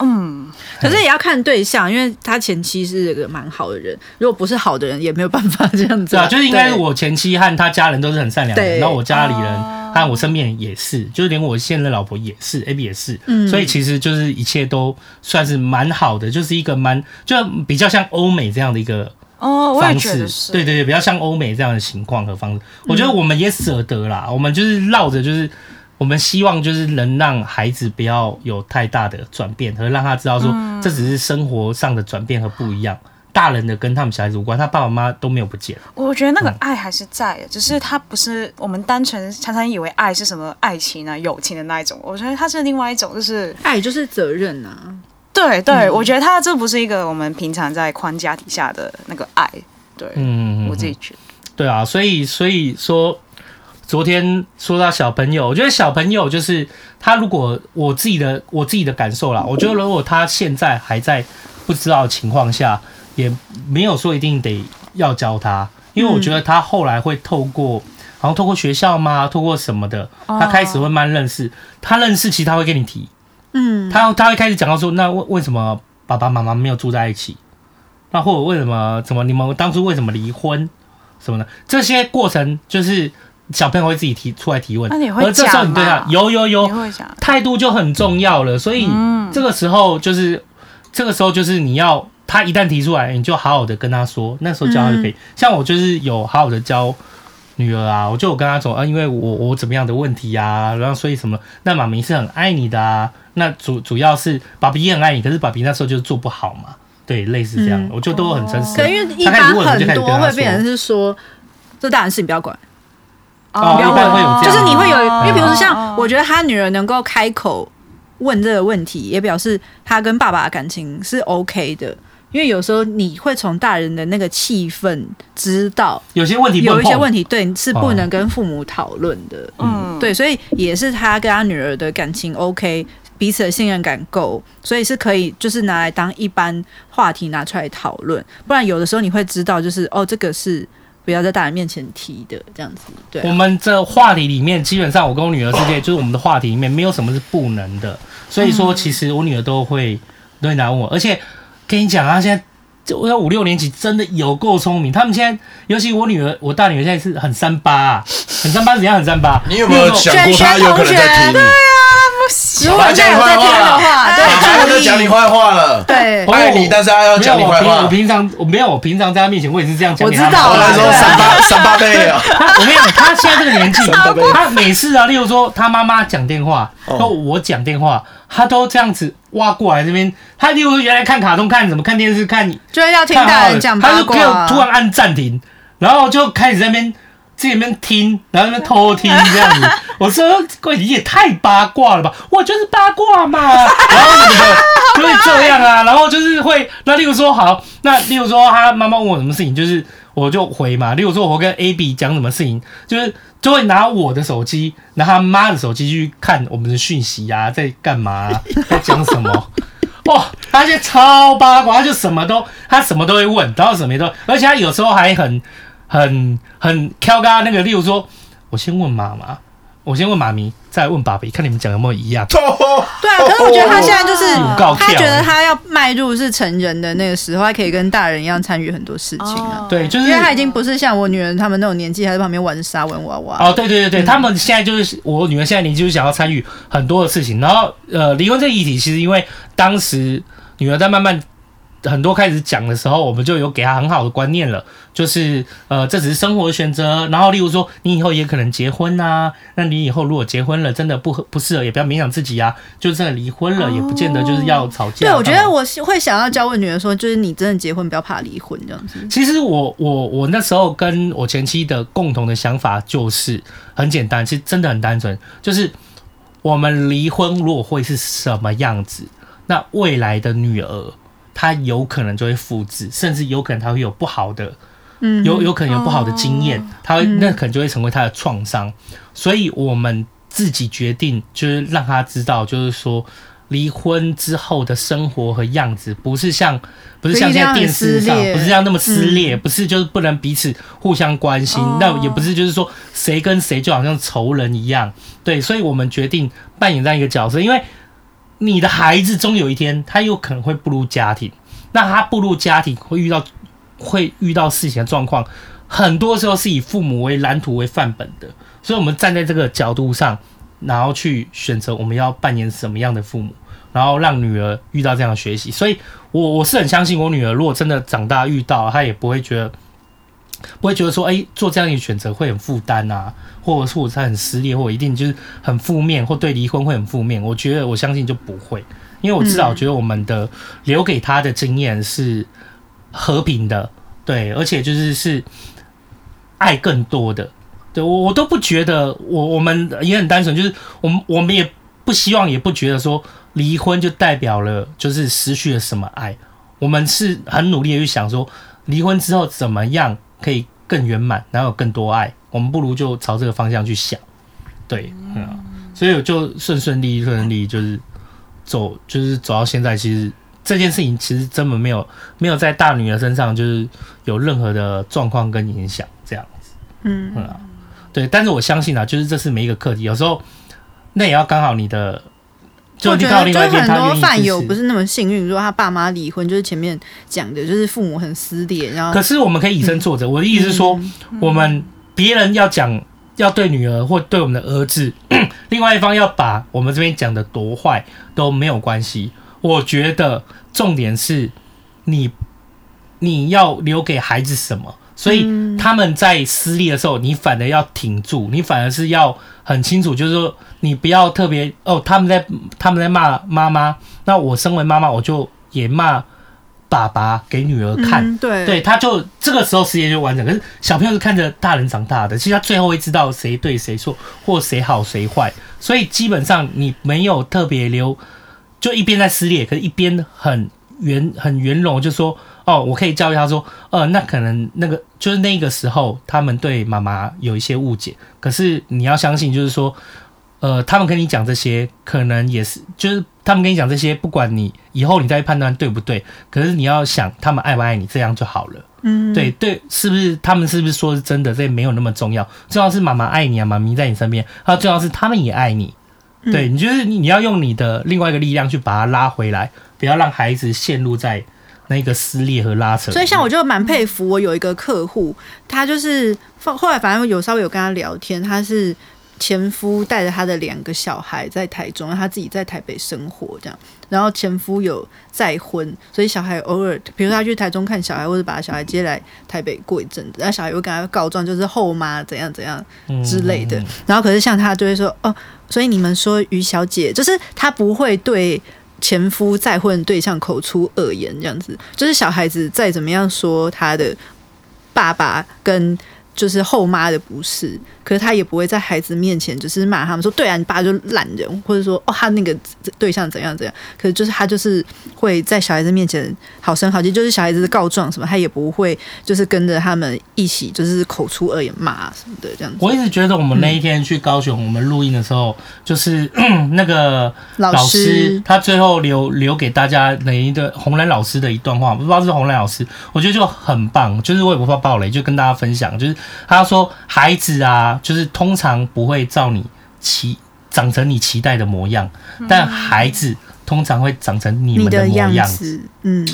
Speaker 4: 嗯，
Speaker 5: 可是也要看对象，因为他前妻是一个蛮好的人，如果不是好的人，也没有办法这样子、
Speaker 3: 对啊，就是应该是
Speaker 5: 对
Speaker 3: 我前妻和她家人都是很善良的人，
Speaker 5: 对
Speaker 3: 然后我家里人和我身边人也是，就是连我现任老婆也是，A B 也是，所以其实就是一切都算是蛮好的，就是一个蛮就比较像欧美这样的一个
Speaker 4: 哦，我也
Speaker 3: 方
Speaker 4: 觉
Speaker 3: 式
Speaker 4: 得，是，嗯
Speaker 3: 对对对，比较像欧美这样的情况和方式。我觉得我们也舍得啦，我们就是绕着就是。我们希望就是能让孩子不要有太大的转变，和让他知道说
Speaker 4: 嗯
Speaker 3: 这只是生活上的转变和不一样，大人的跟他们小孩子无关，他爸爸妈妈都没有不见。
Speaker 4: 我觉得那个爱还是在的，只是它不是我们单纯常常以为爱是什么爱情啊、友情的那一种。我觉得它是另外一种，就是
Speaker 5: 爱就是责任啊，
Speaker 4: 对对，我觉得它这不是一个我们平常在框架底下的那个爱。对，
Speaker 3: 嗯，
Speaker 4: 我自己觉得，
Speaker 3: 对啊，所以所以说，昨天说到小朋友，我觉得小朋友就是他，如果我自己的我自己的感受啦，我觉得如果他现在还在不知道的情况下，也没有说一定得要教他，因为我觉得他后来会透过。好像透过学校吗？透过什么的，
Speaker 4: 哦
Speaker 3: 他开始会慢慢认识。他认识，其实他会跟你提，
Speaker 5: 嗯，
Speaker 3: 他他会开始讲到说，那为为什么爸爸妈妈没有住在一起？那或者为什么怎么你们当初为什么离婚什么的？这些过程就是小朋友会自己提出来提问，
Speaker 4: 那你会
Speaker 3: 而这时候
Speaker 4: 讲
Speaker 3: 你对他
Speaker 4: 吗
Speaker 3: 有有有
Speaker 4: 你会想，
Speaker 3: 态度就很重要了，所以
Speaker 5: 嗯
Speaker 3: 这个时候就是这个时候就是你要他一旦提出来，你就好好的跟他说，那时候教他就
Speaker 5: 嗯
Speaker 3: 可以。像我就是有好好的教女儿啊，我就有跟她说啊，因为我我怎么样的问题啊，然后所以什么，那妈咪是很爱你的啊，那主主要是爸比也很爱你，可是爸比那时候就是做不好嘛，对，类似这样，
Speaker 5: 嗯
Speaker 3: 我就都很真实。
Speaker 5: 可因为一
Speaker 3: 他开始
Speaker 5: 般
Speaker 3: 问我就开
Speaker 5: 很
Speaker 3: 始跟
Speaker 5: 多
Speaker 3: 他
Speaker 5: 会
Speaker 3: 说
Speaker 5: 变成是说，这大人事你不要管，
Speaker 3: 哦，一般会有这样，啊
Speaker 5: 就是你会有，因为比如说
Speaker 4: 哦
Speaker 5: 像，我觉得他女儿能够开口问这个问题，也表示他跟爸爸的感情是 OK 的。因为有时候你会从大人的那个气氛知道，
Speaker 3: 有些问题不能
Speaker 5: 有一些
Speaker 3: 碰
Speaker 5: 问题对你是不
Speaker 3: 哦
Speaker 5: 能跟父母讨论的。
Speaker 4: 嗯，
Speaker 5: 对，所以也是他跟他女儿的感情 OK，彼此的信任感够，所以是可以就是拿来当一般话题拿出来讨论。不然有的时候你会知道，就是哦，这个是不要在大人面前提的这样子。对啊、
Speaker 3: 我们这话题里面，基本上我跟我女儿之 间，就是我们的话题里面没有什么是不能的，所以
Speaker 6: 嗯
Speaker 3: 说其实我女儿都会都会来问我，而且跟你讲，她啊现在就要五六年级，真的有够聪明。他们现在，尤其我女儿，我大女儿现在是很三八、啊，很三八怎样？很三八？
Speaker 6: 你有没有
Speaker 3: 那种
Speaker 6: 想过他有可能在听你？
Speaker 5: 啊如果
Speaker 6: 爸
Speaker 5: 这
Speaker 6: 讲你
Speaker 5: 样
Speaker 6: 坏
Speaker 5: 在
Speaker 6: 话
Speaker 5: 听的话，啊
Speaker 6: 爸爸
Speaker 5: 对，
Speaker 6: 都讲你坏话了，
Speaker 5: 对，啊
Speaker 6: 爱你，但是他要
Speaker 3: 哎没有
Speaker 6: 讲你坏
Speaker 3: 我
Speaker 6: 话。
Speaker 3: 平我平常我没有，我平常在她面前我也是这样讲
Speaker 5: 我
Speaker 3: 给
Speaker 5: 知
Speaker 3: 她们。
Speaker 5: 道
Speaker 6: 我
Speaker 5: 啦
Speaker 6: 来说
Speaker 5: 对啊
Speaker 6: 三八三八倍啊，
Speaker 3: 他 我跟你讲，他现在这个年纪
Speaker 6: 八倍，
Speaker 3: 他每次啊，例如说他妈妈讲电话，
Speaker 6: 哦
Speaker 3: 和我讲电话，他都这样子挖过来这边。他例如说原来看卡通、看什么、看电视、看
Speaker 5: 就是要听
Speaker 3: 看好
Speaker 5: 大
Speaker 3: 了
Speaker 5: 人讲
Speaker 3: 他
Speaker 5: 八
Speaker 3: 就给
Speaker 5: 卦
Speaker 3: 我
Speaker 5: 啊。
Speaker 3: 突然按暂停，然后就开始在那边自己在那边听，然后在那边偷听这样子。我说：“贵，你也太八卦了吧！我就是八卦嘛。”然后你的就会这样啊，然后就是会那例如说好，那例如说他妈妈问我什么事情，就是我就回嘛。例如说我跟 A B 讲什么事情，就是就会拿我的手机，拿他妈的手机去看我们的讯息啊，在干嘛啊、在讲什么。哇，他现在超八卦，他就什么都他什么都会问，然后什么也都，而且他有时候还很很很挑嘎那个，例如说，我先问妈妈，我先问妈咪，再问爸比，看你们讲有没有一样。
Speaker 5: 对啊，可是我觉得他现在就是
Speaker 6: 哦
Speaker 3: 有告跳
Speaker 5: 他觉得他要迈入是成人的那个时候，他可以跟大人一样参与很多事情啊。
Speaker 3: 对，就是
Speaker 5: 因为他已经不是像我女儿他们那种年纪，还在旁边玩沙玩娃娃。
Speaker 3: 哦，对对对对，
Speaker 5: 嗯
Speaker 3: 他们现在就是我女儿现在年纪就是想要参与很多的事情，然后呃，离婚这个议题其实因为当时女儿在慢慢很多开始讲的时候，我们就有给她很好的观念了，就是呃，这只是生活的选择，然后例如说你以后也可能结婚呐、那你以后如果结婚了，真的不合不适合，也不要勉强自己啊，就真的离婚了，也不见得就是要吵架。
Speaker 5: 对，我觉
Speaker 3: 干嘛
Speaker 5: 得我是会想要教我女儿说，就是你真的结婚不要怕离婚这样子。
Speaker 3: 其实我我我那时候跟我前妻的共同的想法就是很简单，其实真的很单纯，就是我们离婚如果会是什么样子，那未来的女儿她有可能就会复制，甚至有可能她会有不好的，
Speaker 5: 嗯，
Speaker 3: 有有可能有不好的经验，她会那可能就会成为她的创伤。哦嗯所以我们自己决定，就是让她知道，就是说。离婚之后的生活和样子，不是像不是像现在电视上
Speaker 5: 不一定要很撕，裂
Speaker 3: 不是像那么撕裂，不是就是不能彼此互相关心，那也不是就是说谁跟谁就好像仇人一样，对，所以我们决定扮演这样一个角色，因为你的孩子终有一天他有可能会步入家庭，那他步入家庭会遇到会遇到事情的状况，很多时候是以父母为蓝图为范本的，所以我们站在这个角度上，然后去选择我们要扮演什么样的父母。然后让女儿遇到这样的学习。所以我我是很相信我女儿，如果真的长大遇到，她也不会觉得不会觉得说，哎、做这样一个选择会很负担啊，或者是我是很撕裂，或一定就是很负面，或对离婚会很负面。我觉得我相信就不会，因为我至少觉得我们的留给她的经验是和平的，对，而且就是是爱更多的。对我我都不觉得，我我们也很单纯，就是我们我们也不希望，也不觉得说离婚就代表了就是失去了什么爱。我们是很努力的去想说，离婚之后怎么样可以更圆满，然后有更多爱。我们不如就朝这个方向去想，对，嗯啊，所以我就顺顺利利、顺顺利利，就是走，就是走到现在。其实这件事情其实根本没有没有在大女儿身上就是有任何的状况跟影响，这样。
Speaker 5: 嗯，
Speaker 3: 嗯啊，对，但是我相信啊，就是这是每一个课题，有时候那也要刚好你的，就
Speaker 5: 我
Speaker 3: 你
Speaker 5: 觉
Speaker 3: 刚好
Speaker 5: 得
Speaker 3: 另
Speaker 5: 就
Speaker 3: 外
Speaker 5: 是
Speaker 3: 一边
Speaker 5: 很
Speaker 3: 他
Speaker 5: 多
Speaker 3: 愿意
Speaker 5: 饭
Speaker 3: 支
Speaker 5: 友
Speaker 3: 持
Speaker 5: 不是那么幸运，如果他爸妈离婚，就是前面讲的，就是父母很撕裂，然后
Speaker 3: 可是我们可以以身作则。我的意思是说，我们别人要讲要对女儿或对我们的儿子， 另外一方要把我们这边讲的多坏都没有关系。我觉得重点是你你要留给孩子什么。所以他们在私立的时候，你反而要挺住，你反而是要很清楚，就是说你不要特别哦，他们在他们在骂妈妈，那我身为妈妈，我就也骂爸爸给女儿看，
Speaker 5: 嗯，对
Speaker 3: 对，他就这个时候时间就完整。可是小朋友是看着大人长大的，其实他最后会知道谁对谁错，或谁好谁坏。所以基本上你没有特别留，就一边在撕裂，可是一边很圆很圆融，就说哦，我可以教育他说，呃，那可能那个就是那个时候他们对妈妈有一些误解，可是你要相信，就是说。呃，他们跟你讲这些，可能也是，就是他们跟你讲这些，不管你以后你再判断对不对，可是你要想他们爱不爱你，这样就好了。
Speaker 5: 嗯，
Speaker 3: 对对，是不是他们是不是说是真的？这没有那么重要，重要是妈妈爱你啊，妈咪在你身边，还有重要是他们也爱你。
Speaker 5: 嗯
Speaker 3: 对你就是你要用你的另外一个力量去把他拉回来，不要让孩子陷入在那个撕裂和拉扯里面。
Speaker 5: 所以像我就蛮佩服，我有一个客户，他就是后后来反正有稍微有跟他聊天，他是前夫带着他的两个小孩在台中，他自己在台北生活这样，然后前夫有再婚，所以小孩偶尔，比如说他去台中看小孩，或者把小孩接来台北过一阵子，那小孩会跟他告状，就是后妈怎样怎样，之类的
Speaker 3: 嗯。
Speaker 5: 然后可是像他就会说哦，所以你们说于小姐，就是她不会对前夫再婚对象口出恶言，这样子，就是小孩子再怎么样说他的爸爸跟。就是后妈的不是，可是他也不会在孩子面前就是骂他们说，对啊，你爸就烂人，或者说哦他那个对象怎样怎样。可是就是他就是会在小孩子面前好声好气，就是小孩子的告状什么，他也不会就是跟着他们一起就是口出恶言骂什么的这样子。
Speaker 3: 我一直觉得我们那一天去高雄，我们录音的时候，就是 那个
Speaker 5: 老
Speaker 3: 老
Speaker 5: 师，
Speaker 3: 他最后留留给大家哪一个红蓝老师的一段话，我不知道是不是红蓝老师，我觉得就很棒，就是我也不怕暴雷，就跟大家分享，就是他说孩子啊，就是通常不会照你期长成你期待的模样，但孩子通常会长成你
Speaker 5: 嗯你
Speaker 3: 们的模
Speaker 5: 样
Speaker 3: 样。
Speaker 5: 子，嗯，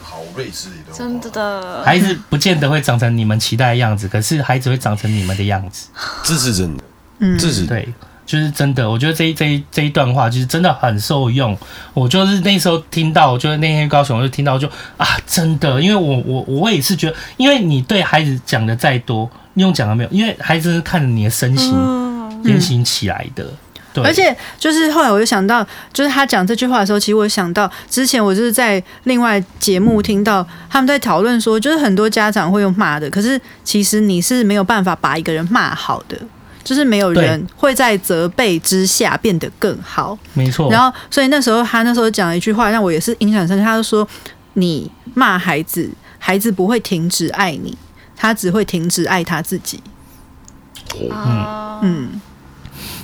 Speaker 6: 好睿智的一段话
Speaker 4: 真的，的，
Speaker 3: 孩子不见得会长成你们期待的样子，可是孩子会长成你们的样子。
Speaker 6: 这是真的，
Speaker 5: 嗯
Speaker 6: 这是
Speaker 3: 对，就是真的，我觉得这一这一这一段话就是真的很受用。我就是那时候听到，就是那天高雄我就听到就啊，真的，因为我我我也是觉得，因为你对孩子讲的再多，你用讲了没有？因为孩子是看着你的身形、
Speaker 4: 嗯
Speaker 3: 言行起来的。对，
Speaker 5: 嗯而且就是后来我就想到，就是他讲这句话的时候，其实我想到之前我就是在另外节目听到他们在讨论说，就是很多家长会用骂的，可是其实你是没有办法把一个人骂好的，就是没有
Speaker 3: 对
Speaker 5: 人会在责备之下变得更好。
Speaker 3: 没错，
Speaker 5: 然后，所以那时候他那时候讲了一句话，让我也是印象深刻。他就说：“你骂孩子，孩子不会停止爱你，他只会停止爱他自己。
Speaker 4: 啊”
Speaker 5: 嗯，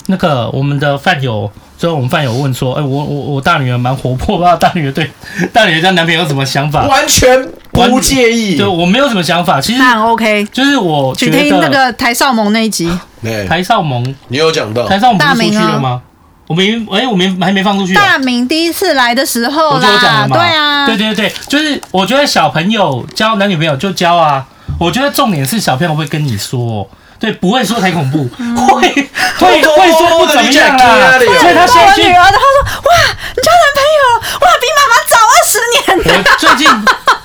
Speaker 3: 那个我们的饭友，最后我们饭友问说，哎、我我我大女儿蛮活泼，不知道大女儿对大女儿跟男朋友有什么想法？
Speaker 6: 完全不介意
Speaker 3: 对。我没有什么想法，其实
Speaker 5: 那很 OK。
Speaker 3: 就是我觉
Speaker 5: 去
Speaker 3: 得
Speaker 5: 听那个台少萌那一 集，
Speaker 6: 对，
Speaker 3: 台少萌
Speaker 6: 哎你有讲
Speaker 2: 哦
Speaker 6: 到，
Speaker 3: 台上我们
Speaker 5: 大
Speaker 3: 不是出
Speaker 5: 明
Speaker 3: 去
Speaker 5: 啊
Speaker 3: 了吗？我没，哎、我没还没放出去、啊。
Speaker 5: 大明第一次来的时候
Speaker 3: 我就有讲
Speaker 5: 啦，
Speaker 3: 了嘛。
Speaker 5: 对啊，
Speaker 3: 对对对，就是我觉得小朋友交男女朋友就交啊。我觉得重点是小朋友会跟你说、对，不会说才恐怖，
Speaker 5: 嗯
Speaker 3: 会会会说不怎么样啦，
Speaker 2: 我的理解
Speaker 3: 所以他现
Speaker 5: 抱
Speaker 3: 在
Speaker 5: 我
Speaker 3: 去
Speaker 5: 女儿的，她说：“哇，你交男朋友了？哇，比妈妈早二十年。
Speaker 3: 我最近，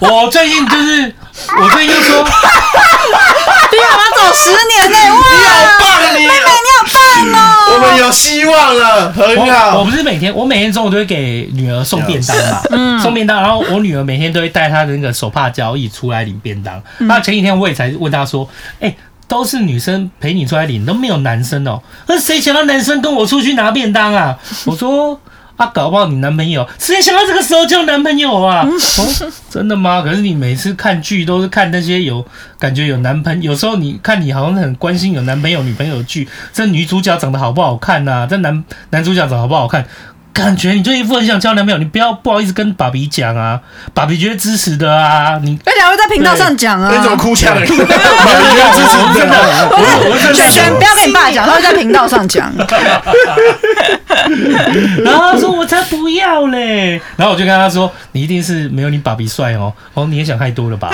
Speaker 3: 我最近就是，我最近就说，
Speaker 5: 比妈妈早十年 呢、哇，
Speaker 2: 你好棒，你，
Speaker 5: 妹妹你好棒哦、
Speaker 2: 我们有希望了，很
Speaker 3: 我我
Speaker 2: 好
Speaker 3: 不。是每天，我每天中午都会给女儿送便当嘛，送便当，然后我女儿每天都会带她的那个手帕交易出来领便当。那前几天我也才问她说，哎、都是女生陪你出来领，都没有男生哦、那谁想要男生跟我出去拿便当啊？我说。啊，搞不好你男朋友，谁想到这个时候叫男朋友啊？哦，真的吗？可是你每次看剧都是看那些有感觉有男朋友，有时候你看你好像很关心有男朋友女朋友的剧，这女主角长得好不好看呐、这男男主角长得好不好看？感觉你就一副很想交男朋友，你不要不好意思跟爸比讲啊，爸比绝对支持的啊，你
Speaker 5: 而且还会在频道上讲啊
Speaker 2: 那，怎么哭腔？我觉
Speaker 3: 我真的，我我真的
Speaker 5: 讲不要跟你爸讲，他会在频道上讲。
Speaker 3: 然后他说我才不要嘞，然后我就跟他说，你一定是没有你爸比帅哦，哦你也想太多了吧？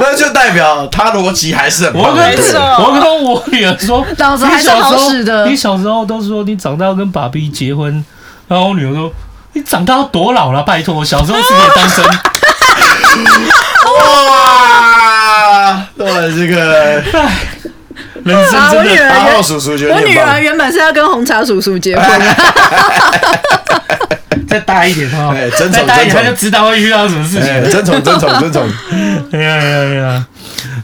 Speaker 2: 那就代表他逻辑还是很
Speaker 3: 我
Speaker 2: 棒
Speaker 3: 跟
Speaker 2: 的。
Speaker 3: 我跟我女儿说，
Speaker 5: 老子还是好使的
Speaker 3: 你小时候你小时候都说你长大要跟爸比结婚，然后我女儿说你长大要多老了？拜托，我小时候是可以单 身。
Speaker 2: 哇，对这个
Speaker 3: 唉人生
Speaker 5: 啊，我
Speaker 3: 真
Speaker 5: 女
Speaker 3: 的，
Speaker 5: 儿
Speaker 2: 阿浩
Speaker 5: 原
Speaker 2: 叔叔觉得
Speaker 5: 我
Speaker 2: 你
Speaker 5: 女
Speaker 2: 很
Speaker 5: 儿
Speaker 2: 棒。
Speaker 5: 原本是要跟红茶叔叔结婚的，
Speaker 3: 再大一点哈
Speaker 2: 哎真，
Speaker 3: 再
Speaker 2: 宠
Speaker 3: 大一点
Speaker 2: 真宠
Speaker 3: 他就知道会遇到什么事情
Speaker 2: 哎，。真宠真宠真宠！
Speaker 3: 哎呀哎呀哎呀！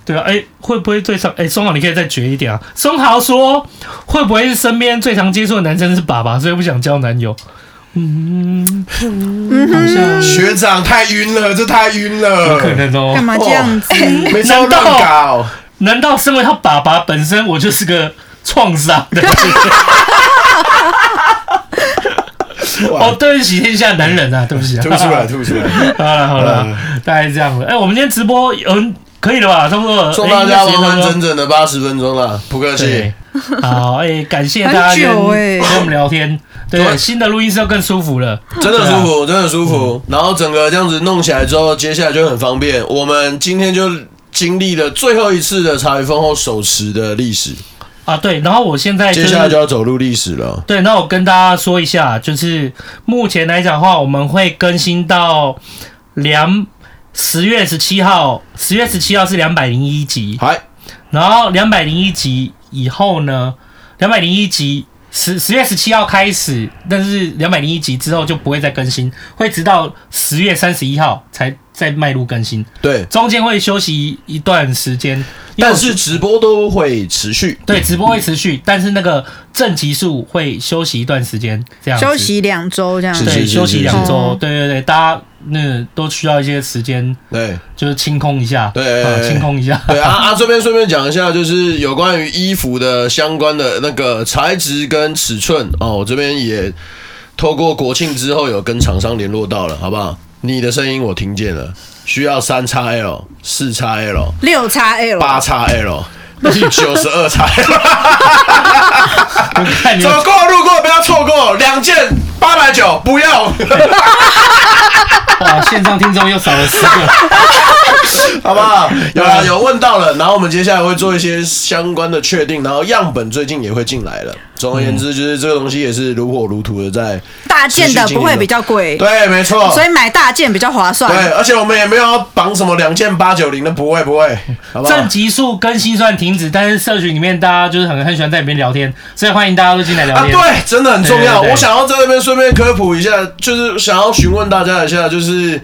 Speaker 3: 对啊，哎、会不会最常哎，松豪你可以再绝一点啊？松豪说会不会是身边最常接触的男生是爸爸，所以不想交男友？嗯，好像
Speaker 2: 学长太晕了，这太晕
Speaker 3: 有可
Speaker 2: 了，
Speaker 3: 能哦、
Speaker 5: 干嘛这样子？
Speaker 2: 没错，乱搞。
Speaker 3: 难道身为他爸爸本身，我就是个创伤 的？
Speaker 2: 哇
Speaker 3: 哦，对不起，天下男人啊，对 不起、啊，
Speaker 2: 吐出来，。吐出来！
Speaker 3: 好了好了，
Speaker 2: 嗯
Speaker 3: 大概是这样了。哎、我们今天直播嗯可以了吧？差不多了，
Speaker 2: 送大家
Speaker 3: 哎
Speaker 2: 完完整。整的八十分钟了，不客气
Speaker 3: 对。，好，哎、感谢大家跟
Speaker 5: 很久哎
Speaker 3: 跟我们聊天。对，
Speaker 2: 对
Speaker 3: 新的录音室要更舒服了。
Speaker 2: 真的舒服，真的舒服。然后整个这样子弄起来之后，接下来就很方便。我们今天就经历了最后一次的茶余饭后手持的历史，
Speaker 3: 啊，对，然后我现在、就
Speaker 2: 接
Speaker 3: 是、
Speaker 2: 下来就要走入历史了。
Speaker 3: 对，那我跟大家说一下，就是目前来讲的话，我们会更新到两十月十七号，十月十七号是两百零一集，
Speaker 2: 嗨，
Speaker 3: 然后两百零一集以后呢，两百零一集十十月十七号开始，但是两百零一集之后就不会再更新，会直到十月三十一号才再迈入更新，
Speaker 2: 对，
Speaker 3: 中间会休息一段时间，因为
Speaker 2: 但
Speaker 3: 我
Speaker 2: 是直播都会持续。
Speaker 3: 对，直播会持续，但是那个正集数会休息一段时间，这样子
Speaker 5: 休息两周这样
Speaker 2: 是。
Speaker 3: 对，休息两周
Speaker 5: 哦，
Speaker 3: 对对对，大家那都需要一些时间，
Speaker 2: 对
Speaker 3: 就是清空一下，
Speaker 2: 对
Speaker 3: 啊清空一下，
Speaker 2: 对啊啊！这边顺便讲一下，就是有关于衣服的相关的那个材质跟尺寸哦，我这边也透过国庆之后有跟厂商联络到了，好不好？你的声音我听见了，需要三叉 L、四叉 L。
Speaker 5: 六叉 L，
Speaker 2: 八叉 L。九十二叉 L，
Speaker 3: 我 看你
Speaker 2: 走过路过不要错过，两件八百九，不要，
Speaker 3: 哇，线上听众又少了四个，
Speaker 2: 好不好？ 有啦，有问到了，然后我们接下来会做一些相关的确定，然后样本最近也会进来了。总而言之，就是这个东西也是如火如荼的在，
Speaker 5: 大件的不会比较贵，
Speaker 2: 对，没错，
Speaker 5: 所以买大件比较
Speaker 2: 哦
Speaker 5: 划
Speaker 2: 对，
Speaker 5: 算。
Speaker 2: 而且我们也没有要绑什么两件八九零的，不会不会，好不好？
Speaker 3: 正集数更新算停止，但是社群里面大家就是很很喜欢在里面聊天，所以欢迎大家都进来聊
Speaker 2: 啊，
Speaker 3: 天。
Speaker 2: 对，真的很重要。
Speaker 3: 对对对
Speaker 2: 我想要在这边顺便科普一下，就是想要询问大家一下，就是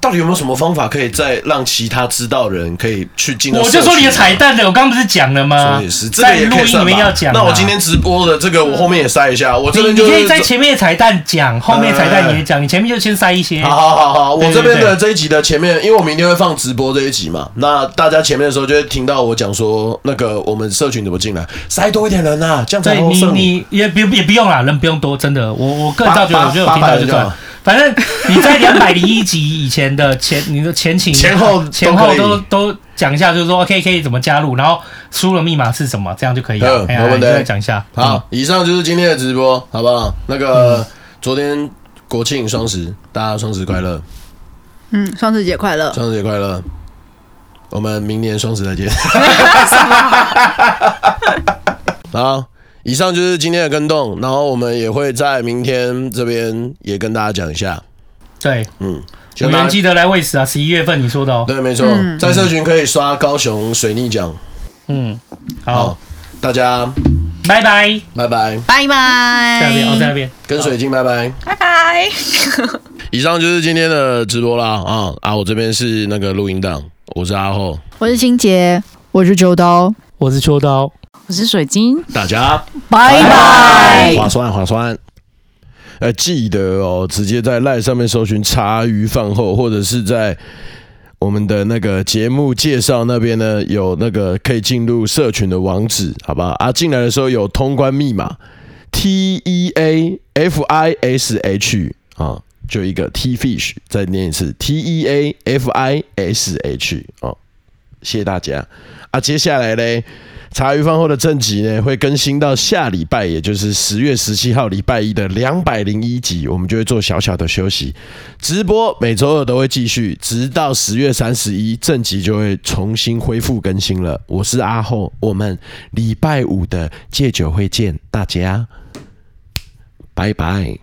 Speaker 2: 到底有没有什么方法可以再让其他知道的人可以去进入？
Speaker 3: 我就说你的彩。蛋的，我刚刚不是讲了吗
Speaker 2: 所以也是，？这个
Speaker 3: 在
Speaker 2: 也可
Speaker 3: 录
Speaker 2: 以
Speaker 3: 音
Speaker 2: 算
Speaker 3: 里面
Speaker 2: 吧
Speaker 3: 要讲啊。
Speaker 2: 那我今天直播的这个，我后面也塞一下。我这
Speaker 3: 你
Speaker 2: 边
Speaker 3: 你
Speaker 2: 就
Speaker 3: 可
Speaker 2: 是
Speaker 3: 以在前面的彩蛋讲，后面的彩蛋也讲，你前面就先塞一些。
Speaker 2: 好好好好，我
Speaker 3: 对
Speaker 2: 这
Speaker 3: 对
Speaker 2: 边的
Speaker 3: 对
Speaker 2: 这一集的前面，因为我明天会放直播这一集嘛，那大家前面的时候就会听到我讲说那个我们社群怎么进来，塞多一点人啊，这样才
Speaker 3: 对
Speaker 2: 好
Speaker 3: 你
Speaker 2: 上。
Speaker 3: 你也不也不用啦，人不用多，真的，我我个人
Speaker 2: 八
Speaker 3: 倒觉得
Speaker 2: 八
Speaker 3: 我觉得有
Speaker 2: 八
Speaker 3: 听
Speaker 2: 百
Speaker 3: 到
Speaker 2: 人
Speaker 3: 就
Speaker 2: 就
Speaker 3: 算
Speaker 2: 好，
Speaker 3: 反正你在两百零一集以前的前你的前情
Speaker 2: 前后
Speaker 3: 前
Speaker 2: 都
Speaker 3: 后
Speaker 2: 可以
Speaker 3: 都都讲一下，就是说 OK 可以怎么加入，然后输入密码是什么，这样就可以了
Speaker 2: 嗯。
Speaker 3: 哎呀，
Speaker 2: 没
Speaker 3: 你
Speaker 2: 问题
Speaker 3: 就再讲一下。嗯
Speaker 2: 好，以上就是今天的直播，好不好？那个、昨天国庆双十，大家双十快乐，
Speaker 5: 嗯，双十节快乐，
Speaker 2: 双十节快乐，我们明年双十再见。好，以上就是今天的跟动，然后我们也会在明天这边也跟大家讲一下。
Speaker 3: 对，
Speaker 2: 嗯，希
Speaker 3: 有
Speaker 2: 望大
Speaker 3: 缘
Speaker 2: 家
Speaker 3: 记得来喂食啊！十一月份你说的哦。
Speaker 2: 对，没错，在社群可以刷高雄水逆奖。
Speaker 3: 嗯，
Speaker 2: 好
Speaker 3: 好，，
Speaker 2: 大家
Speaker 3: 拜拜。
Speaker 2: 拜拜，
Speaker 5: 拜拜。
Speaker 3: 在那边哦，在那边。
Speaker 2: 跟水晶拜拜。
Speaker 4: 拜拜。
Speaker 2: 以上就是今天的直播啦啊啊！我这边是那个录音档，我是阿后，
Speaker 5: 我是清洁，我是九刀，
Speaker 3: 我是秋刀。
Speaker 4: 我是水晶，
Speaker 2: 大家
Speaker 5: 拜拜。
Speaker 2: 划算划算。呃，记得哦，直接在赖上面搜寻“茶余饭后”，或者是在我们的那个节目介绍那边呢，有那个可以进入社群的网址，好吧？啊，进来的时候有通关密码 T E A F I S H 啊，就一个 T fish，再念一次 T E A F I S H 啊，谢谢大家啊！接下来嘞，茶余饭后的正集呢，会更新到下礼拜，也就是十月十七号礼拜一的两百零一集，我们就会做小小的休息。直播每周二都会继续，直到十月三十一，正集就会重新恢复更新了。我是阿后，我们礼拜五的戒酒会见大家，拜拜。